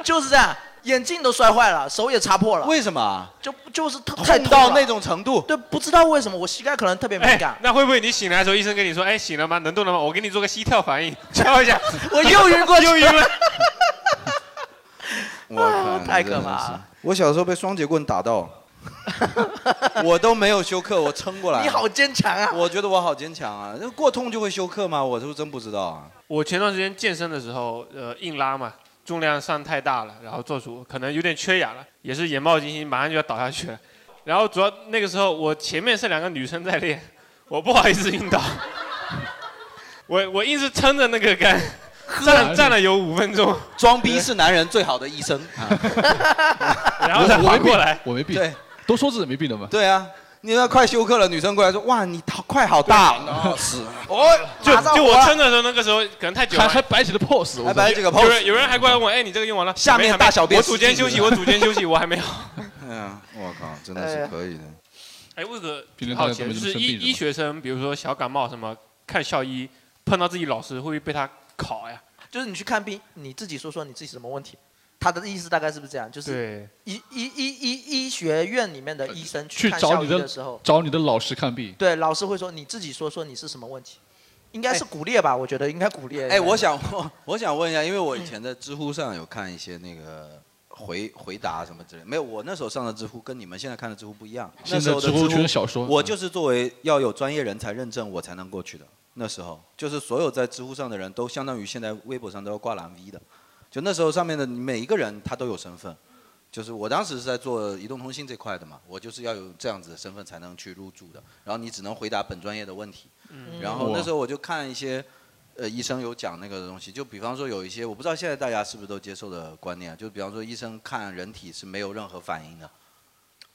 Speaker 6: 就是这样，眼镜都摔坏了，手也擦破了。
Speaker 5: 为什么啊？
Speaker 6: 就就是特太
Speaker 5: 痛
Speaker 6: 痛
Speaker 5: 到
Speaker 6: 了
Speaker 5: 那种程度？
Speaker 6: 对，不知道为什么我膝盖可能特别敏
Speaker 9: 哎
Speaker 6: 感，，
Speaker 9: 那会不会你醒来的时候，医生跟你说，哎，醒了吗？能动了吗？我给你做个膝跳反应， (laughs) 敲一下。
Speaker 6: 我又晕过去
Speaker 9: 又晕了。
Speaker 8: 啊
Speaker 5: 我
Speaker 6: 太可怕了！
Speaker 5: 我小时候被双节棍
Speaker 7: (laughs)
Speaker 5: 打到，我都没有休克，我撑过来。
Speaker 6: 你好，坚强啊！
Speaker 5: 我觉得我好坚强啊！那过痛就会休克吗？我是真不知道啊。
Speaker 9: 我前段时间健身的时候，呃，硬拉嘛，重量上太大了，然后做出可能有点缺氧了，也是眼冒金星，马上就要倒下去了。然后主要那个时候我前面是两个女生在练，我不好意思晕倒，我我硬是撑着那个杆，站站了有五分钟，
Speaker 5: 装逼是男人最好的
Speaker 8: (laughs)
Speaker 5: 医生啊！
Speaker 9: (laughs) 然后再
Speaker 8: 我没
Speaker 9: 缓
Speaker 8: 病
Speaker 9: 过来。，
Speaker 8: 我没病。
Speaker 5: 对，
Speaker 8: 都说自己没病的嘛。
Speaker 5: 对啊，你那快休克了，女生过来说：“哇，你好快好大哦！” (laughs) 是，
Speaker 9: 哦，就
Speaker 5: 马上
Speaker 9: 就
Speaker 5: 活
Speaker 9: 我
Speaker 5: 了
Speaker 9: 撑的时候，那个时候可能太久
Speaker 8: 还
Speaker 9: 了，
Speaker 8: 还摆起了 pose，我操
Speaker 5: 还摆这个
Speaker 9: 有人
Speaker 5: pose。
Speaker 9: 有人还过来问，哎，你这个用完了？
Speaker 5: 下面
Speaker 9: 没还没
Speaker 5: 大小便
Speaker 9: 我组间休息，我组间休息，我还没有。
Speaker 5: 嗯，我靠，真的是可以的。
Speaker 9: 哎，问个
Speaker 8: 评论大
Speaker 9: 好
Speaker 8: 家
Speaker 9: 奇
Speaker 8: 怎么
Speaker 9: 的，
Speaker 8: 这
Speaker 9: 就是
Speaker 8: 么生
Speaker 9: 医
Speaker 8: 病
Speaker 9: 医学生，比如说小感冒什么，看校医碰到自己老师，会不会被他考呀？
Speaker 6: 就是你去看病，你自己说说你自己什么问题。他的意思大概是不是这样？就是
Speaker 9: 对，
Speaker 6: 医医医医医学院里面的医生
Speaker 8: 去
Speaker 6: 看
Speaker 8: 找
Speaker 6: 校
Speaker 8: 你
Speaker 6: 医
Speaker 8: 的
Speaker 6: 的时候，
Speaker 8: 找你的老师看病。
Speaker 6: 对老师会说你自己说说你是什么问题，应该是骨裂吧？我觉得应该骨裂。
Speaker 5: 哎，我想我想问一下，因为我以前在知乎上有看一些那个
Speaker 7: 回回答什么之类的。没有，我那时候上的知乎跟你们现在看的知乎不一样。
Speaker 8: 现在
Speaker 7: 那时候
Speaker 8: 知乎
Speaker 7: 乎
Speaker 8: 全是小说
Speaker 7: 我就是作为要有专业人才认证，我才能过去的。那时候就是所有在知乎上的人都相当于现在微博上都要挂蓝 V 的，就那时候上面的每一个人他都有身份。就是我当时是在做移动通信这块的嘛，我就是要有这样子的身份才能去入驻的。然后你只能回答本专业的问题。
Speaker 5: 嗯
Speaker 7: 然后
Speaker 5: 哇
Speaker 7: 那时候我就看一些，呃，医生有讲那个东西，就比方说有一些我不知道现在大家是不是都接受的观念，啊就比方说医生看人体是没有任何反应的，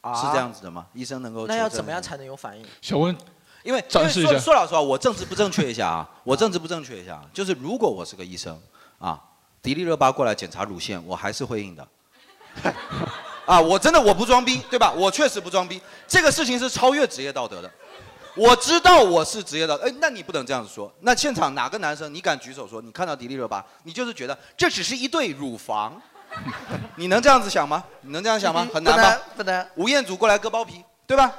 Speaker 6: 啊
Speaker 7: 哦是这样子的吗？医生能够
Speaker 6: 那要
Speaker 7: 求证
Speaker 6: 怎么样
Speaker 7: 吗
Speaker 6: 才能有反应？
Speaker 8: 小温，
Speaker 7: 因为因
Speaker 6: 展
Speaker 7: 为
Speaker 6: 示一
Speaker 7: 说
Speaker 6: 下
Speaker 7: 说老实话，我政治不正确一下啊， (laughs) 我政治不正确一下啊，就是如果我是个医生啊，迪丽热巴过来检查乳腺，我还是会硬的。 (laughs) 啊，我真的我不装逼，对吧？我确实不装逼，这个事情是超越职业道德的。我知道我是职业道德，哎，那你不能这样子说。那现场哪个男生你敢举手说你看到迪丽热巴，你就是觉得这只是一对乳房， (laughs) 你能这样子想吗？你能这样想吗？很难
Speaker 6: 嗯不
Speaker 7: 吧
Speaker 6: 能？不能。
Speaker 7: 吴彦祖过来割包皮，对吧？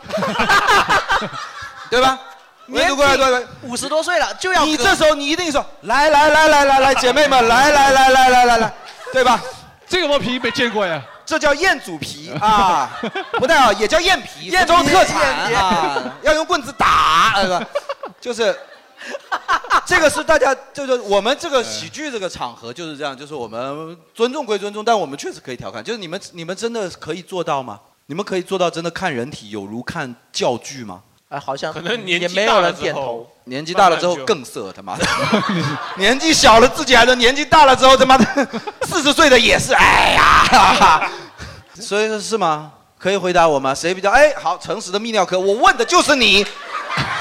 Speaker 7: 对吧？吴彦祖过来对吧？
Speaker 6: 五十多岁了就要
Speaker 7: 你
Speaker 6: 割
Speaker 7: 这时候你一定说来来来来来来，姐妹们来来来来来来来，对吧？
Speaker 8: 这个包皮没见过呀，
Speaker 7: 这叫彦
Speaker 8: (laughs)
Speaker 7: 祖皮啊，不太好，也叫燕皮，
Speaker 5: 燕
Speaker 7: 福
Speaker 5: 皮
Speaker 7: 州特产
Speaker 5: 燕皮
Speaker 7: 啊，要用棍子打，呃不就是。这个是大家，就是我们这个喜剧这个场合就是这样，就是我们尊重归尊重，但我们确实可以调侃。就是你们，你们真的可以做到吗？你们可以做到真的看人体有如看教具吗？
Speaker 6: 哎，好像
Speaker 7: 可能年纪
Speaker 6: 也没有人点头。
Speaker 7: 年纪大了之后更色，他妈的！ (laughs) 年纪小了自己还能，年纪大了之后他妈的 (laughs) 四十岁的也是，哎呀！所以说是吗？可以回答我吗？谁比较哎好诚实的泌尿科？我问的就是你。 (laughs)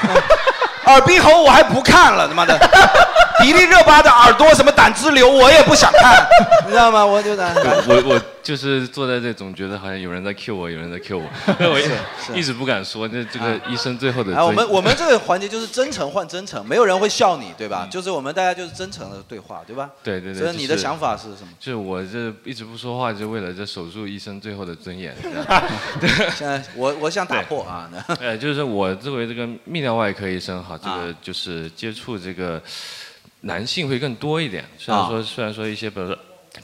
Speaker 7: 耳鼻喉我还不看了，他妈的！ (laughs) 迪丽热巴的耳朵什么胆汁瘤我也不想看，你知道吗？我就难。
Speaker 4: (laughs) 我我就是坐在这，总觉得好像有人在 Q 我，有人在 Q 我，那 (laughs)
Speaker 7: (laughs)
Speaker 4: 我
Speaker 7: 是
Speaker 4: 一一直不敢说。那这个医生最后的
Speaker 7: 哎，我
Speaker 4: 尊
Speaker 7: 们我们这个环节就是真诚换真诚，没有人会笑你，对吧？就是我们大家就是真诚的对话，对吧？
Speaker 4: 嗯对对对，
Speaker 7: 所以你的
Speaker 4: 就是
Speaker 7: 想法是什么？？
Speaker 4: 就是我这一直不说话，就为了这手术医生最后的尊严。 (laughs)
Speaker 7: 现在我我想打破啊，那
Speaker 4: 呃，就是我作为这个泌尿外科医生哈，这
Speaker 7: 啊
Speaker 4: 个就是接触这个男性会更多一点。虽然
Speaker 7: 啊
Speaker 4: 说虽然说一些，比如说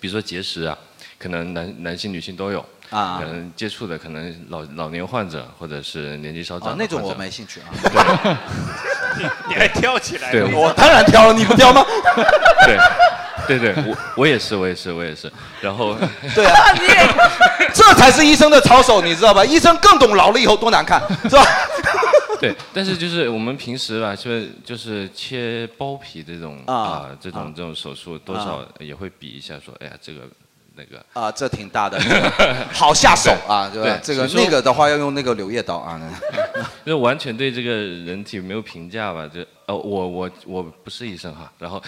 Speaker 4: 比如说结石啊，可能男男性女性都有。
Speaker 7: 啊
Speaker 4: 可能接触的可能老老年患者或者是年纪稍长、
Speaker 7: 哦那种我没兴趣啊。
Speaker 4: (laughs) 对，
Speaker 9: (laughs) 你还跳起来
Speaker 4: 对，
Speaker 9: 了
Speaker 7: 挑了，你不挑吗？
Speaker 4: 对， (laughs) 对对，我我也是，我也是，我也是。然后，
Speaker 7: (laughs) 对啊，这才是医生的操守，你知道吧？医生更懂老了以后多难看，是吧？ (laughs)
Speaker 4: 对，但是就是我们平时吧，就是就是切包皮这种
Speaker 7: 啊
Speaker 4: 啊、这种、
Speaker 7: 啊
Speaker 4: 这种手术，多少也会比一下说，哎呀，这个那个
Speaker 7: 啊，这挺大的，
Speaker 4: (laughs)
Speaker 7: 好下手啊，对吧？这个那个的话要用那个柳叶刀啊。
Speaker 4: 就完全对这个人体没有评价吧？就呃，我我我不是医生哈，然后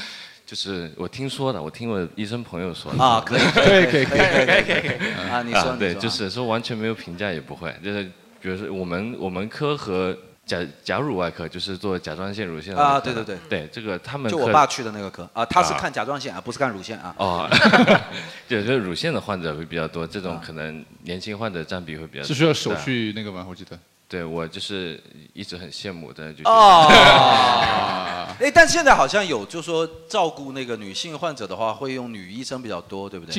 Speaker 4: 就是我听说的，我听我医生朋友说的
Speaker 7: 啊
Speaker 4: (laughs)
Speaker 7: 可以可以可以可以可以可以可以啊你说你
Speaker 4: 对，
Speaker 7: 说
Speaker 4: 就是说完全没有评价也不会，就是比如说我们我们科和。甲甲乳外科就是做甲状腺、乳腺的
Speaker 7: 啊
Speaker 4: 那
Speaker 7: 对
Speaker 4: 个
Speaker 7: 对
Speaker 4: 对，这个他
Speaker 7: (laughs)
Speaker 4: 们
Speaker 7: 就我
Speaker 4: 科
Speaker 7: 爸去的那个科啊，他是看甲状腺啊，不是看乳腺啊。
Speaker 8: (laughs)
Speaker 4: 哦， (laughs) 对，就是乳腺的患者会比较多，这种可能年轻患者占比会比较大。
Speaker 8: 啊是需要手续那个吗？我记得。
Speaker 4: 对我就是一直很羡慕，但是就觉
Speaker 8: (laughs)
Speaker 4: 得
Speaker 7: 哦， (laughs) 哎，但现在好像有，就说照顾那个女性患者的话，会用女医生比较多，对不对？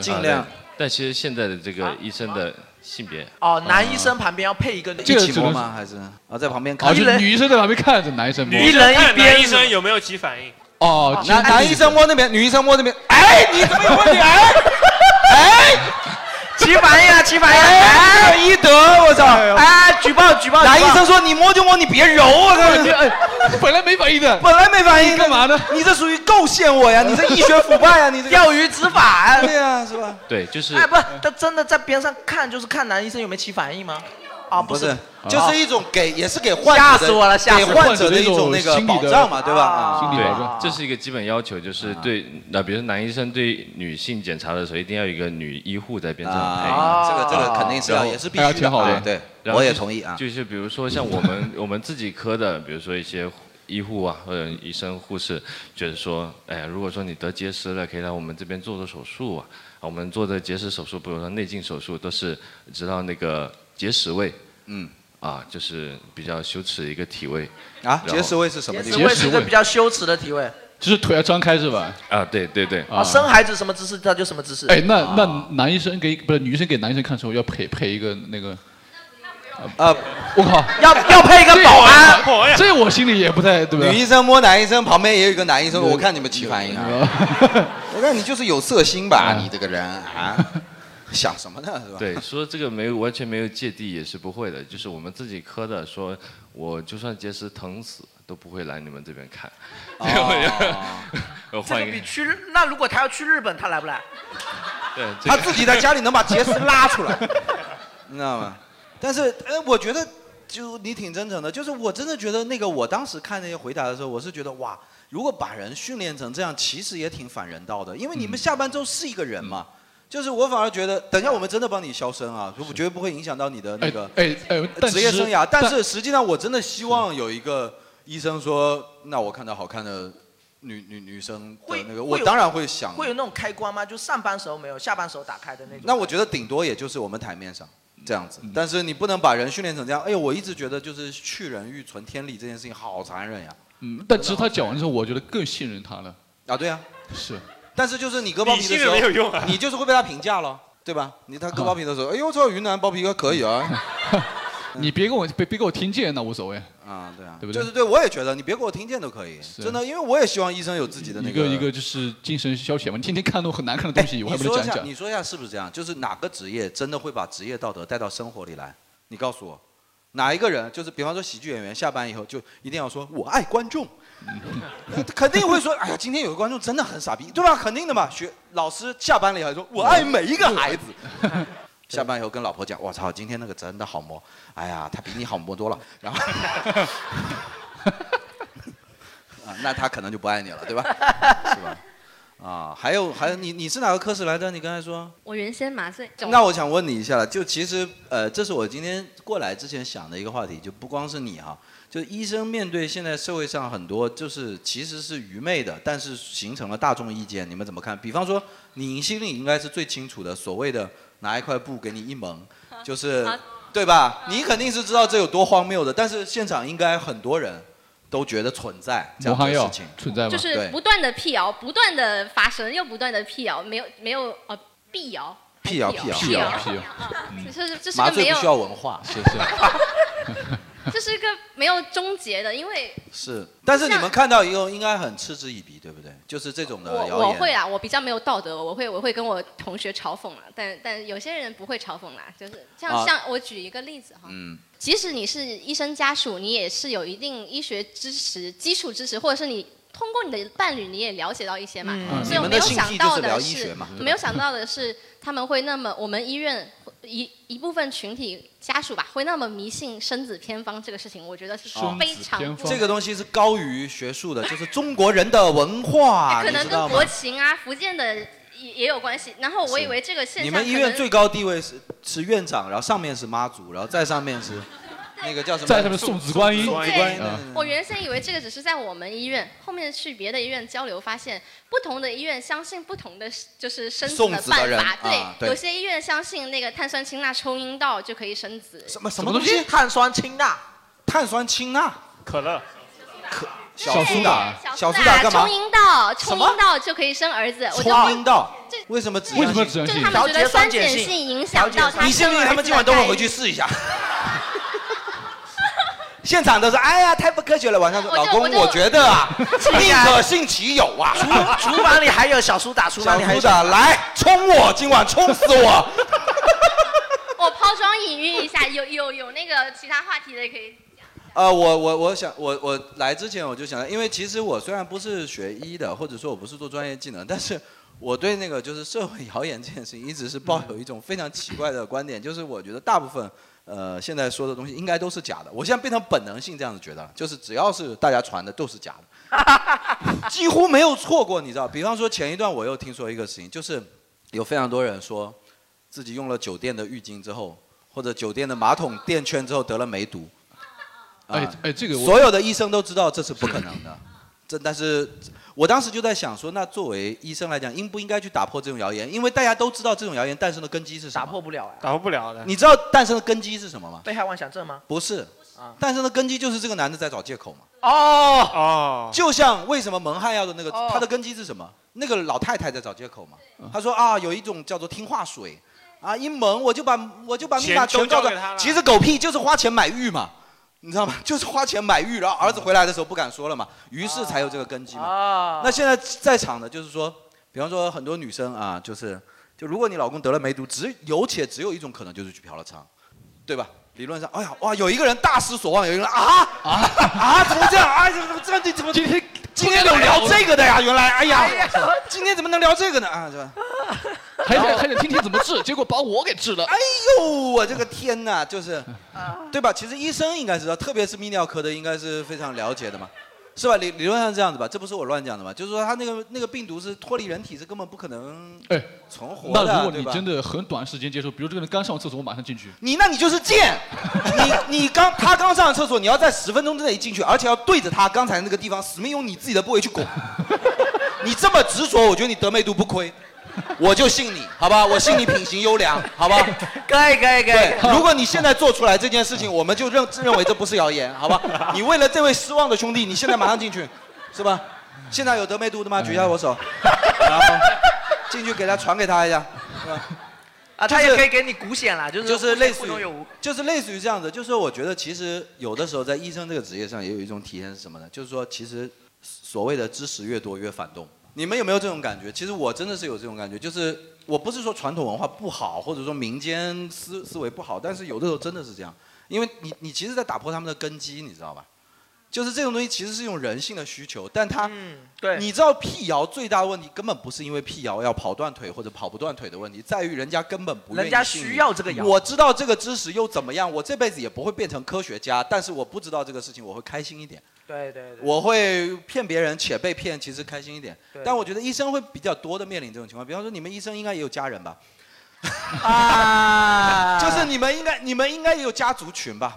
Speaker 7: 尽量啊
Speaker 4: 啊。对但其实现在的这个医生的性别
Speaker 6: 哦，男医生旁边要配一个女
Speaker 4: 这个只能
Speaker 7: 吗？还是啊，在旁边
Speaker 8: 啊，
Speaker 7: 看？
Speaker 8: 就女医生在旁边看着，男医生摸。啊
Speaker 9: 女生看男医生有没有起反应？
Speaker 8: 哦，
Speaker 7: 男男医生摸那边，女医生摸那边。哎，你怎么有问题？哎，哎，
Speaker 6: 起反应了，啊起反
Speaker 7: 应了！哎，医德，我操！哎，
Speaker 6: 举报举报！哎
Speaker 7: 男医生说你摸就摸，你别揉啊我操！
Speaker 8: 本来没反应的，
Speaker 7: 本来没反应，
Speaker 8: 干嘛呢？
Speaker 7: 你这属于构陷我呀！你这医学腐败呀！你这个
Speaker 6: (laughs) 钓鱼执法啊 (laughs) 呀，
Speaker 7: (laughs) 对呀，是吧？
Speaker 4: 对，就是
Speaker 7: 啊
Speaker 6: 哎，不，他真的在边上看，就是看男医生有没有起反应吗？啊，
Speaker 7: 不
Speaker 6: 是
Speaker 7: 是，，就是一种给，也是给患者
Speaker 6: 吓
Speaker 7: 的
Speaker 6: 死我了，吓死
Speaker 7: 给
Speaker 6: 我
Speaker 7: 患者的一种那个保障啊嘛，对吧？啊
Speaker 4: 对，这是一个基本要求，就是对，那比如说男医生对女性检查的时候，一定要有一个女医护在边上
Speaker 7: 啊
Speaker 4: 陪。
Speaker 7: 这个这个肯定是要
Speaker 4: 然后
Speaker 7: 也是必须的哎挺好的啊对
Speaker 4: 然后
Speaker 7: 我也
Speaker 4: 就是
Speaker 7: 同意啊
Speaker 4: 就是比如说像我们我们自己科的，比如说一些。医护啊，或者医生、护士，觉得说，哎呀，如果说你得结石了，可以来我们这边做做手术啊。啊我们做的结石手术，比如说内镜手术，都是直到那个结石位，
Speaker 7: 嗯，
Speaker 4: 啊，就是比较羞耻的一个体位。
Speaker 7: 啊
Speaker 4: 然后
Speaker 7: 结石位是什么
Speaker 6: 结石位是一个比较羞耻的体位。
Speaker 8: 就是腿要张开是吧？
Speaker 4: 啊，对对对，
Speaker 8: 啊
Speaker 6: 啊，生孩子什么姿势他就什么啊姿势。
Speaker 8: 哎，那 (laughs)
Speaker 7: 啊
Speaker 8: 那男医生给不是女医生给男医生看的时候要配配一个那个，
Speaker 7: 呃
Speaker 8: 呃
Speaker 5: 啊，
Speaker 8: 我靠，
Speaker 6: 要要配一个保安
Speaker 8: 这我心里也不太对不对？
Speaker 5: 女医生摸男医生，旁边也有一个男医生，我看你们起反应啊！
Speaker 7: (laughs)
Speaker 5: 我看你就是有色心吧，你这个人啊，想什么呢？是吧？
Speaker 4: 嗯对，说这个没有完全没有芥蒂也是不会的，就是我们自己科的说，我就算结石疼死都不会来你们这边看。 (laughs) 我
Speaker 6: (laughs) 这
Speaker 4: 换
Speaker 6: 个
Speaker 4: 一
Speaker 6: 比
Speaker 4: 个，
Speaker 6: 去日那如果他要去日本，他来不来？
Speaker 4: 对，这
Speaker 5: 他
Speaker 4: 个
Speaker 5: 自己在
Speaker 6: (laughs)
Speaker 5: 家里能把结石拉
Speaker 7: (laughs)
Speaker 5: 出来，
Speaker 7: 你知道吗？但是，呃，我觉得就你挺真诚的，就是我真的觉得那个我当时看那些回答的时候，我是觉得哇，如果把人训练成这样，其实也挺反人道的，因为你
Speaker 5: 嗯
Speaker 7: 们下班之后是一个人嘛。就是我反而觉得，等一下我们真的帮你消声啊，我绝对不会影响到你的那个
Speaker 8: 哎哎，但
Speaker 7: 职业
Speaker 8: 是
Speaker 7: 生涯。但是实际上，我真的希望有一个医生说，那我看到好看的女女女生的那个，我
Speaker 6: 有
Speaker 7: 当然会想。
Speaker 6: 会有那种开关吗？就上班时候没有，下班时候打开的那种。
Speaker 7: 那我觉得顶多也就是我们台面上
Speaker 8: 嗯
Speaker 7: 这样子，但是你不能把人训练成这样。哎呦，我一直觉得就是去人欲存天理这件事情好残忍呀。
Speaker 8: 嗯，但其实他讲完之后，我觉得更信任他了。
Speaker 7: 啊，对啊，
Speaker 8: 是，
Speaker 7: 但是就是你割包皮的
Speaker 8: 理
Speaker 7: 时
Speaker 8: 性
Speaker 7: 候，
Speaker 8: 没有用啊
Speaker 7: 你就是会被他评价了，对吧？你他割包皮的时候，哎呦，这云南包皮哥可以啊。
Speaker 8: (laughs) 你别跟我别别给我听见，那无所谓。
Speaker 7: 啊，对啊，
Speaker 8: 对不对？
Speaker 7: 就是对我也觉得，你别给我听见都可以，真的，因为我也希望医生有自己的那
Speaker 8: 一个一个就是精神消遣嘛，你天天看到很难看的东
Speaker 7: (laughs)
Speaker 8: 西，我还
Speaker 7: 你
Speaker 8: 不能
Speaker 7: 说一
Speaker 8: 讲
Speaker 7: 下，
Speaker 8: 讲
Speaker 7: 你。说一下是不是这样？就是哪个职业真的会把职业道德带到生活里来？你告诉我，哪一个人就是比方说喜剧演员下班以后就一定要说我爱观众，嗯肯定会说 (laughs) 哎呀今天有个观众真的很傻逼，对吧？肯定的嘛。学老师下班了以后 (laughs) 说我爱每一个
Speaker 8: (laughs)
Speaker 7: 孩子。下班以后跟老婆讲，我操，今天那个真的好摸，哎呀，他比你好摸多了。然后， (laughs) 啊，那他可能就不爱你了，对吧？是吧？啊，还有还有，你你是哪个科室来着？你刚才说，
Speaker 3: 我原先麻醉，
Speaker 7: 那我想问你一下了，就其实呃，这是我今天过来之前想的一个话题，就不光是你哈，就医生面对现在社会上很多就是其实是愚昧的，但是形成了大众意见，你们怎么看？比方说，你心里应该是最清楚的，所谓的拿一块布给你一
Speaker 3: (laughs)
Speaker 7: 蒙，就是
Speaker 5: 啊
Speaker 7: 对吧？
Speaker 3: 嗯
Speaker 7: 你肯定是知道这有多荒谬的，但是现场应该很多人都觉得存在这
Speaker 8: 魔汉
Speaker 7: 样的事
Speaker 8: 药
Speaker 7: 情，
Speaker 8: 存在吗？
Speaker 3: 就是不断的辟谣，不断的发生，又不断的辟谣，没有没有呃辟谣，
Speaker 7: 辟谣辟
Speaker 3: 辟
Speaker 7: 谣
Speaker 3: 辟谣嗯
Speaker 7: 辟谣
Speaker 3: 就是这是
Speaker 7: 麻
Speaker 3: 个
Speaker 7: 醉
Speaker 3: 没
Speaker 7: 不需要
Speaker 3: 有，
Speaker 7: (laughs) 文化，
Speaker 8: 是是。
Speaker 3: 这是一个没有终结的，因为
Speaker 7: 是，但是你们看到以后应该很嗤之以鼻，对不对？就是这种的
Speaker 3: 我
Speaker 7: 谣言。
Speaker 3: 我会啊，我比较没有道德，我会我会跟我同学嘲讽啦，但但有些人不会嘲讽啦，就是像、
Speaker 7: 啊
Speaker 3: 像我举一个例子哈，
Speaker 7: 嗯，
Speaker 3: 即使你是医生家属，你也是有一定医学知识、基础知识，或者是你通过你的伴侣，你也了解到一些嘛。
Speaker 7: 嗯
Speaker 3: 所以我
Speaker 7: 你们
Speaker 3: 没
Speaker 7: 的
Speaker 3: 有
Speaker 7: 兴
Speaker 3: 想
Speaker 7: 趣就
Speaker 3: 到
Speaker 7: 是
Speaker 3: 的
Speaker 7: 聊医
Speaker 3: 是，
Speaker 7: 学嘛
Speaker 3: 我没有想
Speaker 7: (laughs)
Speaker 3: 到的是，他们会那么，我们医院一一部分群体家属吧，会那么迷信生子偏方这个事情，我觉得是非常不
Speaker 7: 这个东西是高于学术的，就是中国人的文化，
Speaker 3: 哎可
Speaker 7: 你
Speaker 3: 能
Speaker 7: 知
Speaker 3: 跟
Speaker 7: 道
Speaker 3: 国
Speaker 7: 吗？
Speaker 3: 情啊、福建的也也有关系。然后我以为这个现象
Speaker 7: 你们医
Speaker 3: 可
Speaker 7: 院
Speaker 3: 能
Speaker 7: 最高地位是是院长，然后上面是妈祖，然后再上面
Speaker 3: (laughs)
Speaker 7: 是那个叫什么？
Speaker 8: 在上面送子观音啊
Speaker 7: 送子观音。嗯
Speaker 3: 我原先以为这个只是在我们医院，后面去别的医院交流，发现不同的医院相信不同的就是生子
Speaker 7: 送
Speaker 3: 的
Speaker 7: 子的
Speaker 3: 办
Speaker 7: 人
Speaker 3: 法。对，
Speaker 7: 啊对
Speaker 3: 有些医院相信那个碳酸氢钠抽阴道就可以生子。什
Speaker 7: 什么什
Speaker 6: 什
Speaker 7: 么
Speaker 6: 么
Speaker 7: 东
Speaker 6: 东西？
Speaker 7: 西？
Speaker 6: 碳酸氢钠，
Speaker 7: 碳酸氢钠，
Speaker 9: 可乐，
Speaker 7: 可
Speaker 3: 小
Speaker 7: 小
Speaker 3: 苏
Speaker 7: 苏
Speaker 3: 打
Speaker 7: 打，
Speaker 3: 小
Speaker 7: 小
Speaker 3: 苏
Speaker 7: 苏
Speaker 3: 打
Speaker 7: 哦打干
Speaker 3: 抽
Speaker 7: 嘛？
Speaker 3: 阴道，抽
Speaker 7: 什么
Speaker 3: 阴道就可以生儿子。我就
Speaker 7: 戳
Speaker 3: 问
Speaker 7: 阴道，为什么只
Speaker 3: 为什么
Speaker 7: 只
Speaker 3: 就是他们觉得酸碱性影响到他
Speaker 7: 你信
Speaker 3: 生
Speaker 7: 不信
Speaker 3: 儿
Speaker 7: 他
Speaker 3: 子
Speaker 7: 们今晚都会回去
Speaker 3: 的
Speaker 7: 试
Speaker 6: (laughs)
Speaker 7: 一下？现场都是哎呀，太不科学了。晚上说，
Speaker 3: 我就
Speaker 7: 老公
Speaker 3: 我，就
Speaker 7: 我觉得
Speaker 6: (laughs)
Speaker 7: 啊，宁可信其有啊。
Speaker 6: 厨厨房里还有小苏打，厨
Speaker 7: 小
Speaker 6: 房里还
Speaker 7: 苏
Speaker 6: 有
Speaker 7: 打，来冲我，今晚冲死我！
Speaker 3: 概率我抛砖引玉一下，有有有那个其他话题的也可以。
Speaker 7: 呃，我我我想我我来之前我就想，因为其实我虽然不是学医的，或者说我不是做专业技能，但是我对那个就是社会谣言这件事情一直是抱有一种非常奇怪的观点，就是我觉得大部分呃现在说的东西应该都是假的。我现在变成本能性这样子觉得了，就是只要是大家传的都是假的，几乎没有错过，你知道？比方说前一段我又听说一个事情，就是有非常多人说自己用了酒店的浴巾之后，或者酒店的马桶垫圈之后得了梅毒。
Speaker 8: 哎
Speaker 7: 啊
Speaker 8: 哎这个我
Speaker 7: 所有的医生都知道这是不可能的，这但是我当时就在想说，那作为医生来讲，应不应该去打破这种谣言？因为大家都知道这种谣言诞生的根基是什么？打破
Speaker 6: 不了呀、
Speaker 9: 打破不了的。
Speaker 7: 你知道诞生的根基是什么吗？
Speaker 6: 被害妄想症吗？
Speaker 7: 不是，
Speaker 6: 啊
Speaker 7: 但是呢，根基就是这个男的在找借口嘛。
Speaker 6: 哦
Speaker 9: 哦，
Speaker 7: 就像为什么蒙汉要的那个，他的根基是什么？那个老太太在找借口嘛。
Speaker 5: 嗯
Speaker 7: 她说啊，有一种叫做听话水，啊，一蒙我就把我就把密码全
Speaker 5: 钱都交
Speaker 7: 告
Speaker 5: 给
Speaker 7: 诉
Speaker 5: 她了
Speaker 7: 其实狗屁，就是花钱买玉嘛，你知道吗？ (laughs) 就是花钱买玉，然后儿子回来的时候不敢说了嘛，于是才有这个根基嘛。
Speaker 6: 啊
Speaker 7: 那现在在场的就是说，比方说很多女生啊，就是就如果你老公得了梅毒，只有且只有一种可能就是去嫖了娼，对吧？理论上，哎呀，哇，有一个人大失所望，有一个人啊啊啊，怎么这样？哎，怎么怎么这怎么今天今天有聊这个的呀？原来，哎呀
Speaker 6: 哎呀，
Speaker 7: 今天怎么能聊这个呢？啊，是吧？
Speaker 13: 还想还想听听怎么治，结果把我给治了。啊
Speaker 7: 哎呦，我这个天哪，就是，对吧？其实医生应该知道，特别是泌尿科的，应该是非常了解的嘛，是吧？理理论上是这样子吧，这不是我乱讲的吧？就是说，他那个那个病毒是脱离人体是根本不可能
Speaker 8: 哎，
Speaker 7: 存活的，
Speaker 8: 那如果
Speaker 7: 对
Speaker 8: 你
Speaker 7: 吧？嗯
Speaker 8: 真的很短时间接受，比如这个人刚上厕所，我马上进去，
Speaker 7: 你那你就是贱，你你刚他刚上厕所，你要在十分钟之内进去，而且要对着他刚才那个地方，死命用你自己的部位去拱。你这么执着，我觉得你得魅度不亏，我就信你，好吧？我信你品行优良，好吧？
Speaker 6: 可以可以可以
Speaker 7: 对，如果你现在做出来这件事情，我们就认认为这不是谣言，好吧？你为了这位失望的兄弟，你现在马上进去，是吧？现在有得魅度的吗？举一下我手，然后进去给他传给他一下，是吧？
Speaker 6: 啊，他也可以给你鼓险啦，就是
Speaker 7: 就是类似
Speaker 6: 互
Speaker 7: 于
Speaker 6: 中有无。
Speaker 7: 就是类似于这样的，就是我觉得其实有的时候在医生这个职业上也有一种体验是什么呢？就是说其实所谓的知识越多越反动。你们有没有这种感觉？其实我真的是有这种感觉，就是我不是说传统文化不好，或者说民间思思维不好，但是有的时候真的是这样，因为你你其实在打破他们的根基，你知道吧？就是这种东西其实是一种人性的需求，但它，
Speaker 6: 嗯对，
Speaker 7: 你知道辟谣最大的问题根本不是因为辟谣要跑断腿或者跑不断腿的问题，在于人家根本不愿意
Speaker 6: 人家
Speaker 7: 信你
Speaker 6: 需要这个谣
Speaker 7: 我知道这个知识又怎么样？我这辈子也不会变成科学家，但是我不知道这个事情，我会开心一点。
Speaker 6: 对对对，
Speaker 7: 我会骗别人且被骗，其实开心一点
Speaker 6: 对。
Speaker 7: 但我觉得医生会比较多的面临这种情况，比方说你们医生应该也有家人吧？
Speaker 6: 啊，
Speaker 7: (laughs) 就是你们应该你们应该也有家族群吧？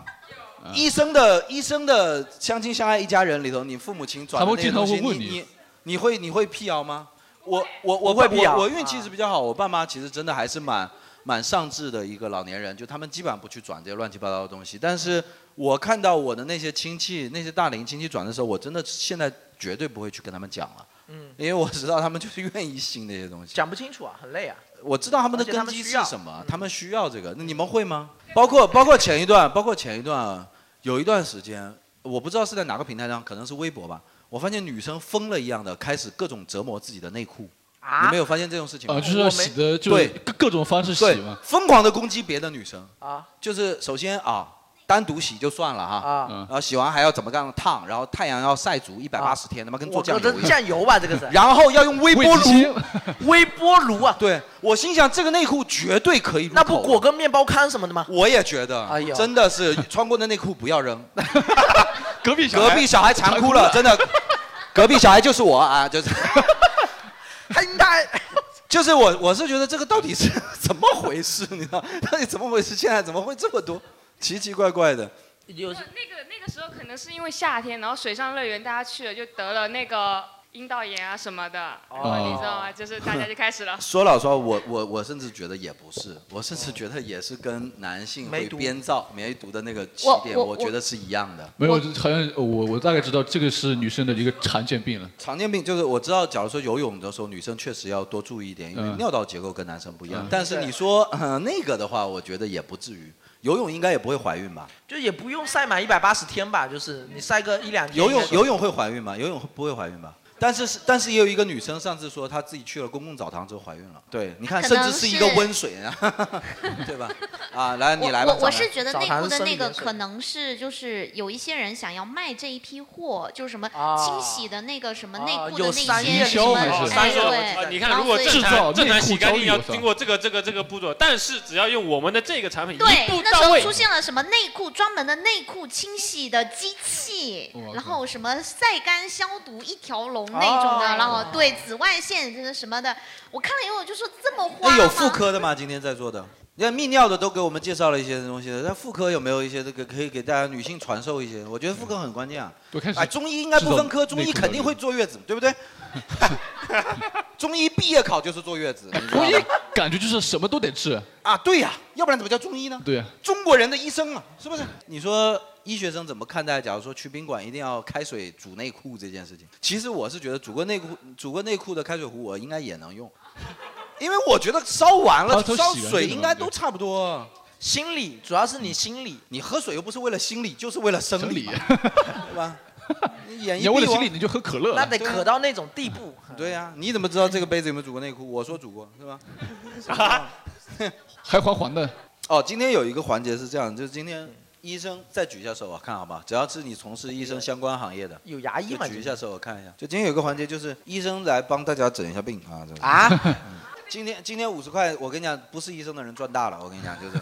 Speaker 8: 嗯
Speaker 7: (laughs) 医生的医生的相亲相爱一家人里头，你父母亲转
Speaker 8: 他
Speaker 7: 的
Speaker 8: 们
Speaker 7: 那些
Speaker 8: 经常
Speaker 7: 东
Speaker 8: 会
Speaker 7: 西，
Speaker 8: 问
Speaker 7: 你
Speaker 8: 你
Speaker 7: 你你会你会辟谣吗？我我我
Speaker 6: 不会辟谣
Speaker 7: 我我运气是比较好，我爸妈其实真的还是蛮蛮上智的一个老年人，就他们基本上不去转这些乱七八糟的东西。但是我看到我的那些亲戚，那些大龄亲戚转的时候，我真的现在绝对不会去跟他们讲了，
Speaker 6: 嗯，
Speaker 7: 因为我知道他们就是愿意信那些东西。
Speaker 6: 讲不清楚啊，很累啊。
Speaker 7: 我知道他们的
Speaker 6: 而且他
Speaker 7: 根
Speaker 6: 们
Speaker 7: 基
Speaker 6: 需
Speaker 7: 是
Speaker 6: 要嗯
Speaker 7: 什么，他们需要这个。那你们会吗？包括包括前一段，包括前一段，有一段时间，我不知道是在哪个平台上，可能是微博吧。我发现女生疯了一样的开始各种折磨自己的内裤。
Speaker 6: 啊
Speaker 7: 你们有发现这种事情吗？
Speaker 8: 啊，就是要洗的，就是
Speaker 7: 对
Speaker 8: 各各种方式洗
Speaker 7: 对
Speaker 8: 嘛。
Speaker 7: 疯狂的攻击别的女生。
Speaker 6: 啊，
Speaker 7: 就是首先啊，单独洗就算了哈，
Speaker 6: 啊
Speaker 7: 然后洗完还要怎么样烫，然后太阳要晒足一百八十天，他妈跟做
Speaker 6: 我
Speaker 7: 酱
Speaker 6: 觉
Speaker 7: 油
Speaker 6: 得
Speaker 7: 一样。
Speaker 6: 酱油啊吧，这个是。
Speaker 7: 然后要用微波炉， (laughs)
Speaker 6: 微波炉啊！
Speaker 7: 对我心想，这个内裤绝对可以入口。
Speaker 6: 那不裹个面包糠什么的吗？
Speaker 7: 我也觉得，
Speaker 6: 哎呦
Speaker 7: 真的是穿过的内裤不要扔。
Speaker 8: 隔壁
Speaker 7: (laughs) 隔壁小孩馋哭了，真的。隔壁小孩就是我啊，就是。
Speaker 6: 他他
Speaker 7: (laughs) 就是我，我是觉得这个到底是怎么回事？你知道，到底怎么回事？现在怎么会这么多奇奇怪怪的？
Speaker 6: 有
Speaker 1: 那个那个时候可能是因为夏天，然后水上乐园大家去了就得了那个阴道炎啊什么的，
Speaker 7: 哦。
Speaker 1: 你知道吗？就是大家就开始了
Speaker 7: (laughs) 说老实话，我我我甚至觉得也不是，我甚至觉得也是跟男性
Speaker 6: 梅
Speaker 7: 会
Speaker 6: 毒
Speaker 7: 编造梅毒的那个起
Speaker 3: 我
Speaker 7: 点，
Speaker 3: 我
Speaker 7: 我觉得是一样的。
Speaker 8: 没有，好像我我大概知道这个是女生的一个常见病了。
Speaker 7: 常见病就是我知道，假如说游泳的时候，女生确实要多注意一点，因为
Speaker 8: 嗯
Speaker 7: 尿道结构跟男生不一样。
Speaker 8: 嗯
Speaker 7: 但是你说、呃、那个的话，我觉得也不至于，游泳应该也不会怀孕吧？
Speaker 6: 就也不用晒满一百八十天吧，就是你晒个一两天。
Speaker 7: 游泳游泳会怀孕吗？游泳不会怀孕吧？但是是但是也有一个女生上次说她自己去了公共澡堂之后怀孕了，对，你看
Speaker 12: 可
Speaker 7: 甚
Speaker 12: 能
Speaker 7: 至是一个温水啊， (laughs) 对吧？啊，来你来吧，
Speaker 12: 我我我是觉得内
Speaker 7: 内
Speaker 12: 裤
Speaker 7: 裤
Speaker 12: 的那个可能是就是有一些人想要卖这一批货，就是什么
Speaker 6: 啊
Speaker 12: 清洗的那个什么内
Speaker 6: 啊
Speaker 12: 裤
Speaker 6: 有
Speaker 12: 的那
Speaker 6: 三
Speaker 12: 些
Speaker 6: 页
Speaker 12: 什
Speaker 8: 营销
Speaker 12: 么，
Speaker 8: 还是
Speaker 12: 哎
Speaker 6: 三页
Speaker 12: 对
Speaker 6: 我记
Speaker 5: 哦
Speaker 6: 得，
Speaker 9: 啊你看，
Speaker 12: 然
Speaker 9: 如
Speaker 12: 后
Speaker 9: 果
Speaker 12: 所以
Speaker 9: 正
Speaker 8: 制造
Speaker 9: 常正
Speaker 8: 内
Speaker 9: 常
Speaker 8: 裤
Speaker 9: 洗干净
Speaker 8: 交易
Speaker 9: 要
Speaker 8: 我操
Speaker 9: 经过这个这个这个步骤，但是只要用我们的这个产品一
Speaker 12: 对
Speaker 9: 步，
Speaker 12: 那时
Speaker 9: 到
Speaker 12: 候
Speaker 9: 位
Speaker 12: 出，现了什么内裤专门的内裤清洗的机器
Speaker 9: 哦
Speaker 8: 我靠，
Speaker 12: 然后什么晒干消毒一条龙那种的，
Speaker 6: 哦
Speaker 12: 然后对紫外线这个什么的，我看了以后我就说这么花
Speaker 7: 那
Speaker 9: 哎
Speaker 12: 吗？
Speaker 7: 有妇科的吗？今天在座的，你看泌尿的都给我们介绍了一些东西了，那妇科有没有一些这个可以给大家女性传授一些？我觉得妇科很关键啊。
Speaker 8: 对嗯开始
Speaker 7: 哎，中医应该不分科，
Speaker 8: 制造内
Speaker 7: 中医
Speaker 8: 裤的
Speaker 7: 肯定会坐月子，对
Speaker 8: (laughs)
Speaker 7: 不对？ (laughs) 中医毕业考就是坐月子，你知道
Speaker 8: 中
Speaker 7: 吗
Speaker 8: 医感觉就是什么都得治，
Speaker 7: 啊，对呀、要不然怎么叫中医呢？
Speaker 8: 对呀、
Speaker 6: (laughs)
Speaker 7: 中国人的医生啊，是不是？你说医学生怎么看待？假如说去宾馆一定要开水煮内裤这件事情，其实我是觉得煮个内裤、煮个内裤的开水壶，我应该也能用，因为我觉得烧完了、
Speaker 6: 啊都洗
Speaker 7: 烧
Speaker 6: 完
Speaker 7: 水
Speaker 6: 就能
Speaker 7: 应该
Speaker 6: 对
Speaker 7: 都差不多。嗯
Speaker 6: 心理主要是你心理，
Speaker 7: 你喝水又不是为了心理，就是为了生理嘛，对吧？你演
Speaker 6: 你
Speaker 7: 一
Speaker 6: 要为了
Speaker 7: 臂弯
Speaker 6: 心理你就喝可乐
Speaker 7: 对啊
Speaker 6: 那得渴到那种地步。
Speaker 7: 对呀、你怎么知道这个杯子有没有煮过内裤？我说煮过，是吧？
Speaker 8: 还还还的。
Speaker 7: 哦，今天有一个环节是这样，就是今天医生再举一下手，我看好吧？只要是你从事医生相关行业的，
Speaker 6: 有牙医嘛
Speaker 7: 就举一
Speaker 6: 今
Speaker 7: 下
Speaker 6: 天
Speaker 7: 手，我看一下。就今天有一个环节，就是医生来帮大家诊一下病啊，这个
Speaker 6: 啊。
Speaker 7: 今天今天五十块，我跟你讲，不是医生的人赚大了。我跟你讲，就是，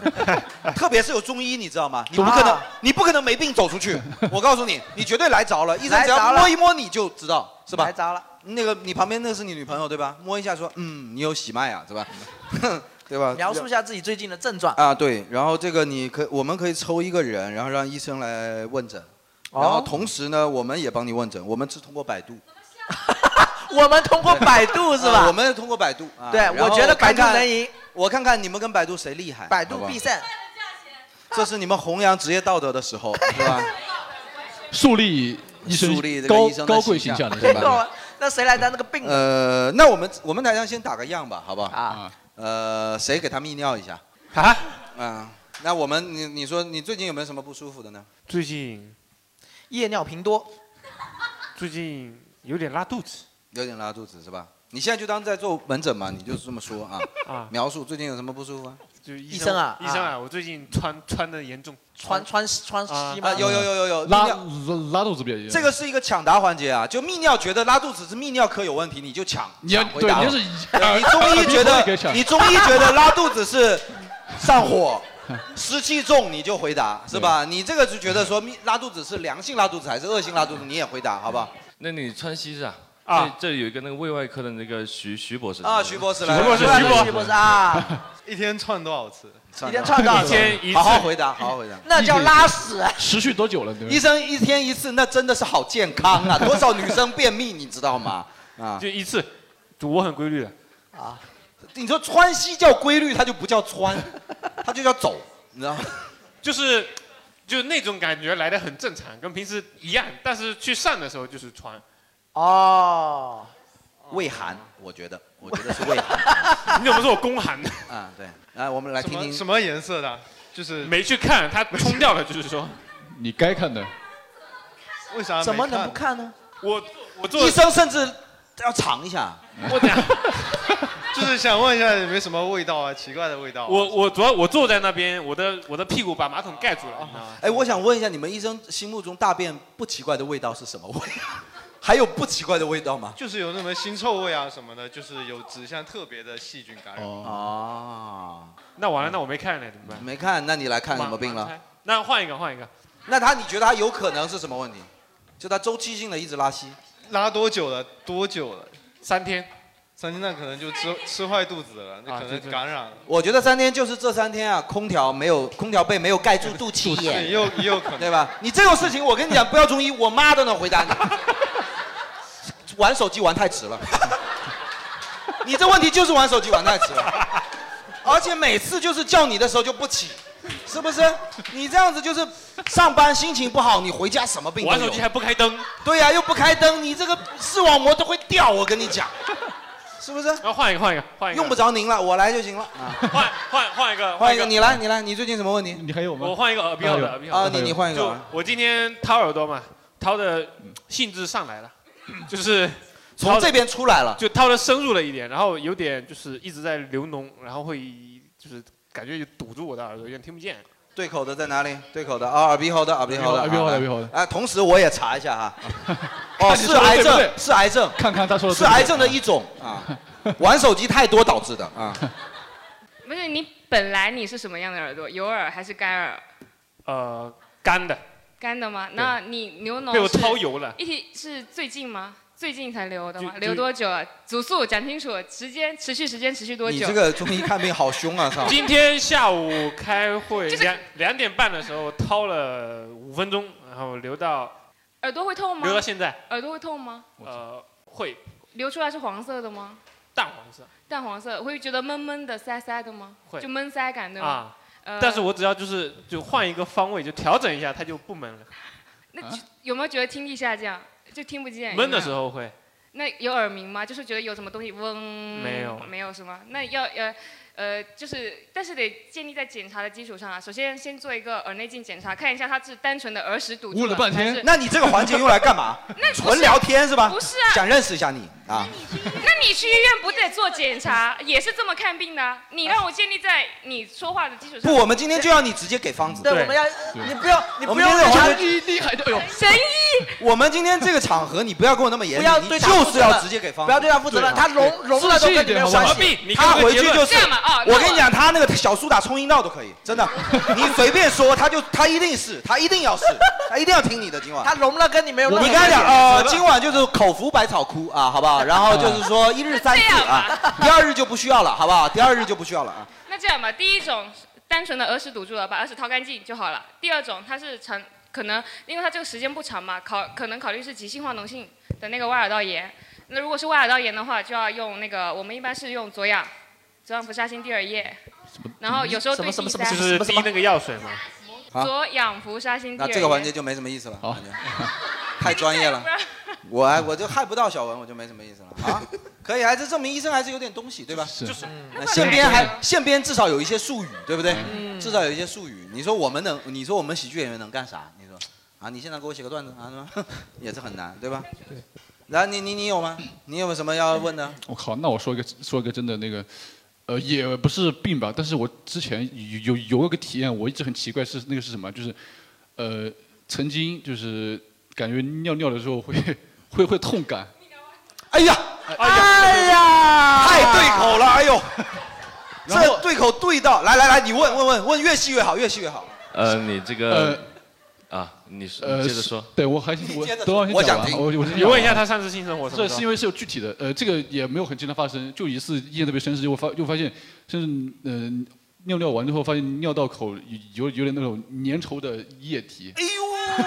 Speaker 7: 特别是有中医，你知道吗？啊你不可
Speaker 6: 啊
Speaker 7: 能，你不可能没病走
Speaker 6: (laughs)
Speaker 7: 出去。我告诉你，你绝对来着了。医生只
Speaker 6: 来着
Speaker 7: 要
Speaker 6: 了
Speaker 7: 摸一摸你就知道，是吧？
Speaker 6: 来着了。
Speaker 7: 那个你旁边那是你女朋友对吧？摸一下说，嗯，你有喜脉啊，是吧？ (laughs) 对吧？
Speaker 6: 描述一下自己最近的症状。
Speaker 7: 啊，对，然后这个你可我们可以抽一个人，然后让医生来问诊，然后
Speaker 6: 哦
Speaker 7: 同时呢，我们也帮你问诊，我们是通过百度，
Speaker 6: 我们通过百度是吧？
Speaker 7: 啊我们通过百度啊。
Speaker 6: 对
Speaker 7: 然后
Speaker 6: 我觉得百度
Speaker 7: 看看
Speaker 6: 能赢。
Speaker 7: 我看看你们跟百度谁厉害。
Speaker 6: 百
Speaker 7: 好
Speaker 6: 度
Speaker 7: 不好
Speaker 6: 必胜。
Speaker 7: 这是你们弘扬职业道德的时候，是吧？
Speaker 8: 树立医生
Speaker 7: 树立这个
Speaker 8: 高
Speaker 7: 医生的
Speaker 8: 高贵
Speaker 7: 形
Speaker 8: 形
Speaker 7: 象
Speaker 8: 象的
Speaker 6: (laughs)
Speaker 8: 是
Speaker 9: (laughs)
Speaker 8: 吧？
Speaker 6: 那啊那谁来担那个病？
Speaker 7: 呃，那我们我们台上先打个样吧，好不好？啊。呃，谁给他泌尿一下？啊？嗯，那我们你你说你最近有没有什么不舒服的呢？
Speaker 9: 最近
Speaker 6: 夜尿频多，
Speaker 9: 最近有点拉肚子，
Speaker 7: 有点拉肚子是吧？你现在就当在做门诊嘛，你就这么说啊。
Speaker 9: (laughs) 啊
Speaker 7: 描述最近有什么不舒服啊？
Speaker 9: 就
Speaker 6: 医生啊
Speaker 9: 医生
Speaker 6: 啊
Speaker 9: 啊，我最近穿穿的严重，
Speaker 6: 穿穿穿西
Speaker 7: 啊，
Speaker 6: 吗？
Speaker 7: 有有有有有，
Speaker 8: 拉
Speaker 7: 泌尿
Speaker 8: 拉肚子比较严重。
Speaker 7: 这个是一个抢答环节啊，就泌尿觉得拉肚子是泌尿科有问题，你就抢。
Speaker 8: 你要
Speaker 7: 抢回
Speaker 8: 对，
Speaker 7: 答
Speaker 8: 你要是啊
Speaker 7: 对你中医觉
Speaker 8: 可以
Speaker 7: 得
Speaker 8: 抢
Speaker 7: 你中医觉得
Speaker 8: (laughs)
Speaker 7: 拉肚子是上火，湿气重你就回答是吧？你这个就觉得说泌拉肚子是良性拉肚子还是恶性拉肚子，你也回答好不好？
Speaker 4: 那你川西是啊？
Speaker 7: 啊
Speaker 4: 这这有一个那个胃外科的那个徐徐博士
Speaker 7: (laughs) 啊徐博士来
Speaker 4: 徐博
Speaker 7: 徐
Speaker 4: 士
Speaker 7: 博士
Speaker 4: 博
Speaker 6: 徐博士啊，
Speaker 2: (laughs) 一天串多少次？
Speaker 7: 一
Speaker 6: 天串多少次一
Speaker 7: 天一次好好回答好好回答
Speaker 6: 那叫拉屎。
Speaker 8: 持续多久了？对吧
Speaker 7: 啊医生一天一次，那 (laughs) 真的是好健康啊！多少女生便秘，你知道吗？啊，
Speaker 9: 就一次，就我很规律的。
Speaker 6: 啊，
Speaker 7: 你说川西叫规律，它就不叫川，它就叫走，你知道吗？
Speaker 9: (laughs) 就是就是那种感觉来的很正常，跟平时一样，但是去上的时候就是穿。
Speaker 6: 哦，
Speaker 7: 胃寒，我觉得，我觉得是胃
Speaker 9: (laughs)
Speaker 7: 寒。
Speaker 9: 你怎么说我宫寒呢？
Speaker 7: 啊，对，来，我们来听听
Speaker 2: 什么颜色的？就是
Speaker 9: 没去看，他冲掉了，就是说。
Speaker 8: (laughs) 你该看的。
Speaker 2: 为啥？
Speaker 6: 怎么能不？看呢？
Speaker 9: 我我
Speaker 7: 医生甚至要尝一下，
Speaker 9: 我等下
Speaker 2: 就是想问一下有没有什么味道啊？奇怪的味道啊、
Speaker 9: 我我主要我坐在那边，我的我的屁股把马桶盖住了，你知道吗？
Speaker 7: 哎，我想问一下，你们医生心目中大便不奇怪的味道是 (laughs) 什么味？还有不奇怪的味道吗？
Speaker 2: 就是有那么腥臭味啊什么的，就是有指向特别的细菌感染。
Speaker 7: 哦，
Speaker 9: 那完了，那我没看呢，怎么办？
Speaker 7: 没看，那你来看什么病
Speaker 9: 盲猜
Speaker 7: 了？
Speaker 9: 那换一个，换一个。
Speaker 7: 那他你觉得他有可能是什么问题？就他周期性的一直拉稀，
Speaker 2: 拉多久了？多久了？
Speaker 9: 三天。啊
Speaker 2: 三天那可能就吃吃坏肚子了，那可
Speaker 9: 对
Speaker 2: 能
Speaker 9: 对
Speaker 2: 感染了。
Speaker 7: 我觉得三天就是这三天啊，空调没有空调被没有盖住肚脐眼，
Speaker 2: 也有也有可能
Speaker 7: 对吧？你这种事情，我跟你讲，不要中医，我妈都能回答你。玩手机玩太迟了，你这问题就是玩手机玩太迟了，而且每次就是叫你的时候就不起，是不是？你这样子就是上班心情不好，你回家什么病都有？
Speaker 9: 玩手机还不开灯，
Speaker 7: 对呀、又不开灯，你这个视网膜都会掉，我跟你讲，是不是？
Speaker 9: 那换一个，换一个，换一个。
Speaker 7: 用不着您了，我来就行了啊。
Speaker 9: 换换换一个，
Speaker 7: 换一个，你来，你来，你最近什么问题？你
Speaker 8: 还有
Speaker 9: 我换一个耳鼻喉的耳鼻喉
Speaker 7: 啊，
Speaker 9: 的
Speaker 7: 你你换一个
Speaker 9: 就
Speaker 7: 吧。
Speaker 9: 我今天掏耳朵嘛，掏的性质上来了，就是
Speaker 7: 嗯从
Speaker 9: 掏得
Speaker 7: 这边出来了
Speaker 9: 就掏的深入了一点，然后有点就是一直在流脓，然后会就是感觉堵住我的耳朵，有点听不见。
Speaker 7: 对口的在哪里？对口的啊，耳鼻喉的，耳鼻喉的，
Speaker 8: 耳鼻喉的
Speaker 7: 啊
Speaker 8: 耳鼻喉的
Speaker 7: 啊，同时我也查一下
Speaker 8: (laughs)
Speaker 7: 哈。
Speaker 8: 看
Speaker 7: 哦，
Speaker 8: 你
Speaker 7: 是
Speaker 8: 说得
Speaker 7: 癌
Speaker 8: 对不
Speaker 7: 症
Speaker 8: 对，
Speaker 7: 是癌症，
Speaker 8: 看看他说的
Speaker 7: 是癌症的一种
Speaker 8: (laughs)
Speaker 7: 啊，玩手机太多导致的啊。
Speaker 1: 不是你本来你是什么样的耳朵？有耳还是干耳？
Speaker 9: 呃，干的，
Speaker 1: 干的吗？那你流脓
Speaker 9: 被我
Speaker 1: 是
Speaker 9: 掏油了
Speaker 1: 一体是最近吗？最近才流的吗？
Speaker 9: 就
Speaker 1: 流多久啊？组数讲清楚，时间持续时间持续 (laughs) 多久？
Speaker 7: 你这个中医看病好凶啊，操！
Speaker 9: 今天下午开会两两点半的时候掏了五分钟，然后流到
Speaker 1: (laughs) 耳朵会痛吗？
Speaker 9: 流到现在，
Speaker 1: 耳朵会痛吗？
Speaker 9: 呃，会
Speaker 1: 流出来是黄色的吗？
Speaker 9: 淡黄色
Speaker 1: 淡黄色，会觉得闷闷的、塞塞的吗？
Speaker 9: 会
Speaker 1: 就闷塞感对吗？
Speaker 9: 啊，
Speaker 1: 呃，
Speaker 9: 但是我只要就是就换一个方位，就调整一下，它就不闷了。
Speaker 1: 那哎有没有觉得听力下降就听不见？
Speaker 9: 啊闷的时
Speaker 1: 有没有。
Speaker 9: 候会，
Speaker 1: 那有耳鸣吗？就是觉得有什么东西嗡？
Speaker 9: 没有
Speaker 1: 没有什么。那要呃呃，就是但是得建立在检查的基础上啊。首先先做一个耳内镜检查，看一下它是单纯的耳屎堵住了还是？
Speaker 5: 那你这个环节用来
Speaker 8: (laughs)
Speaker 5: 干嘛
Speaker 1: (laughs) 那不是啊
Speaker 5: 纯聊天是吧？
Speaker 1: 不是啊
Speaker 5: 想认识一下你啊。
Speaker 1: 那你去医院不得做检查，也是这么看病的啊？你让我建立在你说话的基础上。
Speaker 5: 不，我们今天就要你直接给方子。
Speaker 1: 对我们要
Speaker 5: 你
Speaker 1: 不要
Speaker 5: 你不要让他
Speaker 1: 厉害的，哎呦，神医。
Speaker 5: 我们今天这个场合，你不要跟我那么严
Speaker 1: 不
Speaker 5: 厉，
Speaker 1: 要
Speaker 5: 你
Speaker 1: 对他负责
Speaker 5: 就是要直接给方
Speaker 6: 不
Speaker 5: 子。啊
Speaker 6: 要对他负责任他融融了都跟你没有关系自
Speaker 8: 啊
Speaker 6: 信一点好
Speaker 5: 他
Speaker 6: 不好
Speaker 5: 回去就是
Speaker 6: 这样嘛哦，那我
Speaker 5: 我跟你讲，他那个小苏打冲阴道都可以，真的。
Speaker 6: (laughs)
Speaker 5: 你随便说，他就他一定是，他一定要是，他一定要听你的。今晚
Speaker 6: 他融了跟你
Speaker 1: 哎
Speaker 6: 没有任何
Speaker 5: 你跟他讲，
Speaker 6: 关系
Speaker 5: 呃，今晚就是口服百草枯啊，好不好？然后就是说一日三次啊，第二日就不需要了，好不好？第二日就不需要了啊。
Speaker 1: 那这样吧，第一种单纯的耳屎堵住了，把耳屎掏干净就好了。第二种，它是长，可能因为它这个时间不长嘛，考可能考虑是急性化脓性的那个外耳道炎。那如果是外耳道炎的话，就要用那个我们一般是用左氧，左氧氟沙辛第二液，然后有时候对第三，
Speaker 9: 就是滴那个药水嘛。。
Speaker 5: 啊
Speaker 1: 左氧氟沙辛第
Speaker 5: 那
Speaker 1: 二液。
Speaker 5: 啊这个环节就没什么意思了，感觉 (laughs) 太专业 (laughs) 了
Speaker 1: 不。然
Speaker 5: 我哎我就害不到小文，我就没什么意思了啊。可以啊，这证明医生还是有点东西，对吧？就是
Speaker 8: 嗯
Speaker 5: 那现编还现编至少有一些术语，对不对？至少有一些术语。你说我们能，你说我们喜剧演员能干啥？你说啊，你现在给我写个段子啊，是吧 (laughs) 也是很难，对吧？对。然后你你你有吗？你有没有什么要问的？
Speaker 8: 我靠，那我说一个说一个真的那个，呃，也不是病吧，但是我之前有有有一个体验，我一直很奇怪是那个是什么，就是，呃，曾经就是感觉尿尿的时候会会会痛感，
Speaker 5: 哎呀，
Speaker 6: 哎呀，
Speaker 5: 太对口了，哎呦，这对口对到，来来来，你问问问问，越细越好，越细越好。
Speaker 4: 呃，你这个啊，你是
Speaker 8: 呃，
Speaker 4: 你接着说
Speaker 8: 是。对我还是我
Speaker 5: 接着
Speaker 8: 等会儿先
Speaker 5: 说我
Speaker 8: 讲
Speaker 5: 想
Speaker 8: 完
Speaker 5: 听
Speaker 8: 我我先
Speaker 9: 你
Speaker 8: 讲
Speaker 9: 问一
Speaker 8: 完
Speaker 9: 下他上次性生活什么
Speaker 8: 这
Speaker 9: 时候
Speaker 8: 是因为是有具体的，呃，这个也没有很经常发生，就一次印象特别深，是我发又发现，甚至嗯、呃，尿尿完之后发现尿道口有有有点那种粘稠的液体，
Speaker 5: 哎呦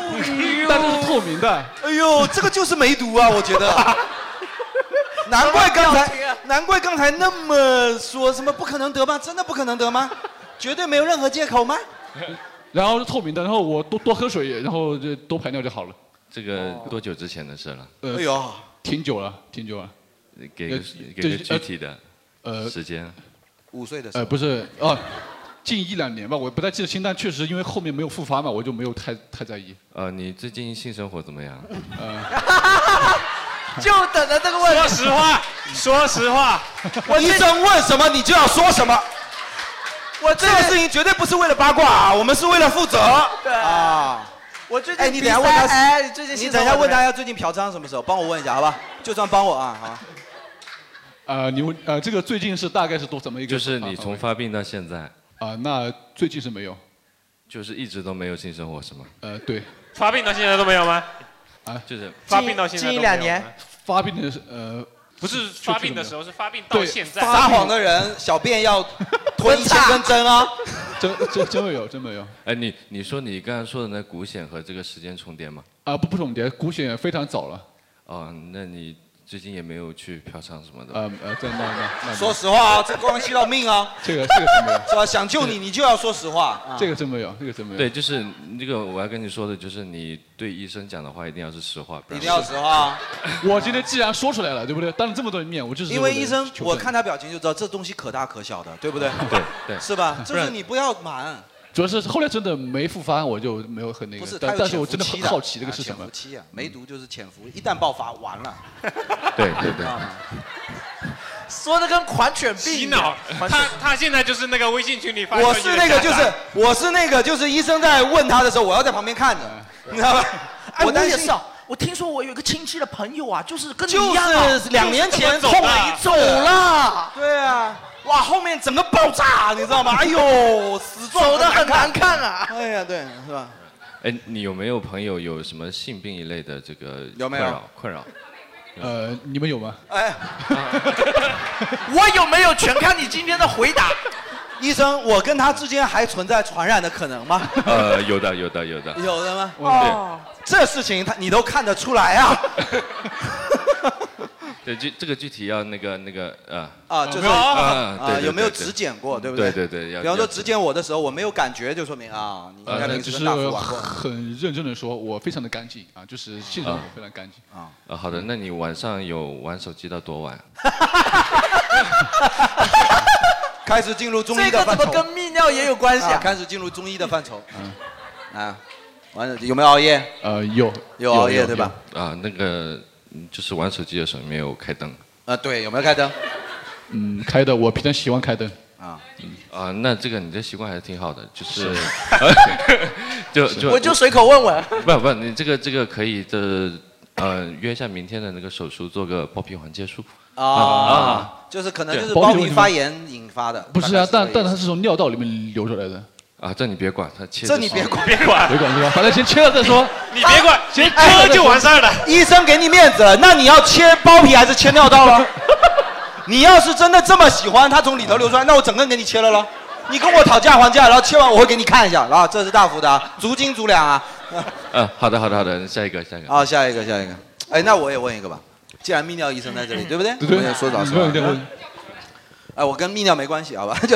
Speaker 8: 但是是透明的，
Speaker 5: 哎呦，这个就是梅毒啊，我觉 (laughs) 得。难怪刚
Speaker 6: 什么表情
Speaker 5: 才
Speaker 6: 啊，
Speaker 5: 难怪刚才那么说什么不可能得吗？真的不可能得吗？绝对没有任何借口吗？
Speaker 8: 然后是透明的，然后我多多喝水，然后就多排尿就好了。
Speaker 4: 这个多久之前的事了？
Speaker 5: 哎
Speaker 8: 呃，，，挺久了，挺久了。
Speaker 4: 给个
Speaker 8: 呃
Speaker 4: 给个
Speaker 8: 对
Speaker 4: 具体的
Speaker 8: 呃
Speaker 4: 时间。
Speaker 5: 五岁的
Speaker 8: 呃，不是啊， (laughs) 近一两年吧，我不太记得清，但确实因为后面没有复发嘛，我就没有太太在意。
Speaker 4: 呃，你最近性生活怎么样？
Speaker 5: (laughs)
Speaker 6: 就等着这个问题。
Speaker 9: 说实话，说实话，
Speaker 6: (laughs) 我
Speaker 5: 医生问什么你就要说什么。
Speaker 6: 我
Speaker 5: 这个事情绝对不是为了八卦啊，我们是为了负责。
Speaker 6: 对
Speaker 5: 啊，
Speaker 6: 我最近
Speaker 5: 哎，你等一下问他，
Speaker 6: 鼻塞哎，你最近
Speaker 5: 你
Speaker 6: 性
Speaker 5: 等一
Speaker 6: 生
Speaker 5: 下
Speaker 6: 活
Speaker 5: 问
Speaker 6: 怎么
Speaker 5: 他
Speaker 6: 样
Speaker 5: 要最近嫖娼什么时候，帮我问一下，好吧？就算帮我啊，好吧。
Speaker 8: 啊，你问呃，这个最近是大概是多怎么一个？
Speaker 4: 就是你从发病到现在，
Speaker 8: 啊，那最近是没有。
Speaker 4: 就是一直都没有性生活是吗？
Speaker 8: 呃，对，
Speaker 9: 发病到现在都没有吗？
Speaker 8: 啊，
Speaker 4: 就是
Speaker 9: 发病到现在都没有吗近一两年，
Speaker 8: 发病的是呃，
Speaker 9: 不是发病的时候，是发病到
Speaker 8: 对
Speaker 9: 现在。
Speaker 5: 撒谎的人小便要吞一
Speaker 6: (laughs)
Speaker 5: 千根针
Speaker 8: (laughs)
Speaker 5: 啊。
Speaker 8: 真真真没有，真没有。
Speaker 4: 哎，你你说你刚才说的那股险和这个时间重叠吗？
Speaker 8: 啊，不不重叠，骨血非常早了。
Speaker 4: 哦，那你最近也没有去嫖娼什么的？
Speaker 8: 呃呃，在那那那
Speaker 5: 说实话啊，这关系到命啊。
Speaker 8: 这个这个是没有，
Speaker 5: 是吧？想救你，你就要说实话。啊
Speaker 8: 这个真没有，这个真没有。
Speaker 4: 对，就是那个我要跟你说的，就是你对医生讲的话一定要是实话，不然
Speaker 5: 一定要实话啊。
Speaker 8: 我今天既然说出来了，对不对？当着这么多人面，我就是
Speaker 5: 因为医生，
Speaker 8: 求
Speaker 5: 我
Speaker 8: 证
Speaker 5: 看他表情就知道这东西可大可小的，对不对？
Speaker 4: 对对
Speaker 5: 是吧？
Speaker 8: 不
Speaker 5: 就
Speaker 8: 然
Speaker 5: 是你不要瞒，
Speaker 8: 主要是后来真的没复发，我就没有很那
Speaker 5: 不是
Speaker 8: 个。但
Speaker 5: 他有
Speaker 8: 但是我
Speaker 5: 潜
Speaker 8: 真的
Speaker 5: 伏期
Speaker 8: 很
Speaker 5: 的
Speaker 8: 好奇这个
Speaker 5: 啊
Speaker 8: 是什么
Speaker 5: 潜伏。期啊，梅毒就是潜伏，一旦爆发完
Speaker 8: (laughs)
Speaker 5: 了。
Speaker 4: 对对对。
Speaker 5: 啊
Speaker 6: 说的跟狂犬病
Speaker 9: 洗
Speaker 6: 一样
Speaker 9: 脑，他他现在就是那个微信群里发消
Speaker 5: 我
Speaker 9: 息的
Speaker 5: 是那个，就
Speaker 9: 渣
Speaker 5: 是
Speaker 9: 男
Speaker 5: 我是那个，就是医生在问他的时候，我要在旁边看着，你知道吧？
Speaker 6: 哎，我
Speaker 5: 担
Speaker 6: 也
Speaker 5: 心
Speaker 6: 是啊。我听说我有一个亲戚的朋友啊，就是跟你
Speaker 5: 就是
Speaker 6: 一样啊，
Speaker 5: 两年前
Speaker 6: 就是这么走的走了。
Speaker 5: 对啊，哇，后面整个爆炸，你知道 (laughs) 吗？哎呦，死状
Speaker 6: 走的很难看啊。
Speaker 5: 哎呀，对，是吧？
Speaker 4: 哎，你有没有朋友有什么性病一类的这个
Speaker 5: 有没
Speaker 4: 困
Speaker 5: 有
Speaker 4: 扰困扰？
Speaker 8: 呃，你们有吗？
Speaker 6: 我有没有全看你今天的回答？
Speaker 5: (laughs) 医生，我跟他之间还存在传染的可能吗？
Speaker 4: 呃，有的有的有的。嗯
Speaker 5: 有的吗？
Speaker 4: 哦，
Speaker 5: 这事情他你都看得出来啊？
Speaker 4: 对，具这个具体要那个那个呃
Speaker 5: 哦
Speaker 7: 啊，就是
Speaker 8: 嗯
Speaker 4: 啊对对
Speaker 7: 啊，
Speaker 4: 对
Speaker 7: 有没有
Speaker 4: 对
Speaker 7: 质检过，对不
Speaker 4: 对
Speaker 7: 对
Speaker 4: 对对，要
Speaker 7: 比方说
Speaker 4: 要
Speaker 7: 质检我的时候，我没有感觉，就说明啊，你应
Speaker 8: 呃，
Speaker 7: 该
Speaker 8: 那
Speaker 7: 平
Speaker 8: 只
Speaker 7: 时
Speaker 8: 是
Speaker 7: 跟大夫玩
Speaker 8: (laughs)
Speaker 7: 过。
Speaker 8: 很认真的说，我非常的干净啊，就是性生活
Speaker 4: 啊
Speaker 8: 非常干净
Speaker 7: 啊。
Speaker 4: 啊，好的，那你晚上有玩手机到多晚？
Speaker 7: 开始进入中医
Speaker 6: 这
Speaker 7: 的
Speaker 6: 个
Speaker 7: 范
Speaker 6: 怎
Speaker 7: 畴
Speaker 6: 么，跟泌尿也有关系啊？
Speaker 7: 开始进入中医的范畴。
Speaker 8: 嗯
Speaker 7: 啊，完了有没有熬夜？
Speaker 8: 呃，有
Speaker 7: 有熬夜对吧？
Speaker 4: 有啊，那个嗯就是玩手机的时候没有开灯。
Speaker 7: 啊，对，有没有开灯？
Speaker 8: 嗯，开的，我平常喜欢开灯。
Speaker 7: 啊，
Speaker 4: 啊，那这个你的习惯还是挺好的，就
Speaker 7: (laughs)
Speaker 4: 是
Speaker 8: 是，
Speaker 4: 就是就
Speaker 6: 我就随口问问
Speaker 4: 不不，你这个这个可以的，呃，约一下明天的那个手术，做个包皮环切术。
Speaker 7: 啊，就是可能就是包皮发炎引发的。
Speaker 8: 不是啊，但但它是从尿道里面流出来的。
Speaker 4: 啊，这你别管，它切
Speaker 7: 这你别管别管
Speaker 8: 别管是吧？反正先切了再说。
Speaker 5: 你别管，
Speaker 7: 先
Speaker 5: 割就完事儿了。
Speaker 7: 哎医生给你面子了，那你要切包皮还是切尿道
Speaker 5: (laughs)
Speaker 7: 啊？你要是真的这么喜欢，它从里头流出来，那我整个给你切了咯。你跟我讨价还价，然后切完我会给你看一下，然后这是大幅的啊，足斤足两啊。
Speaker 4: 嗯，好的好的好的，下一个下一个。
Speaker 7: 啊，下一个下一个，哎，那我也问一个吧，既然泌尿医生在这里，对不对？
Speaker 4: 对对
Speaker 7: 我也说早
Speaker 4: 你
Speaker 7: 说
Speaker 4: 问你
Speaker 7: 早
Speaker 4: 问。
Speaker 7: 哎，我跟泌尿没关系，好吧？就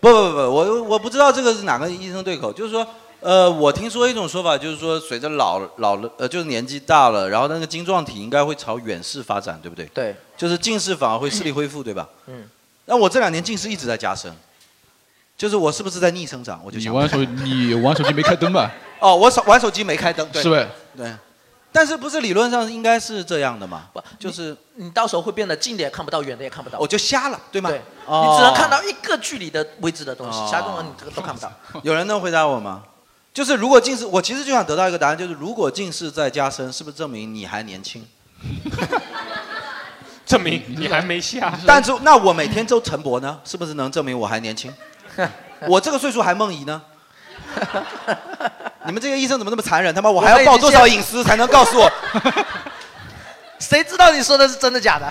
Speaker 7: 不不不，我我不知道这个是哪个医生对口，就是说，呃，我听说一种说法，就是说随着老老了，呃，就是年纪大了，然后那个晶状体应该会朝远视发展，对不对？
Speaker 6: 对，
Speaker 7: 就是近视反而会视力恢复，对吧？
Speaker 6: 嗯，
Speaker 7: 那我这两年近视一直在加深，就是我是不是在逆生长？我就
Speaker 8: 你
Speaker 7: 想
Speaker 8: 玩手，你玩手机没开灯吧？ (laughs)
Speaker 7: 哦，我手玩手机没开灯，对
Speaker 8: 是呗？
Speaker 7: 对，但是不是理论上应该是这样的嘛？
Speaker 6: 就是你到时候会变得近的也看不到，远的也看不到。
Speaker 7: 我就瞎了，对吗？
Speaker 6: 对，
Speaker 7: 哦
Speaker 6: 你只能看到一个距离的位置的东西，
Speaker 7: 哦
Speaker 6: 其他东西你这个都看不到。
Speaker 7: (laughs) 有人能回答我吗？就是如果近视，我其实就想得到一个答案，就是如果近视再加深，是不是证明你还年轻？
Speaker 5: (laughs) 证明你还没下。
Speaker 7: (laughs) 但是那我每天都晨勃呢，是不是能证明我还年
Speaker 6: (laughs)
Speaker 7: 轻？我这个 (laughs) 岁数还梦
Speaker 5: (laughs)
Speaker 7: 遗呢？你们这些医生怎么那么残忍？他妈我还要报多少隐私才能告诉我？ (laughs)
Speaker 6: 谁知道你说的是真的假 (laughs) 的？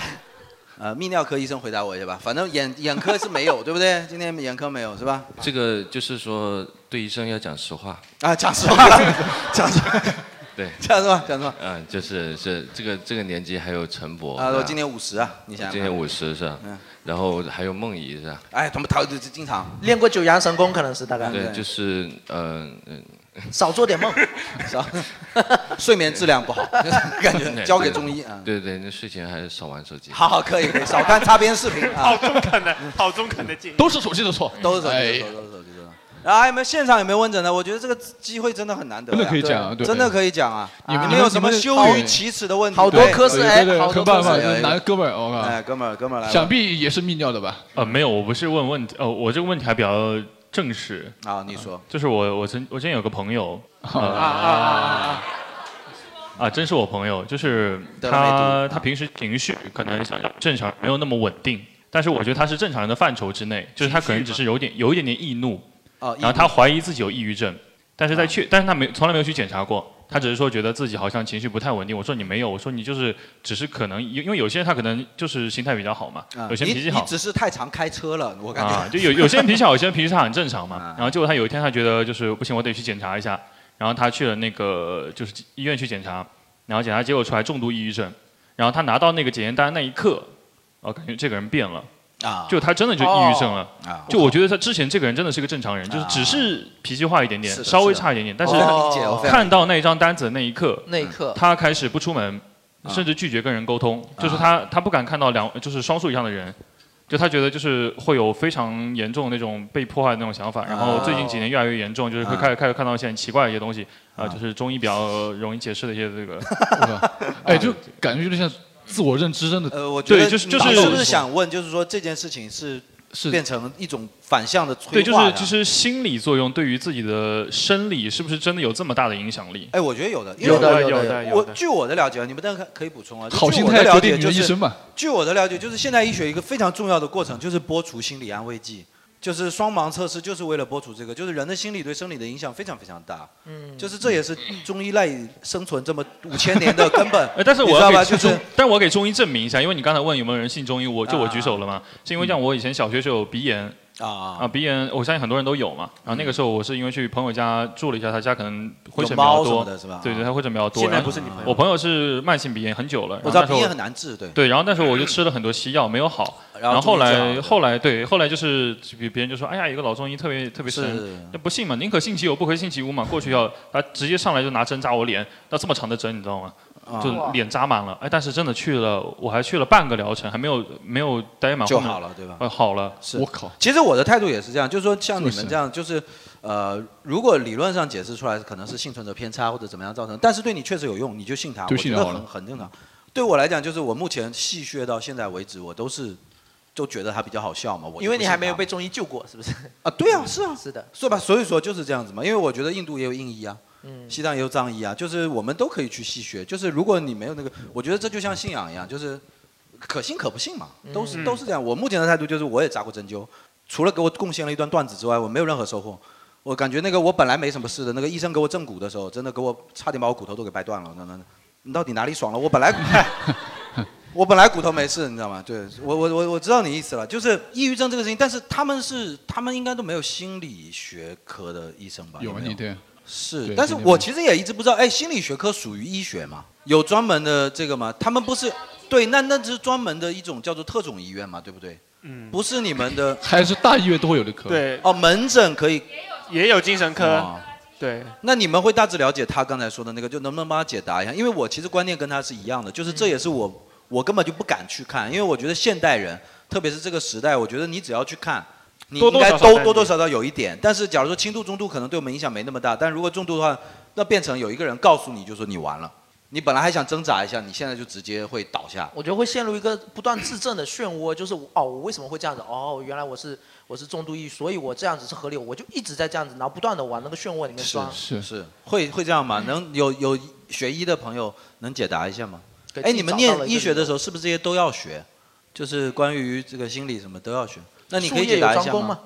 Speaker 7: 呃，泌尿科医生回答我一下吧，反正眼眼科是没有，对不对？今天眼科没有是吧？
Speaker 4: 这个就是说，对医生要讲实话。
Speaker 7: 啊，讲实
Speaker 4: (laughs)
Speaker 7: 话了，讲实话，
Speaker 4: 对，
Speaker 7: 讲实话，讲实话。
Speaker 4: 嗯，就是是这个这个年纪还有陈勃
Speaker 7: 啊
Speaker 4: 是吧
Speaker 7: 我今年50啊你想想看
Speaker 4: 今年五十是吧？
Speaker 7: 嗯
Speaker 4: 然后还有梦怡是吧？
Speaker 7: 哎，他们他就经常 (laughs)
Speaker 6: 练过九阳神功可能是大概。
Speaker 4: 对，就是呃嗯，
Speaker 6: (laughs) 少做点梦，
Speaker 7: 少睡眠质量不好，
Speaker 4: (laughs)
Speaker 7: 感觉
Speaker 4: 对
Speaker 7: 交给
Speaker 4: 对
Speaker 7: 中医啊。
Speaker 4: 对对，那睡前还是少玩手机。
Speaker 7: 好好，可以可以，少看擦边视频啊
Speaker 5: 好。中肯的，好中肯的建议。
Speaker 8: 都是手机的错，
Speaker 7: 都是手机的错，都是手机的错。然后还有没有现场有没有问诊的？我觉得这个机会真的很难得呀，
Speaker 8: 真的可以讲啊对
Speaker 7: 真的可以讲啊！
Speaker 8: 你
Speaker 7: 你
Speaker 8: 们
Speaker 7: 们有什么羞于启齿的问题？
Speaker 8: 好多科室哎对对对好多
Speaker 7: 很
Speaker 8: 科室很棒很棒拿哥们儿我靠
Speaker 7: 哎，哥们儿，哥们儿来吧。
Speaker 8: 想必也是泌尿的吧？
Speaker 14: 呃，没有，我不是问问题，呃，我这个问题还比较正式。呃
Speaker 7: 啊，你说。
Speaker 14: 就是我我曾我之前有个朋友，
Speaker 6: 嗯
Speaker 14: 呃、
Speaker 8: 啊啊
Speaker 14: 啊啊！真是我朋友，就是
Speaker 7: 得了梅啊
Speaker 14: 他他平时情绪可能像正常没有那么稳定，但是我觉得他是正常人的范畴之内，就是他可能只是有点有一点点易怒，
Speaker 7: 哦，
Speaker 14: 然后他怀疑自己有抑郁症，但
Speaker 7: 啊
Speaker 14: 是在确，但是他没从来没有去检查过，他只是说觉得自己好像情绪不太稳定。我说你没有，我说你就是只是可能，因因为有些人他可能就是心态比较好嘛，
Speaker 7: 啊
Speaker 14: 有些人
Speaker 7: 你
Speaker 14: 脾气
Speaker 7: 你
Speaker 14: 好。
Speaker 7: 只是太常开车了，我感
Speaker 14: 啊
Speaker 7: 觉。，啊
Speaker 14: 就有有些人脾气好，有些人脾气差很正
Speaker 7: (laughs)
Speaker 14: 常嘛。然后结果他有一天他觉得就是不行，我得去检查一下。然后他去了那个就是医院去检查，然后检查结果出来重度抑郁症。然后他拿到那个检验单那一刻，哦，感觉这个人变了。
Speaker 7: 啊
Speaker 14: 就他真的就抑郁症了，
Speaker 7: 啊
Speaker 14: 就我觉得他之前这个人真的是个正常人，就是只是脾气坏一点点
Speaker 7: 是，的
Speaker 14: 稍微
Speaker 7: 是的
Speaker 14: 差一点点，但
Speaker 7: 我
Speaker 14: 是
Speaker 7: 非常理解我非常理解
Speaker 14: 看到那一张单子的那一刻，
Speaker 6: 那一刻
Speaker 14: 他开始不出门，
Speaker 7: 啊
Speaker 14: 甚至拒绝跟人沟通，就是他他不敢看到两就是双数以上的人，就他觉得就是会有非常严重的那种被迫害的那种想法，然
Speaker 7: 啊
Speaker 14: 后最近几年越来越严重，就是会开始开始看到一些很奇怪的一些东西，啊，就是中医比较容易解释的一些
Speaker 7: (laughs)
Speaker 14: 这个， (laughs) 啊
Speaker 8: 哎，就感觉有点像自我认知真的。
Speaker 7: (laughs) (laughs) 呃，我觉得
Speaker 14: 对就是就是
Speaker 7: 你是不是想问，就是说这件事情是
Speaker 8: 是
Speaker 7: 变成一种反向的催
Speaker 14: 对，
Speaker 7: 化
Speaker 14: 就是
Speaker 7: 呀
Speaker 14: 就是心理作用对于自己的生理是不是真的有这么大的影响力？
Speaker 7: 哎，我觉得有的，因为
Speaker 14: 有的
Speaker 7: 我
Speaker 14: 有的有
Speaker 7: 我
Speaker 14: 的。
Speaker 7: 据我的了解，你们等下可以补充啊。就
Speaker 8: 好
Speaker 7: 据
Speaker 8: 心
Speaker 7: 我
Speaker 8: 态
Speaker 7: 的了
Speaker 8: 决定
Speaker 7: 解
Speaker 8: 你
Speaker 7: 就
Speaker 8: 的
Speaker 7: 是
Speaker 8: 一生嘛。
Speaker 7: 据我的了解，就是现代医学一个非常重要的过程，就是剥除心理安慰剂，就是双盲测试，就是为了剥除这个，就是人的心理对生理的影响非常非常大。
Speaker 6: 嗯
Speaker 7: 就是这也是中医赖以生存这么五千年的根本
Speaker 14: (laughs) 呃，但是
Speaker 7: 你
Speaker 14: 我
Speaker 7: 知
Speaker 14: 要
Speaker 7: 道
Speaker 14: 给
Speaker 7: 吧，
Speaker 14: 中
Speaker 7: 就
Speaker 14: 中
Speaker 7: 是，啊
Speaker 14: 但啊我给中医证明一下，因为你刚才问有没有人信中医，我就我举手了嘛，是因为这样，我以前小学时候有鼻炎，
Speaker 7: 啊
Speaker 14: 啊，鼻炎我相信很多人都有嘛。然后那个时候我是因为去朋友家住了一下，他家可能灰尘比
Speaker 7: 有
Speaker 14: 较
Speaker 7: 猫什
Speaker 14: 多
Speaker 7: 么的是吧，
Speaker 14: 对对，他灰尘比较多。
Speaker 7: 现在
Speaker 14: 然后
Speaker 7: 不是你朋友
Speaker 14: 我朋友是慢性鼻炎很久了，
Speaker 7: 我知
Speaker 14: 啊然后
Speaker 7: 道
Speaker 14: 那时候
Speaker 7: 鼻炎很难治对
Speaker 14: 对，然后那时候我就吃了很多西药，没有好。
Speaker 7: 然后
Speaker 14: 后后
Speaker 7: 中医治
Speaker 14: 来
Speaker 7: 好
Speaker 14: 后来对后来就是别别人就说，哎呀，有个老中医特别特别
Speaker 7: 是
Speaker 14: 神，那不信嘛，宁可信其有，不可信其无嘛。过去要他直接上来就拿针扎我脸，那这么长的针你知道吗？就
Speaker 7: 啊
Speaker 14: 脸扎满了，哎，但是真的去了，我还去了半个疗程，还没有没有待满
Speaker 7: 就
Speaker 14: 后面
Speaker 7: 好了对吧
Speaker 14: 呃好了，
Speaker 7: 是，其实我的态度也是这样，就是说像你们这样，就是呃，如果理论上解释出来可能是幸存者偏差或者怎么样造成，但是对你确实有用，你就信他，
Speaker 8: 就
Speaker 7: 我
Speaker 8: 信
Speaker 7: 觉
Speaker 8: 他
Speaker 7: 得
Speaker 8: 好了
Speaker 7: 很很正常。对我来讲，就是我目前戏谑到现在为止，我都是都觉得他比较好笑嘛。我就不
Speaker 6: 因为你
Speaker 7: 信
Speaker 6: 还
Speaker 7: 他
Speaker 6: 没有被中医救过，是不啊是？
Speaker 7: 啊，对啊，是啊，
Speaker 6: (laughs) 是的，
Speaker 7: 是吧？所以说就是这样子嘛，因为我觉得印度也有印医啊，
Speaker 6: 嗯
Speaker 7: 西藏也有藏医啊，就是我们都可以去戏谑。就是如果你没有那个，我觉得这就像信仰一样，就是可信可不信嘛，都是、
Speaker 6: 嗯
Speaker 7: 都是这样。我目前的态度就是，我也扎过针灸，除了给我贡献了一段段子之外，我没有任何收获。我感觉那个我本来没什么事的，那个医生给我正骨的时候，真的给我差点把我骨头都给掰断了。那那，你到底哪里爽了？我本来我本来骨头没事，你知道吗？对我我我我知道你意思了，就是抑郁症这个事情，但是他们是他们应该都没有心理学科的医生吧？有
Speaker 8: 有
Speaker 7: 没
Speaker 8: 啊，
Speaker 7: 有
Speaker 8: 你对，
Speaker 7: 是，
Speaker 8: 对
Speaker 7: 但是
Speaker 8: 今天
Speaker 7: 我
Speaker 8: 没
Speaker 7: 其实也一直不知道，哎，心理学科属于医学吗？有专门的这个吗？他们不是对，那那是专门的一种叫做特种医院嘛，对不对？
Speaker 15: 嗯，
Speaker 7: 不是你们的，
Speaker 8: 还是大医院都会有的科。
Speaker 15: 对
Speaker 7: 哦，门诊可以，
Speaker 15: 也有精神科
Speaker 7: 哦
Speaker 15: 对，
Speaker 7: 那你们会大致了解他刚才说的那个，就能不能帮他解答一下？因为我其实观念跟他是一样的，就是这也是我我根本就不敢去看，因为我觉得现代人，特别是这个时代，我觉得你只要去看，你
Speaker 15: 多
Speaker 7: 应
Speaker 15: 多
Speaker 7: 该
Speaker 15: 少少
Speaker 7: 都
Speaker 15: 带一
Speaker 7: 多多
Speaker 15: 点
Speaker 7: 少少有一点。但是假如说轻度、中度，可能对我们影响没那么大，但如果重度的话，那变成有一个人告诉你，就说你完了，你本来还想挣扎一下，你现在就直接会倒
Speaker 6: (laughs)
Speaker 7: 下。
Speaker 6: 我觉得会陷入一个不断自证的漩涡，就是我哦，我为什么会这样子？哦，原来我是我是重度抑郁，所以我这样子是合理，我就一直在这样子，然后不断的往那个漩涡里面
Speaker 7: 是
Speaker 6: 钻。
Speaker 7: 是是，会会这样吗？能有有学医的朋友能解答一下吗？
Speaker 6: 给自
Speaker 7: 哎，
Speaker 6: 己
Speaker 7: 你们
Speaker 6: 找到了
Speaker 7: 念
Speaker 6: 一个
Speaker 7: 医学的
Speaker 6: 理
Speaker 7: 时候是不是这些都要学？就是关于这个心理什么都要学？那你
Speaker 6: 术
Speaker 7: 可以
Speaker 6: 业
Speaker 7: 解
Speaker 6: 有
Speaker 7: 答一
Speaker 6: 专
Speaker 7: 下
Speaker 6: 攻
Speaker 7: 吗
Speaker 6: 嘛？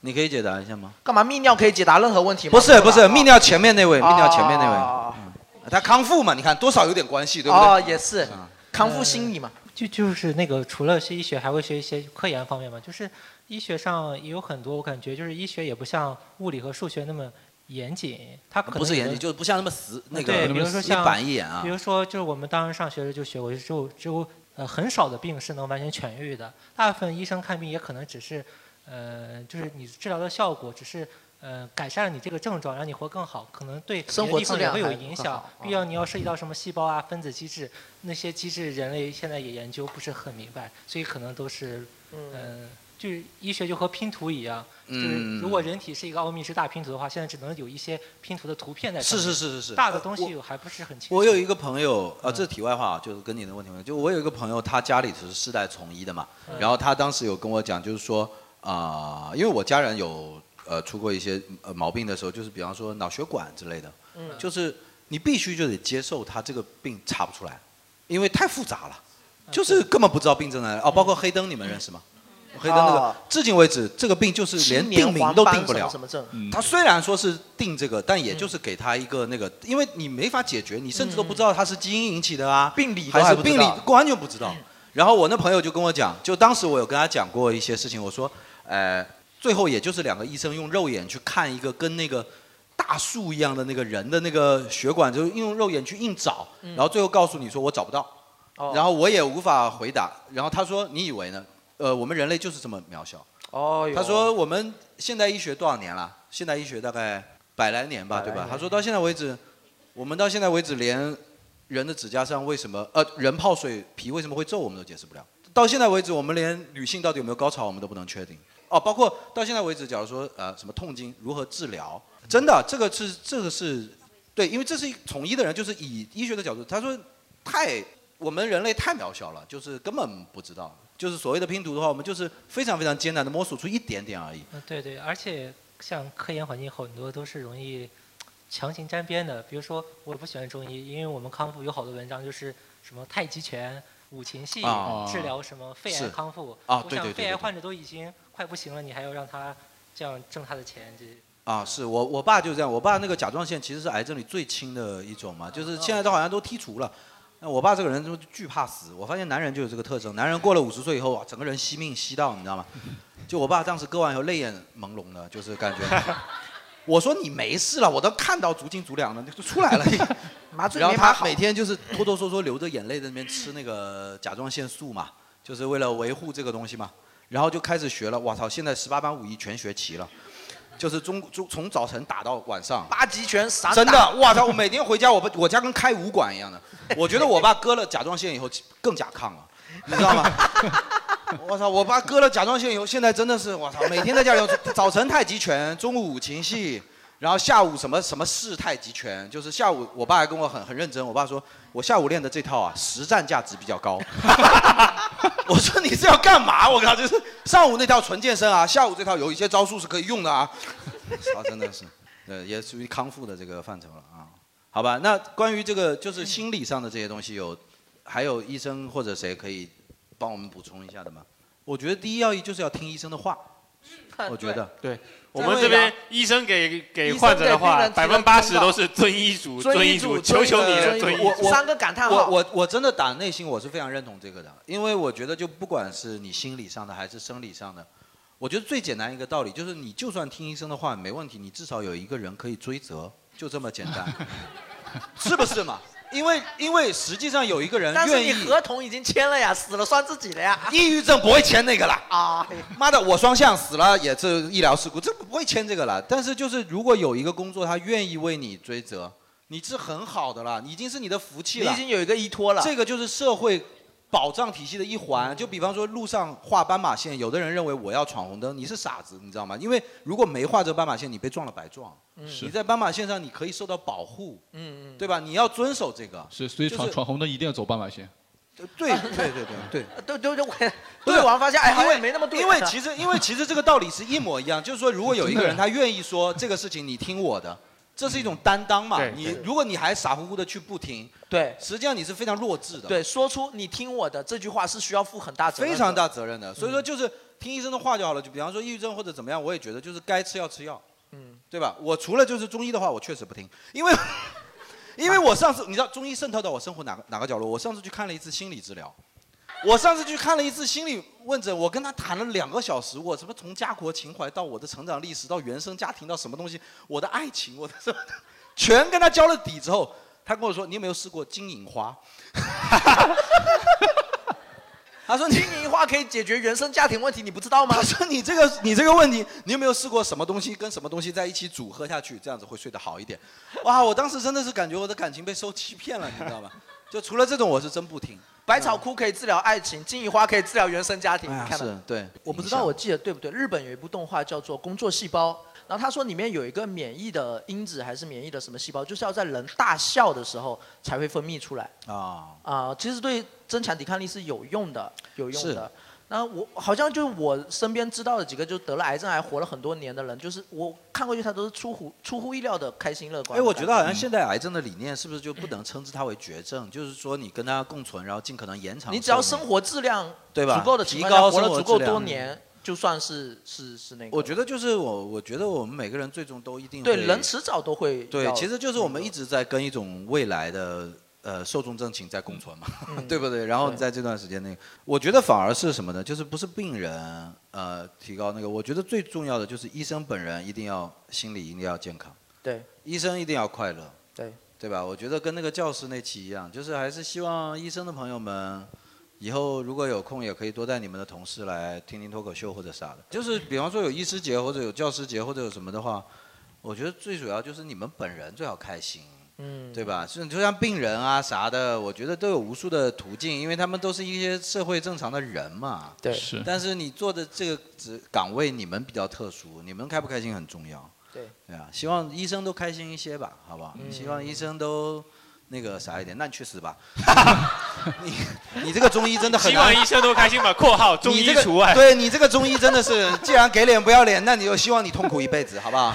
Speaker 7: 你可以解答一下吗？
Speaker 6: 干嘛泌尿可以解答任何问题吗？
Speaker 7: 不是不是，
Speaker 6: 吧
Speaker 7: 泌尿前面那位，泌尿前面那
Speaker 6: 啊
Speaker 7: 位，嗯他康复嘛，你看多少有点关系，对啊不
Speaker 6: 哦，
Speaker 7: 对？
Speaker 6: 也是康复心理嘛。
Speaker 11: 呃就就是那个，除了是医学，还会学一些科研方面嘛。就是医学上呃也有很多，我感觉就是医学也不像物理和数学那么严谨，它可能
Speaker 7: 不是
Speaker 11: 有
Speaker 7: 严
Speaker 11: 的
Speaker 7: 谨，就是不像那么死那个，
Speaker 11: 对，比如说像
Speaker 7: 一板一眼啊
Speaker 11: 比。如说就是我们当时上学时就学过，就只有只有呃很少的病是能完全痊愈的，大部分医生看病也可能只是呃就是你治疗的效果只是。呃，改善了你这个症状，让你活更好，可能对
Speaker 6: 生
Speaker 11: 别
Speaker 6: 活
Speaker 11: 的地方
Speaker 6: 质
Speaker 11: 也
Speaker 6: 量
Speaker 11: 会有
Speaker 6: 还
Speaker 11: 影
Speaker 6: 更
Speaker 11: 响
Speaker 6: 好。
Speaker 11: 又要你要涉及到什么细胞啊、分子机制那些机制，人类现在也研究不是很明白，所以可能都是，嗯、就是医学就和拼图一样，
Speaker 7: 嗯
Speaker 11: 就是如果人体是一个奥秘之大拼图的话，现在只能有一些拼图的图片在上
Speaker 7: 是
Speaker 11: 面。
Speaker 7: 是是是是
Speaker 11: 大的东西还不是很清楚。
Speaker 7: 我有一个朋友，呃，这是题外话，就是跟你的问题有关就我有一个朋友，他家里是世代从医的嘛，
Speaker 11: 嗯
Speaker 7: 然后他当时有跟我讲，就是说啊、因为我家人有呃出过一些呃毛病的时候，就是比方说脑血管之类的，
Speaker 6: 嗯
Speaker 7: 就是你必须就得接受他这个病查不出来，因为太复杂了，就是根本不知道病症来了。哦，包括黑灯，你们认识吗？黑灯那个
Speaker 6: 啊，
Speaker 7: 至今为止这个病就是连
Speaker 6: 青年
Speaker 7: 定名
Speaker 6: 黄
Speaker 7: 都
Speaker 6: 斑
Speaker 7: 定不
Speaker 6: 什么
Speaker 7: 了。
Speaker 6: 什么症
Speaker 5: 嗯
Speaker 7: 他虽然说是定这个，但也就是给他一个那个，因为你没法解决，你甚至都不知道他是基因引起的啊，
Speaker 6: 病理都
Speaker 7: 还
Speaker 6: 还
Speaker 7: 是
Speaker 6: 不知
Speaker 7: 病理
Speaker 6: 道，嗯
Speaker 7: 完全不知道。然后我那朋友就跟我讲，就当时我有跟他讲过一些事情，我说，呃，最后也就是两个医生用肉眼去看一个跟那个大树一样的那个人的那个血管，就是用肉眼去硬找，
Speaker 6: 嗯
Speaker 7: 然后最后告诉你说我找不到，
Speaker 6: 哦
Speaker 7: 然后我也无法回答。然后他说你以为呢？呃，我们人类就是这么渺小。
Speaker 6: 哦，
Speaker 7: 他说我们现代医学多少年了？现代医学大概百来年吧，
Speaker 6: 百来
Speaker 7: 对吧？
Speaker 6: 年
Speaker 7: 他说到现在为止，我们到现在为止连人的指甲上为什么呃人泡水皮为什么会皱，我们都解释不了。到现在为止，我们连女性到底有没有高潮，我们都不能确定。哦，包括到现在为止，假如说呃什么痛经如何治疗，真的这个是这个是对，因为这是一从医的人，就是以医学的角度，他说太我们人类太渺小了，就是根本不知道。就是所谓的拼图的话，我们就是非常非常艰难的摸索出一点点而已。
Speaker 11: 嗯，对对，而且像科研环境很多都是容易强行沾边的。比如说，我不喜欢中医，因为我们康复有好多文章就是什么太极拳、五禽戏、
Speaker 7: 啊
Speaker 11: 治疗什么肺
Speaker 7: 是
Speaker 11: 癌康复。
Speaker 7: 啊
Speaker 11: 我
Speaker 7: 对
Speaker 11: 想
Speaker 7: 对对
Speaker 11: 肺
Speaker 7: 对
Speaker 11: 癌
Speaker 7: 对
Speaker 11: 患者都已经快不行了，你还要让他这样挣他的钱，这
Speaker 7: 啊，是我我爸就是这样，我爸那个甲状腺其实是癌症里最轻的一种嘛，就是现在都好像都剔除了。那我爸这个人
Speaker 6: (laughs)
Speaker 7: 就惧怕死，我发现男人就有这个特征，男人过了五十岁以后啊，整个人惜命惜到，你知道吗？就我爸当时割完以后泪眼朦胧的，就是感觉。我说你没事了，我都看到足筋足两了，就出来了。
Speaker 6: (laughs) 麻醉
Speaker 7: 然
Speaker 6: 没
Speaker 7: 后
Speaker 6: 麻
Speaker 7: 他
Speaker 6: 好
Speaker 7: 每天就是哆哆嗦嗦流着眼泪在那边吃那个甲状腺素嘛，就是为了维护这个东西嘛。然后就开始学了，我操！现在十八般武艺全学齐了，就是中中从早晨打到晚上。
Speaker 6: 八极拳散
Speaker 7: 真
Speaker 6: 打
Speaker 7: 的，我操！
Speaker 6: (laughs)
Speaker 7: 我每天回家，我爸我家跟开武馆一样的。我觉得我爸割了甲状腺以后更甲亢了，你知道吗？ (laughs) 我操！我爸割了甲状腺以后，现在真的是我操，每天在家里早晨太极拳，中午五禽戏，然后下午什么什么式太极拳，就是下午我爸还跟我很很认真，我爸说我下午练的这套啊，实战价值比较高。 (laughs) 我说你是要干嘛？我靠，就是上午那套纯健身啊，下午这套有一些招数是可以用的 (laughs) 啊。操，真的是，呃，也属于康复的这个范畴了啊。好吧，那关于这个就是心理上的这些东西有，还有医生或者谁可以帮我们补充一下的吗？我觉得第一要义就是要听医生的话，我觉得
Speaker 9: 嗯对。我们这边医生给给患者的话，
Speaker 7: 医生给
Speaker 9: 百
Speaker 7: 病
Speaker 9: 分
Speaker 7: 人提供
Speaker 9: 八十都是遵医嘱，
Speaker 7: 遵
Speaker 9: 医嘱，求求你了，遵医
Speaker 7: 我
Speaker 9: 嘱。
Speaker 7: 我
Speaker 9: 我
Speaker 7: 我我我真的打内心我是非常认同这个的，因为我觉得就不管是你心理上的还是生理上的，我觉得最简单一个道理就是你就算听医生的话没问题，你至少有一个人可以追责，就这么简
Speaker 9: (laughs)
Speaker 7: 单，是不是嘛？因为因为实际上有一个人
Speaker 6: 但是
Speaker 7: 愿
Speaker 6: 你
Speaker 7: 意。
Speaker 6: 合同已经签了呀，死了算自己的呀。
Speaker 7: 抑郁症不会签那个啦。
Speaker 6: 啊，
Speaker 7: 妈的，我双向死了也是医疗事故，这不会签这个了。但是就是如果有一个工作，他愿意为你追责，你是很好的了，你已经是你的福气了，
Speaker 6: 你已经有一个依托了
Speaker 7: 这个就是社会保障体系的一环。就比方说路上画斑马线，有的人认为我要闯红灯，你是傻子，你知道吗？因为如果没画这个斑马线，你被撞了白撞。
Speaker 8: 嗯是
Speaker 7: 你在斑马线上你可以受到保护，
Speaker 6: 嗯
Speaker 7: 对吧？你要遵守这个。
Speaker 8: 是，所以闯
Speaker 7: 就是
Speaker 8: 闯红灯一定要走斑马线。
Speaker 7: 对 (laughs) 对对对对。
Speaker 6: 对对对，我
Speaker 7: 不是
Speaker 6: 对完发现，哎，好像
Speaker 7: 因为
Speaker 6: 也没那么对。
Speaker 7: 因为其实因为其实这个道理是一模一样，就是说，如果有
Speaker 6: (laughs)
Speaker 7: 一个人他愿意说这个事情你听我的，这是一种担当嘛。
Speaker 6: 嗯对
Speaker 7: 你
Speaker 6: 对
Speaker 7: 如果你还傻乎乎的去不听，
Speaker 6: 对，
Speaker 7: 实际上你是非常弱智的，
Speaker 6: 对，，说出你听我的这句话是需要负很大责任，嗯
Speaker 7: 非常大。责任的。所以说就是听医生的话就好了。就比方说抑郁症或者怎么样，我也觉得就是该吃药吃药，
Speaker 6: 嗯，
Speaker 7: 对吧？我除了就是中医的话，我确实不听，因为因为我上次你知道中医渗透到我生活哪个哪个角落？我上次去看了一次心理治疗，我上次去看了一次心理问诊，我跟他谈了两个小时，我什么从家国情怀到我的成长历史，到原生家庭，到什么东西，我的爱情，我的什么，全跟他交了底之后，他跟我说你有没有试过金银花？他说：“金
Speaker 6: 银花可以解决原生家庭问题，你不知道吗？”
Speaker 7: 他说：“你这个你这个问题，你有没有试过什么东西跟什么东西在一起组合下去，这样子会睡得好一点？”哇，我当时真的是感觉我的感情被受欺骗了，你知道吗？就除了这种，我是真不听。
Speaker 6: 百草枯可以治疗爱情，金银花可以治疗原生家庭。
Speaker 7: 哎
Speaker 6: 你
Speaker 7: 呀
Speaker 6: 看到
Speaker 7: 是
Speaker 6: 吗
Speaker 7: 对
Speaker 6: 我不知道我记得对不对。日本有一部动画叫做《工作细胞》，然后他说里面有一个免疫的因子还是免疫的什么细胞，就是要在人大笑的时候才会分泌出来。
Speaker 7: 啊，
Speaker 6: 啊、其实对增强抵抗力是有用的，有用
Speaker 7: 是
Speaker 6: 的。那我好像就是我身边知道的几个，就得了癌症还活了很多年的人，就是我看过去，他都是出乎出乎意料的开心乐观
Speaker 7: 哎，
Speaker 6: 的感。
Speaker 7: 我觉得好像现在癌症的理念是不是就不能称之它为绝症？就是说你跟它共存，然后尽可能延长寿
Speaker 6: 嗯
Speaker 7: 命。
Speaker 6: 你只要生活质量
Speaker 7: 对吧
Speaker 6: 足够的
Speaker 7: 提
Speaker 6: 情况下，
Speaker 7: 高
Speaker 6: 活了
Speaker 7: 生活
Speaker 6: 足够
Speaker 7: 质量
Speaker 6: 多年，就算是是是那个。
Speaker 7: 我觉得就是我，我觉得我们每个人最终都一定
Speaker 6: 对
Speaker 7: 会
Speaker 6: 人迟早都会
Speaker 7: 对
Speaker 6: 要，
Speaker 7: 其实就是我们一直在跟一种未来的呃受众症情在共存嘛，
Speaker 6: 嗯
Speaker 7: (laughs) 对不对？然后在这段时间内，我觉得反而是什么呢？就是不是病人呃提高那个，我觉得最重要的就是医生本人一定要心理一定要健康，
Speaker 6: 对
Speaker 7: 医生一定要快乐，
Speaker 6: 对
Speaker 7: 对吧？我觉得跟那个教师那期一样，就是还是希望医生的朋友们。以后如果有空，也可以多带你们的同事来听听脱口秀或者啥的。就是比方说有医师节或者有教师节或者有什么的话，我觉得最主要就是你们本人最好开心，
Speaker 6: 嗯
Speaker 7: 对吧？是就像病人啊啥的，我觉得都有无数的途径，因为他们都是一些社会正常的人嘛。
Speaker 6: 对是
Speaker 7: 但是你做的这个职岗位，你们比较特殊，你们开不开心很重要。
Speaker 6: 对
Speaker 7: 对啊，希望医生都开心一些吧，好不好？
Speaker 6: 嗯
Speaker 7: 希望医生都那个啥一点。那你去死吧！ (laughs) 你你这个中医真的很
Speaker 9: 希望
Speaker 7: 难。
Speaker 9: 医生都开心吧（括号中
Speaker 7: 你
Speaker 9: 医
Speaker 7: 这个
Speaker 9: 除外）。
Speaker 7: 对你这个中医真的是，既然给脸不要脸，那你就希望你痛苦一辈子，好不好？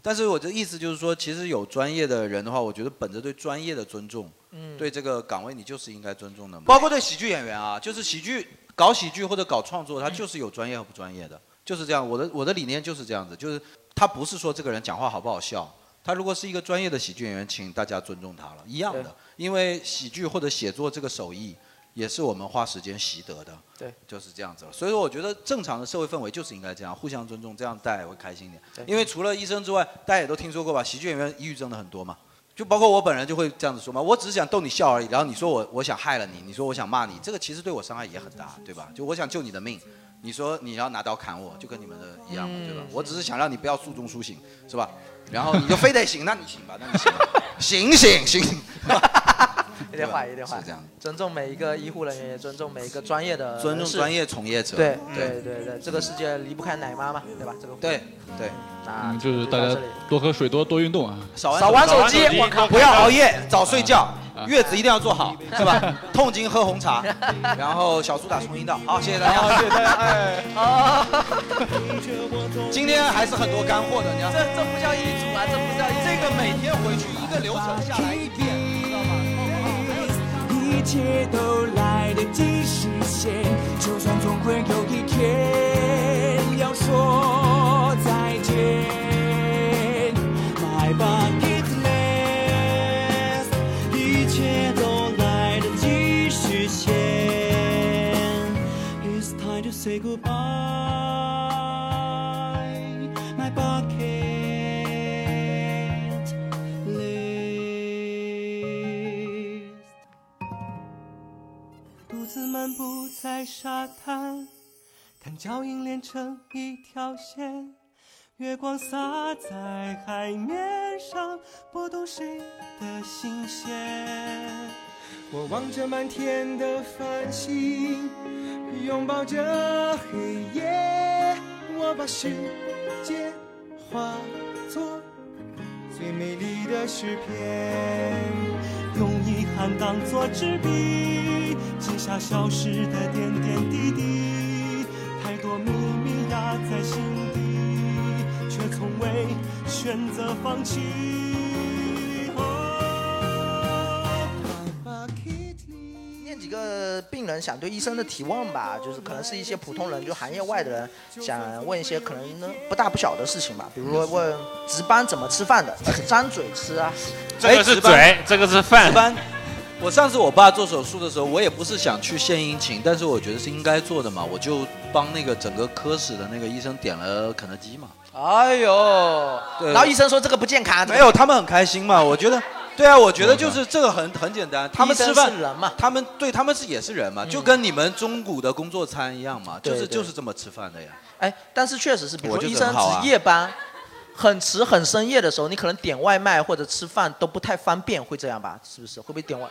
Speaker 7: (laughs) 但是我的意思就是说，其实有专业的人的话，我觉得本着对专业的尊重，
Speaker 6: 嗯
Speaker 7: 对这个岗位你就是应该尊重的嘛，包括对喜剧演员啊，就是喜剧搞喜剧或者搞创作，他就是有专业和不专业的，就是这样。我的我的理念就是这样子，就是他不是说这个人讲话好不好笑，他如果是一个专业的喜剧演员，请大家尊重他了，一样的，因为喜剧或者写作这个手艺。也是我们花时间习得的。
Speaker 6: 对，
Speaker 7: 就是这样子了。所以说，我觉得正常的社会氛围就是应该这样，互相尊重，这样大家也会开心一
Speaker 6: 对
Speaker 7: 点。因为除了医生之外，大家也都听说过吧，喜剧演员抑郁症的很多嘛。就包括我本人就会这样子说嘛，我只是想逗你笑而已。然后你说我我想害了你，你说我想骂你，这个其实对我伤害也很
Speaker 6: 嗯
Speaker 7: 大，对吧？就我想救你的命，你说你要拿刀砍我，就跟你们的一样嘛，对吧
Speaker 16: 嗯？
Speaker 7: 我只是想让你不要诉中书醒，是吧？然后你就非得醒，那你醒吧，那你醒吧，醒醒醒。
Speaker 6: (laughs) 有点坏，有点坏。
Speaker 7: 是这样，
Speaker 6: 尊重每一个医护人员，也尊重每一个专业的人士，
Speaker 7: 尊重专业从业者
Speaker 6: 对对
Speaker 7: 对
Speaker 6: 对对，这个世界离不开奶妈嘛，对吧？这个
Speaker 7: 对对，
Speaker 6: 那
Speaker 8: 嗯就是大家多喝水，多多运动啊，
Speaker 7: (laughs) 少
Speaker 6: 少玩手机我靠
Speaker 7: 不要熬夜，早睡觉
Speaker 8: 啊，
Speaker 7: 月子一定要做好，是吧？ (laughs) 痛经喝红茶， (laughs) 然后小苏打冲阴道。好，谢谢大
Speaker 16: 好
Speaker 7: 家，
Speaker 16: 谢谢大家
Speaker 7: (laughs)
Speaker 16: 哎
Speaker 6: 啊，
Speaker 7: 今天还是很多干货的，你看
Speaker 6: 这。这不叫医嘱啊，这不叫医嘱。
Speaker 7: 这个每天回去一个流程下来一遍，知道吗？
Speaker 15: 一切都来得及实现，就算总会有一天要说再见。My bucket list，一切都来得及实现。It's time to say goodbye. My bucket list. 独自漫步在沙滩，看脚印连成一条线，月光洒在海面上，拨动谁的心弦？我望着满天的繁星，拥抱着黑夜，我把时间化作最美丽的诗篇，用遗憾当作纸笔，记下消失的点点滴滴。太多秘密压在心底，却从未选择放弃。哦
Speaker 6: 念几个病人想对医生的提问吧，就是可能是一些普通人，就行业外的人，想问一些可能呢不大不小的事情吧，比如
Speaker 7: 嗯
Speaker 6: 说问值班怎么吃饭
Speaker 7: (laughs)
Speaker 6: 的，张嘴吃啊，
Speaker 7: 这个是嘴，
Speaker 5: 这个是饭。
Speaker 7: 值班，我上次我爸做手术的时候，我也不是想去献殷勤，但是我觉得是应该做的嘛，我就帮那个整个科室的那个医生点了肯德基嘛。
Speaker 6: 哎呦，
Speaker 7: 对
Speaker 6: 然后医生说这个不健康，这个
Speaker 7: 啊没有，他们很开心嘛。我觉得， (laughs) 对啊，我觉得就是这个很很简单。他们吃
Speaker 6: 医生
Speaker 7: 饭
Speaker 6: 是人嘛，
Speaker 7: 他们对他们是也是人嘛，就跟你们中古的工作餐一样嘛，
Speaker 6: 对
Speaker 7: 就是
Speaker 6: 对
Speaker 7: 就是这么吃饭的呀。
Speaker 6: 哎，但是确实是，比如
Speaker 7: 我
Speaker 6: 说
Speaker 7: 就
Speaker 6: 医
Speaker 7: 是
Speaker 6: 生
Speaker 7: 很好啊
Speaker 6: 值夜班，很迟很深夜的时候，你可能点外卖或者吃饭都不太方便，会这样吧？是不是？会不会点外？
Speaker 7: 啊，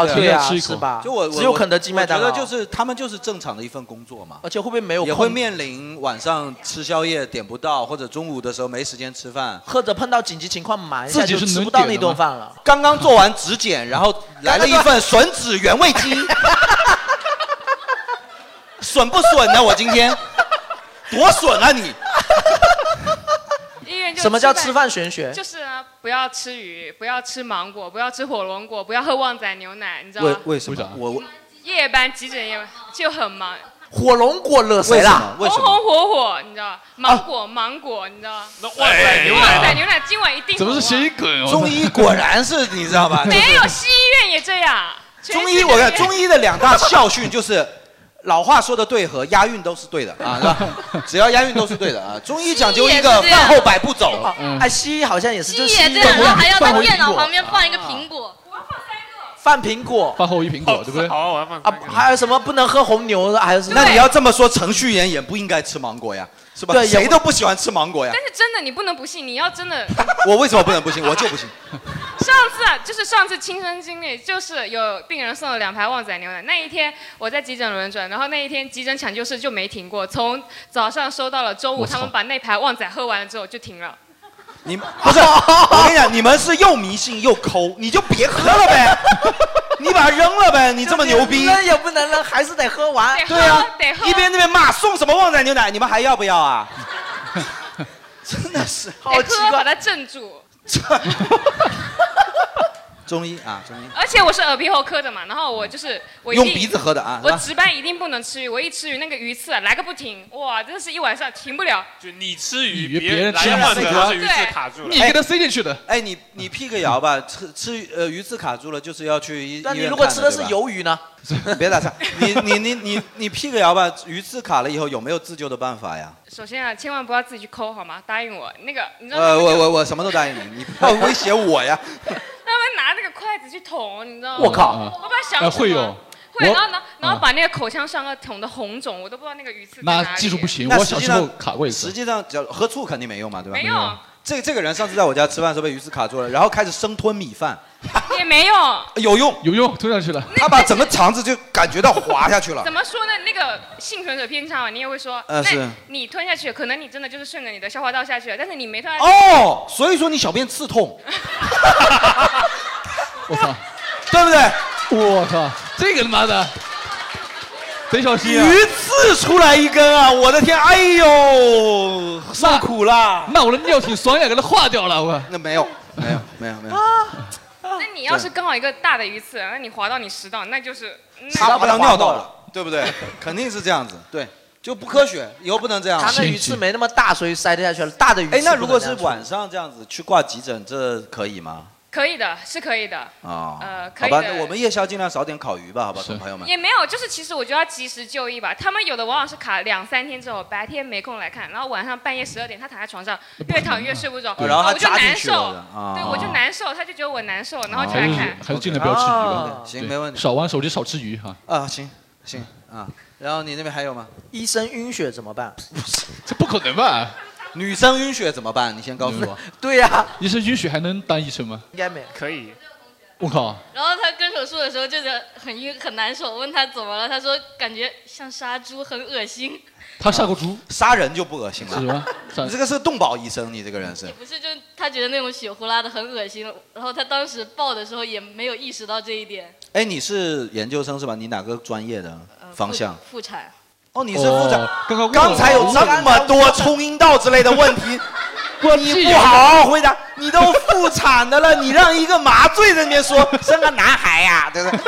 Speaker 6: 哦对
Speaker 7: 啊，
Speaker 6: 是吧？
Speaker 7: 就我
Speaker 6: 只有肯德基、麦当劳，
Speaker 7: 我觉得就是他们就是正常的一份工作嘛。
Speaker 6: 而且会不会没有
Speaker 7: 也会
Speaker 6: 空
Speaker 7: 面临晚上吃宵夜点不到，或者中午的时候没时间吃
Speaker 6: (laughs)
Speaker 7: 饭。
Speaker 6: 或者碰到紧急情况忙一下
Speaker 7: 自己
Speaker 6: 就是吃
Speaker 7: 能
Speaker 6: 不到那
Speaker 7: 点的
Speaker 6: 顿
Speaker 7: 吗
Speaker 6: 饭了。
Speaker 7: 刚刚做完质检，
Speaker 6: (laughs)
Speaker 7: 然后 (laughs) 来了一份吮指原味鸡， (laughs) 吮不吮呢？我今 (laughs) 天多吮啊你！
Speaker 1: 医院就
Speaker 6: 什么叫吃饭玄学
Speaker 1: 就是啊，不要吃鱼，不要吃芒果，不要吃火龙果，不要喝旺仔牛奶，你知道吗？
Speaker 7: 为什么？我
Speaker 1: 夜班急诊夜班就很忙，
Speaker 6: 火龙果惹谁啦？
Speaker 1: 红红火火，你知道吗？芒果、芒果，你知道吗？旺
Speaker 7: 哎
Speaker 6: 仔哎牛奶
Speaker 1: 旺仔牛奶今晚一定
Speaker 7: 怎么
Speaker 1: 很
Speaker 7: 是
Speaker 1: 旺
Speaker 7: 谐 (laughs) 音梗？中医果然是你知道吧？
Speaker 1: 没有西医院也这样。全
Speaker 7: 中
Speaker 1: 世
Speaker 7: 医，
Speaker 1: 界
Speaker 7: 我看中
Speaker 1: 也
Speaker 7: 医的两大校训就是， (laughs) 老话说的对和押韵都是对的啊，
Speaker 6: (laughs)
Speaker 7: 是吧？只要押韵都是对的啊。中医讲究一个
Speaker 6: 西医也是这样
Speaker 7: 饭后百步走，
Speaker 6: 哎，西医好像也是，就
Speaker 17: 一
Speaker 6: 是
Speaker 17: 眼这
Speaker 6: 西医
Speaker 17: 样，然后
Speaker 6: 饭后
Speaker 17: 还要在
Speaker 6: 一
Speaker 17: 电脑
Speaker 6: 苹果啊
Speaker 17: 旁边放一个苹果，
Speaker 6: 放苹果，
Speaker 8: 饭后一苹果，
Speaker 7: 对不对？
Speaker 5: 好，我要放
Speaker 6: 啊，还有什么不能喝红牛的，还有什么？
Speaker 7: 那你要这么说，程序员也不应该吃芒果呀，是吧？
Speaker 6: 对也不
Speaker 7: 谁都不喜欢吃芒果呀
Speaker 1: 但。是真的，你不能不信，你要真的。
Speaker 7: (laughs) 我为什么不能不信？我就不信。
Speaker 1: 上次啊就是上次亲身经历，就是有病人送了两排旺仔牛奶。那一天我在急诊轮转，然后那一天急诊抢救室就没停过，从早上收到了，中午
Speaker 7: 我操
Speaker 1: 他们把那排旺仔喝完了之后就停了。
Speaker 7: 你不是，我跟你讲，你们是又迷信又抠，你就别喝了
Speaker 1: (laughs)
Speaker 7: 呗，你把它扔了呗，你这么牛逼。
Speaker 6: 扔也不能扔，还是得喝完。
Speaker 7: 对啊，
Speaker 1: 得
Speaker 7: 一边那边骂送什么旺仔牛奶，你们还要不
Speaker 1: (laughs)
Speaker 7: 要啊？真的是，
Speaker 1: 哎得喝把它镇住。
Speaker 7: 中医啊，中医。
Speaker 1: 而且我是耳鼻喉科的嘛，然后我就是我一定
Speaker 7: 用鼻子喝的啊是
Speaker 1: 我
Speaker 7: 吧
Speaker 1: 值班一定不能吃鱼，我一吃鱼那个鱼刺啊来个不停，哇，真的是一晚上停不了。
Speaker 9: 就你吃
Speaker 8: 鱼别人吃
Speaker 9: 来
Speaker 8: 鱼
Speaker 9: 换
Speaker 8: 刺
Speaker 9: 的
Speaker 8: 格
Speaker 9: 是鱼刺卡住了，
Speaker 7: 塞进去的。哎，你你辟个谣吧，吃吃呃鱼刺卡住了，就是要去医。
Speaker 6: 但
Speaker 7: 医
Speaker 6: 你
Speaker 7: 院
Speaker 6: 如果
Speaker 7: 看
Speaker 6: 吃的是
Speaker 7: 对吧
Speaker 6: 鱿鱼呢？
Speaker 7: (laughs) 别打岔，你你你你你辟个谣吧，鱼刺卡了以后有没有自救的办法呀？
Speaker 1: 首先啊，千万不要自己去抠好吗？答应我，那个你知道他
Speaker 7: 呃，
Speaker 1: 们
Speaker 7: 我
Speaker 1: 就
Speaker 7: 我我什么都答应你，你不要威胁我呀。
Speaker 1: 他们拿那个筷子去捅，你知道吗？
Speaker 7: 我靠
Speaker 1: 我不知道想什
Speaker 8: 哎，
Speaker 1: 么
Speaker 8: 会有。
Speaker 1: 啊会，
Speaker 8: 我
Speaker 1: 然后呢，然
Speaker 7: 嗯
Speaker 1: 后把那个口腔上颚捅的红肿，我都不知道那个鱼刺在哪
Speaker 7: 那
Speaker 1: 里。
Speaker 7: (laughs) 技术不行
Speaker 8: 我小时候
Speaker 7: 卡过一次。实际上，只要喝醋肯定没啊用嘛，对吧？
Speaker 1: 没用。
Speaker 7: 这这个人上次在我家吃饭的时候被鱼刺卡住了，然后开始生吞米饭，
Speaker 1: (laughs) 也没用。
Speaker 7: 有用，有用，吞下去了。他把整个肠子就感觉到滑下去了
Speaker 1: 怎。么说呢？那个幸存者偏差嘛，你也会说，
Speaker 7: 呃是
Speaker 1: 那你吞下去，可能你真的就是顺着你的消化道下去了，但是你没吞下去。
Speaker 7: 哦，所以说你小便刺
Speaker 1: (laughs)
Speaker 7: 痛。我操，对不对？我靠，这个他妈的，得小心、啊鱼刺出来一根啊！我的天，哎呦，受苦啦！那我的尿挺酸呀，给它化掉了我。那没有，没有，没有，没有。
Speaker 1: 啊那你要是刚好一个大的鱼刺，那你划到你食道，那就是
Speaker 7: 他
Speaker 1: 那
Speaker 7: 把它尿到了，对不
Speaker 6: (laughs)
Speaker 7: 对？肯定是这样子，对，就不科学，以后不能这样。
Speaker 6: 他那鱼刺没那么大，所以塞得下去了。大的鱼刺不
Speaker 7: 哎
Speaker 6: 能，这
Speaker 7: 那
Speaker 6: 样
Speaker 7: 如
Speaker 6: 处理。
Speaker 7: 果是晚上这样子去挂急诊，这可以吗？
Speaker 1: 可以的，是可以的。
Speaker 7: 啊、
Speaker 1: 呃可
Speaker 7: 好
Speaker 1: 以
Speaker 7: 吧，
Speaker 1: 的
Speaker 7: 那我们夜宵尽量少点烤鱼吧，好吧，朋友们。
Speaker 1: 也没有，就是其实我觉得要及时就医吧。他们有的往往是卡两三天之后，白天没空来看，然后晚上半夜十二点他躺在床上，越躺越睡不着，
Speaker 7: 对然后他
Speaker 1: 我就
Speaker 7: 扎进
Speaker 1: 难
Speaker 7: 去
Speaker 1: 受，
Speaker 7: 了啊
Speaker 1: 对我就难受，他就觉得我难受，然后就
Speaker 8: 还
Speaker 1: 来
Speaker 8: 是
Speaker 1: 看。
Speaker 8: 还是尽量不要吃鱼吧
Speaker 7: 啊。
Speaker 8: 对
Speaker 7: 行没问题
Speaker 8: 少玩手机，少吃鱼哈。
Speaker 7: 啊，行行啊，然后你那边还有吗？
Speaker 6: 医生晕血怎么办？
Speaker 7: (laughs) 这不可能吧？女生晕血怎么办？你先告诉我。
Speaker 6: 对呀、
Speaker 8: 医生晕血还能当医生吗？
Speaker 6: 应该没
Speaker 9: 可以。
Speaker 8: 我靠！
Speaker 17: 然后他割手术的时候就觉得很晕很难受，我问他怎么了，他说感觉像杀猪，很恶心。
Speaker 8: 他杀过猪，
Speaker 7: 杀人就不恶心了。
Speaker 8: 是吗？
Speaker 7: 你这个是动保医生，你这个人是。
Speaker 17: 不是，就他觉得那种血呼啦的很恶心，然后他当时抱的时候也没有意识到这一点。
Speaker 7: 哎，你是研究生是吧？你哪个专业的
Speaker 1: 呃
Speaker 7: 方向？
Speaker 17: 妇产。
Speaker 7: 哦，你是妇产。
Speaker 8: 刚刚
Speaker 7: 刚才有这么多冲阴道之类的问 (laughs) 题，你不好好回答，你都妇产的了，你让一个麻醉的面说生个男孩呀、对不对？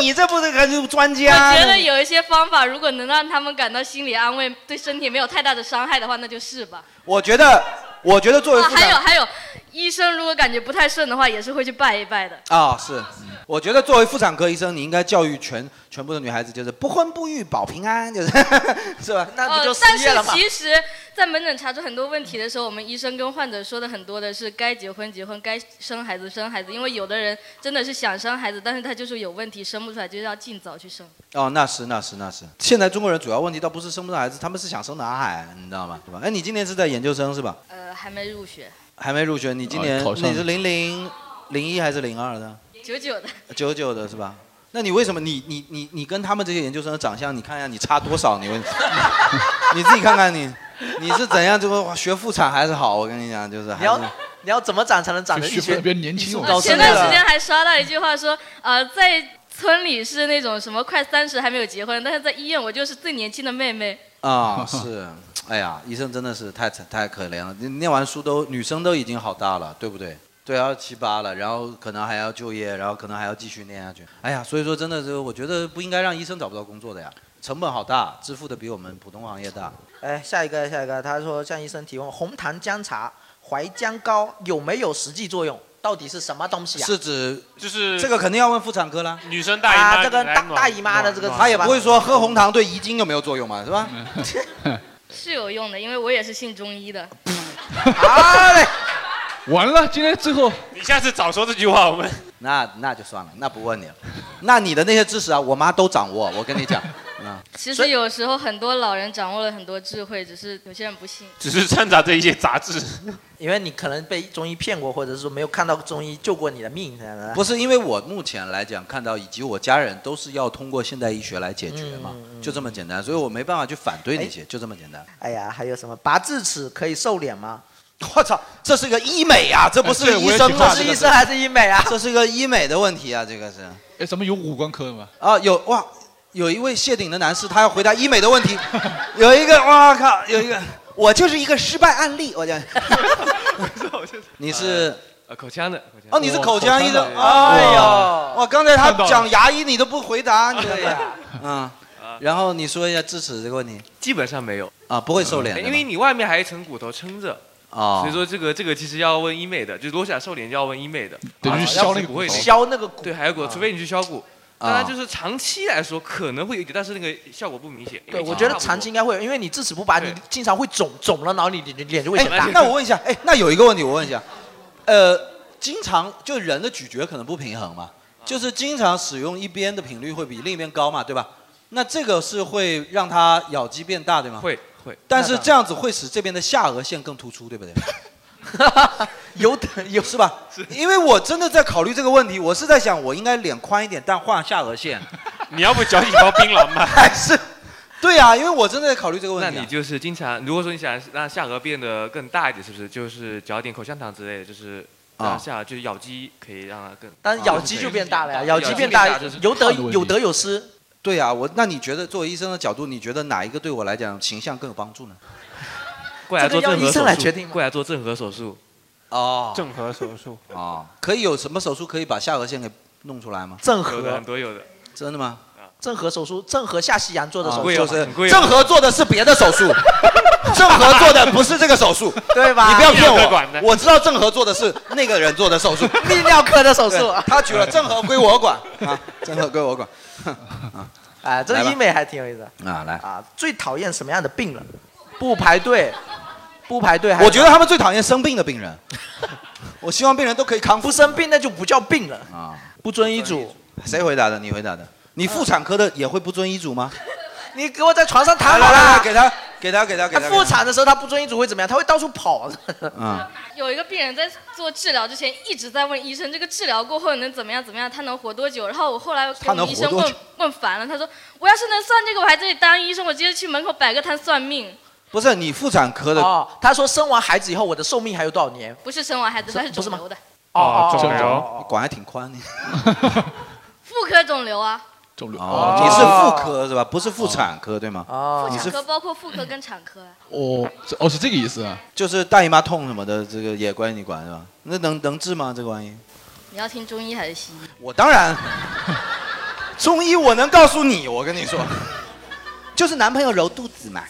Speaker 7: 你这不是个专
Speaker 17: 我
Speaker 7: 家？
Speaker 17: 觉得有一些方法，如果能让他们感到心理安慰，对身体没有太大的伤害的话，那就是吧。
Speaker 7: 我觉得，我觉得作为
Speaker 17: 啊，
Speaker 7: 妇
Speaker 17: 还有
Speaker 7: 产
Speaker 17: 还有，医生如果感觉不太顺的话，也是会去拜一拜的。
Speaker 7: 啊、是，我觉得作为妇产科医生，你应该教育全全部的女孩子，就是不婚不育保平安，就是 (laughs) 是吧？
Speaker 17: 哦，但是其实，在门诊查出很多问题的时候，我们医生跟患者说的很多的是该结婚结婚，该生孩子生孩子，因为有的人真的是想生孩子，但是他就是有问题，生不出来，就要尽早去生。
Speaker 7: 哦，那是那是那是。现在中国人主要问题倒不是生不上孩子，他们是想生男孩，你知道吗？对吧？哎，你今年是在研究生是吧？
Speaker 17: 呃，还没入学，
Speaker 7: 还没入学，你今年、
Speaker 8: 啊考上
Speaker 7: 你是零零零一还是零二的？
Speaker 17: 九九的。
Speaker 7: 九九的是吧？那你为什么你你你你跟他们这些研究生的长相，你看一下你差多少？你问 (laughs) 你自己看看你你是怎样这个学妇产还是好？我跟你讲，就是还
Speaker 6: 你要
Speaker 7: 是
Speaker 6: 你要怎么长才能长得
Speaker 7: 就
Speaker 6: 一
Speaker 7: 学
Speaker 6: 学
Speaker 7: 得比较年轻
Speaker 6: 一术
Speaker 7: 我
Speaker 17: (laughs)
Speaker 6: 高
Speaker 17: 前
Speaker 6: 深
Speaker 17: 段
Speaker 6: 的
Speaker 17: 时间还刷到一句话说，呃，在村里是那种什么快三十还没有结婚，但是在医院我就是最年轻的妹妹。
Speaker 7: 啊、是，哎呀，医生真的是太惨太可怜了。你念完书都女生都已经好大了，对不对？对啊，七八了，然后可能还要就业，然后可能还要继续念下去。哎呀，所以说真的是，我觉得不应该让医生找不到工作的呀，成本好大，支付的比我们普通行业大。
Speaker 6: 哎，下一个，下一个，他说向医生提问，红糖姜茶、淮姜膏有没有实际作用？到底是什么东西啊？
Speaker 7: 是指
Speaker 9: 就是
Speaker 7: 这个肯定要问妇产科啦。
Speaker 9: 女生
Speaker 6: 大姨妈啊这个大来暖大姨妈的这个暖
Speaker 7: 他嗯也不会说喝红糖对遗精有没有作用嘛，是吧？
Speaker 17: 是有用的，因为我也是信中医的。
Speaker 7: (laughs) 完了，今天最后
Speaker 9: (laughs) 你下次早说这句话，我们
Speaker 7: 那那就算了，那不问你了。那你的那些知识啊，我妈都掌握，我跟你
Speaker 9: (laughs)
Speaker 7: 讲。啊，
Speaker 17: 其实有时候很多老人掌握了很多智慧，只是有些人不信。
Speaker 9: 只是掺杂着一些杂质。
Speaker 6: 因为你可能被中医骗过，或者是说没有看到中医救过你的命，这样的
Speaker 7: 不是因为我目前来讲看到，以及我家人都是要通过现代医学来解决
Speaker 6: 嗯
Speaker 7: 嘛，就这么简单，所以我没办法去反对那些，就这么简单。
Speaker 6: 哎呀，还有什么拔智齿可以瘦脸吗？
Speaker 7: 我操，这是个医美啊，这不
Speaker 8: 哎
Speaker 7: 是医生
Speaker 6: 这
Speaker 7: 啊，
Speaker 6: 是医生还是医美啊？
Speaker 7: 这是个医美的问题啊，这个是。
Speaker 8: 哎，咱们有五官科的吗？
Speaker 7: 啊，有哇，有一位谢顶的男士，他要回答医美的问题。有一个，哇靠，有一个，我就是一个失败案例，我讲。你是
Speaker 2: 呃，口腔的。
Speaker 7: 哦，你是口腔医生，
Speaker 2: 哇
Speaker 7: 哎呀，
Speaker 2: 哇
Speaker 7: 哇，刚才他
Speaker 2: 看到了
Speaker 7: 讲牙医你都不回答，你
Speaker 2: (laughs) 对
Speaker 7: 呀
Speaker 2: 呀，啊
Speaker 7: 嗯，然后你说一下智齿这个问题
Speaker 2: 基本上没有嗯
Speaker 7: 啊，不会瘦脸的吗，
Speaker 2: 因为你外面还有一层骨头撑着。
Speaker 7: 哦
Speaker 2: 所以说这个这个其实要问医美的，就如果想瘦脸就要问医美的，
Speaker 7: 等于
Speaker 2: 啊
Speaker 7: 去
Speaker 2: 要
Speaker 7: 削
Speaker 2: 不
Speaker 7: 那
Speaker 2: 是
Speaker 7: 个
Speaker 2: 不会
Speaker 7: 骨
Speaker 2: 的
Speaker 7: 头削那个骨
Speaker 2: 对，还有骨头，
Speaker 7: 啊
Speaker 2: 除非你去削骨。
Speaker 7: 啊
Speaker 2: 当然就是长期来说可能会有一点，但是那个效果不明显。因
Speaker 6: 对，
Speaker 2: 为
Speaker 6: 我
Speaker 2: 其
Speaker 6: 觉得
Speaker 2: 实差不
Speaker 6: 长
Speaker 2: 多
Speaker 6: 期应该会有，因为你智齿不拔，你经常会肿，肿了，然后你你你脸就会
Speaker 7: 哎
Speaker 6: 显大。，
Speaker 7: 那我问一下，哎，那有一个问题，我问一下，呃，经常就人的咀嚼可能不平衡
Speaker 2: 啊
Speaker 7: 嘛，就是经常使用一边的频率会比另一边高嘛，对吧？那这个是会让它咬肌变大，对吗？
Speaker 2: 会会。
Speaker 7: 但是这样子会使这边的下颌线更突出，对不
Speaker 2: (laughs)
Speaker 7: 对？
Speaker 6: 有点有
Speaker 7: 是吧？因为我真的在考虑这个问题，我是在想我应该脸宽一点，但画下颌 (laughs) 线。
Speaker 5: 你要不嚼几包槟榔吧？
Speaker 7: (laughs) 还是，对呀、因为我真的在考虑这个问题、啊。
Speaker 2: 那你就是经常，如果说你想让下颌变得更大一点，是不是就是嚼点口香糖之类的，就是
Speaker 7: 啊
Speaker 2: 让下就是咬肌可以让它更。啊
Speaker 6: 但是咬肌就变大了呀，咬肌变大
Speaker 2: 就是，
Speaker 6: 有得有得有失。
Speaker 7: 对呀、我那你觉得作为医生的角度，你觉得哪一个对我来讲形象更有帮助呢？
Speaker 2: 过来做
Speaker 7: 这个
Speaker 2: 正
Speaker 7: 要
Speaker 2: 颌
Speaker 7: 医生
Speaker 2: 手
Speaker 7: 来
Speaker 2: 术
Speaker 7: 决定吗
Speaker 2: 过来做正颌手术。
Speaker 7: 哦，
Speaker 5: 正颌手术
Speaker 7: 哦，可以有什么手术可以把下颌线给弄出来吗？
Speaker 6: 正颌
Speaker 2: 有的很多有的。
Speaker 7: 真的吗？
Speaker 6: 郑和手术，郑和下西洋做的手
Speaker 7: 啊
Speaker 6: 术，
Speaker 7: 就是郑和做的是别的手术，郑和做的不是这个手 (laughs) 术，
Speaker 6: 对吧
Speaker 7: 你不要骗
Speaker 6: 泌尿科管的
Speaker 7: 我，我知道郑和做的是那个人做的手术，
Speaker 6: 泌尿科的手术
Speaker 7: 对他举了郑和归我管啊，郑和归我管。 (laughs) 哼啊
Speaker 6: 啊，这
Speaker 7: 来吧
Speaker 6: 医美还挺有意思的。
Speaker 7: 啊，来
Speaker 6: 啊，最讨厌什么样的病人？不排队，不排队还。
Speaker 7: 我觉得他们最讨厌生病的病
Speaker 6: (laughs)
Speaker 7: 人。我希望病人都可以康复，
Speaker 6: 不生病那就不叫病了。
Speaker 7: 啊，
Speaker 6: 不遵医嘱。
Speaker 7: 谁回答的？你回答的。你妇产科的也会不遵医嘱吗？
Speaker 6: 你给我在床上躺好
Speaker 7: 来来
Speaker 6: 了
Speaker 7: 来，啊给他，给他，给他，给
Speaker 6: 他
Speaker 7: 他。
Speaker 6: 复啊产的时候他不遵医嘱会怎么样？他会到处跑。
Speaker 7: 啊，
Speaker 17: 有一个病人在做治疗之前一直在问医生，这个治疗过后能怎么样怎么样，他能活多久？然后我后来
Speaker 7: 他
Speaker 17: 跟
Speaker 7: 能
Speaker 17: 医
Speaker 7: 活
Speaker 17: 生
Speaker 7: 多
Speaker 17: 问
Speaker 7: 久
Speaker 17: 问烦了，他说我要是能算这个，我还在这里当医生，我直接去门口摆个摊算命。
Speaker 7: 不是你妇产科的
Speaker 6: 哦，他说生完孩子以后我的寿命还有多少年？
Speaker 17: 不是生完孩子，
Speaker 6: 是
Speaker 17: 他是
Speaker 6: 不是
Speaker 17: 肿
Speaker 6: 吗
Speaker 17: 瘤的，
Speaker 6: 哦
Speaker 7: 肿
Speaker 6: 哦
Speaker 7: 瘤
Speaker 6: 哦
Speaker 7: 你管还挺宽的。
Speaker 17: 妇科肿瘤啊，
Speaker 7: 肿瘤
Speaker 6: 哦
Speaker 7: 你是妇科是吧？不是妇产科对吗？
Speaker 6: 哦
Speaker 17: 妇
Speaker 7: 你
Speaker 17: 产
Speaker 7: 是
Speaker 17: 科包括妇科跟产科啊。
Speaker 7: 哦哦是这个意思啊？就是大姨妈痛什么的，这个也关于你管是吧？那能能治吗？这个玩意？
Speaker 17: 你要听中医还是西医？
Speaker 7: 我当 (laughs) 然，中医我能告诉你，我跟你 (laughs) 说，就是男朋友揉肚子嘛。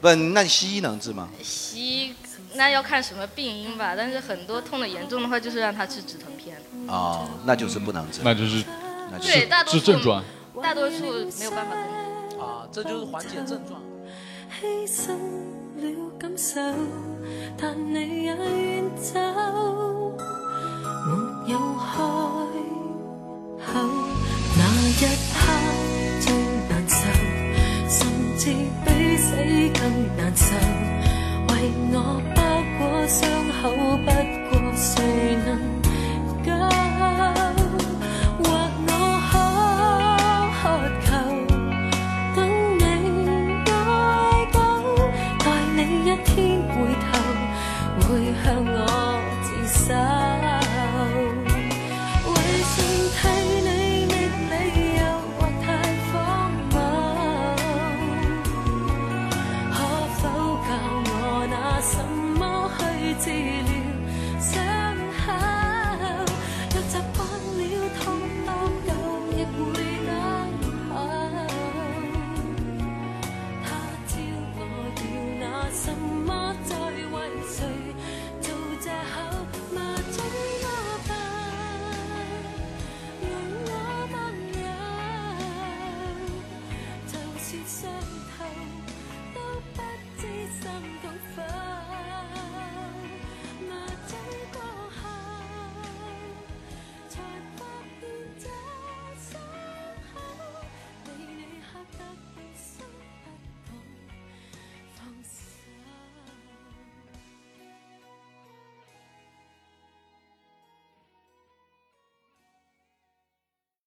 Speaker 7: 不，那你西医能治吗？
Speaker 17: 西医那要看什么病因吧，但是很多痛的严重的话，就是让他吃止疼片。
Speaker 7: 哦，那就是不能治，
Speaker 18: 那就是
Speaker 7: 那就
Speaker 17: 对，
Speaker 7: 是
Speaker 17: 大多数大多数没有办法根治。
Speaker 6: 啊，这就是缓解症状。
Speaker 19: 牺牲了感受，但你也远走，没有开口。那一刻最难受，甚至比死更难受。为我包裹伤口，不过碎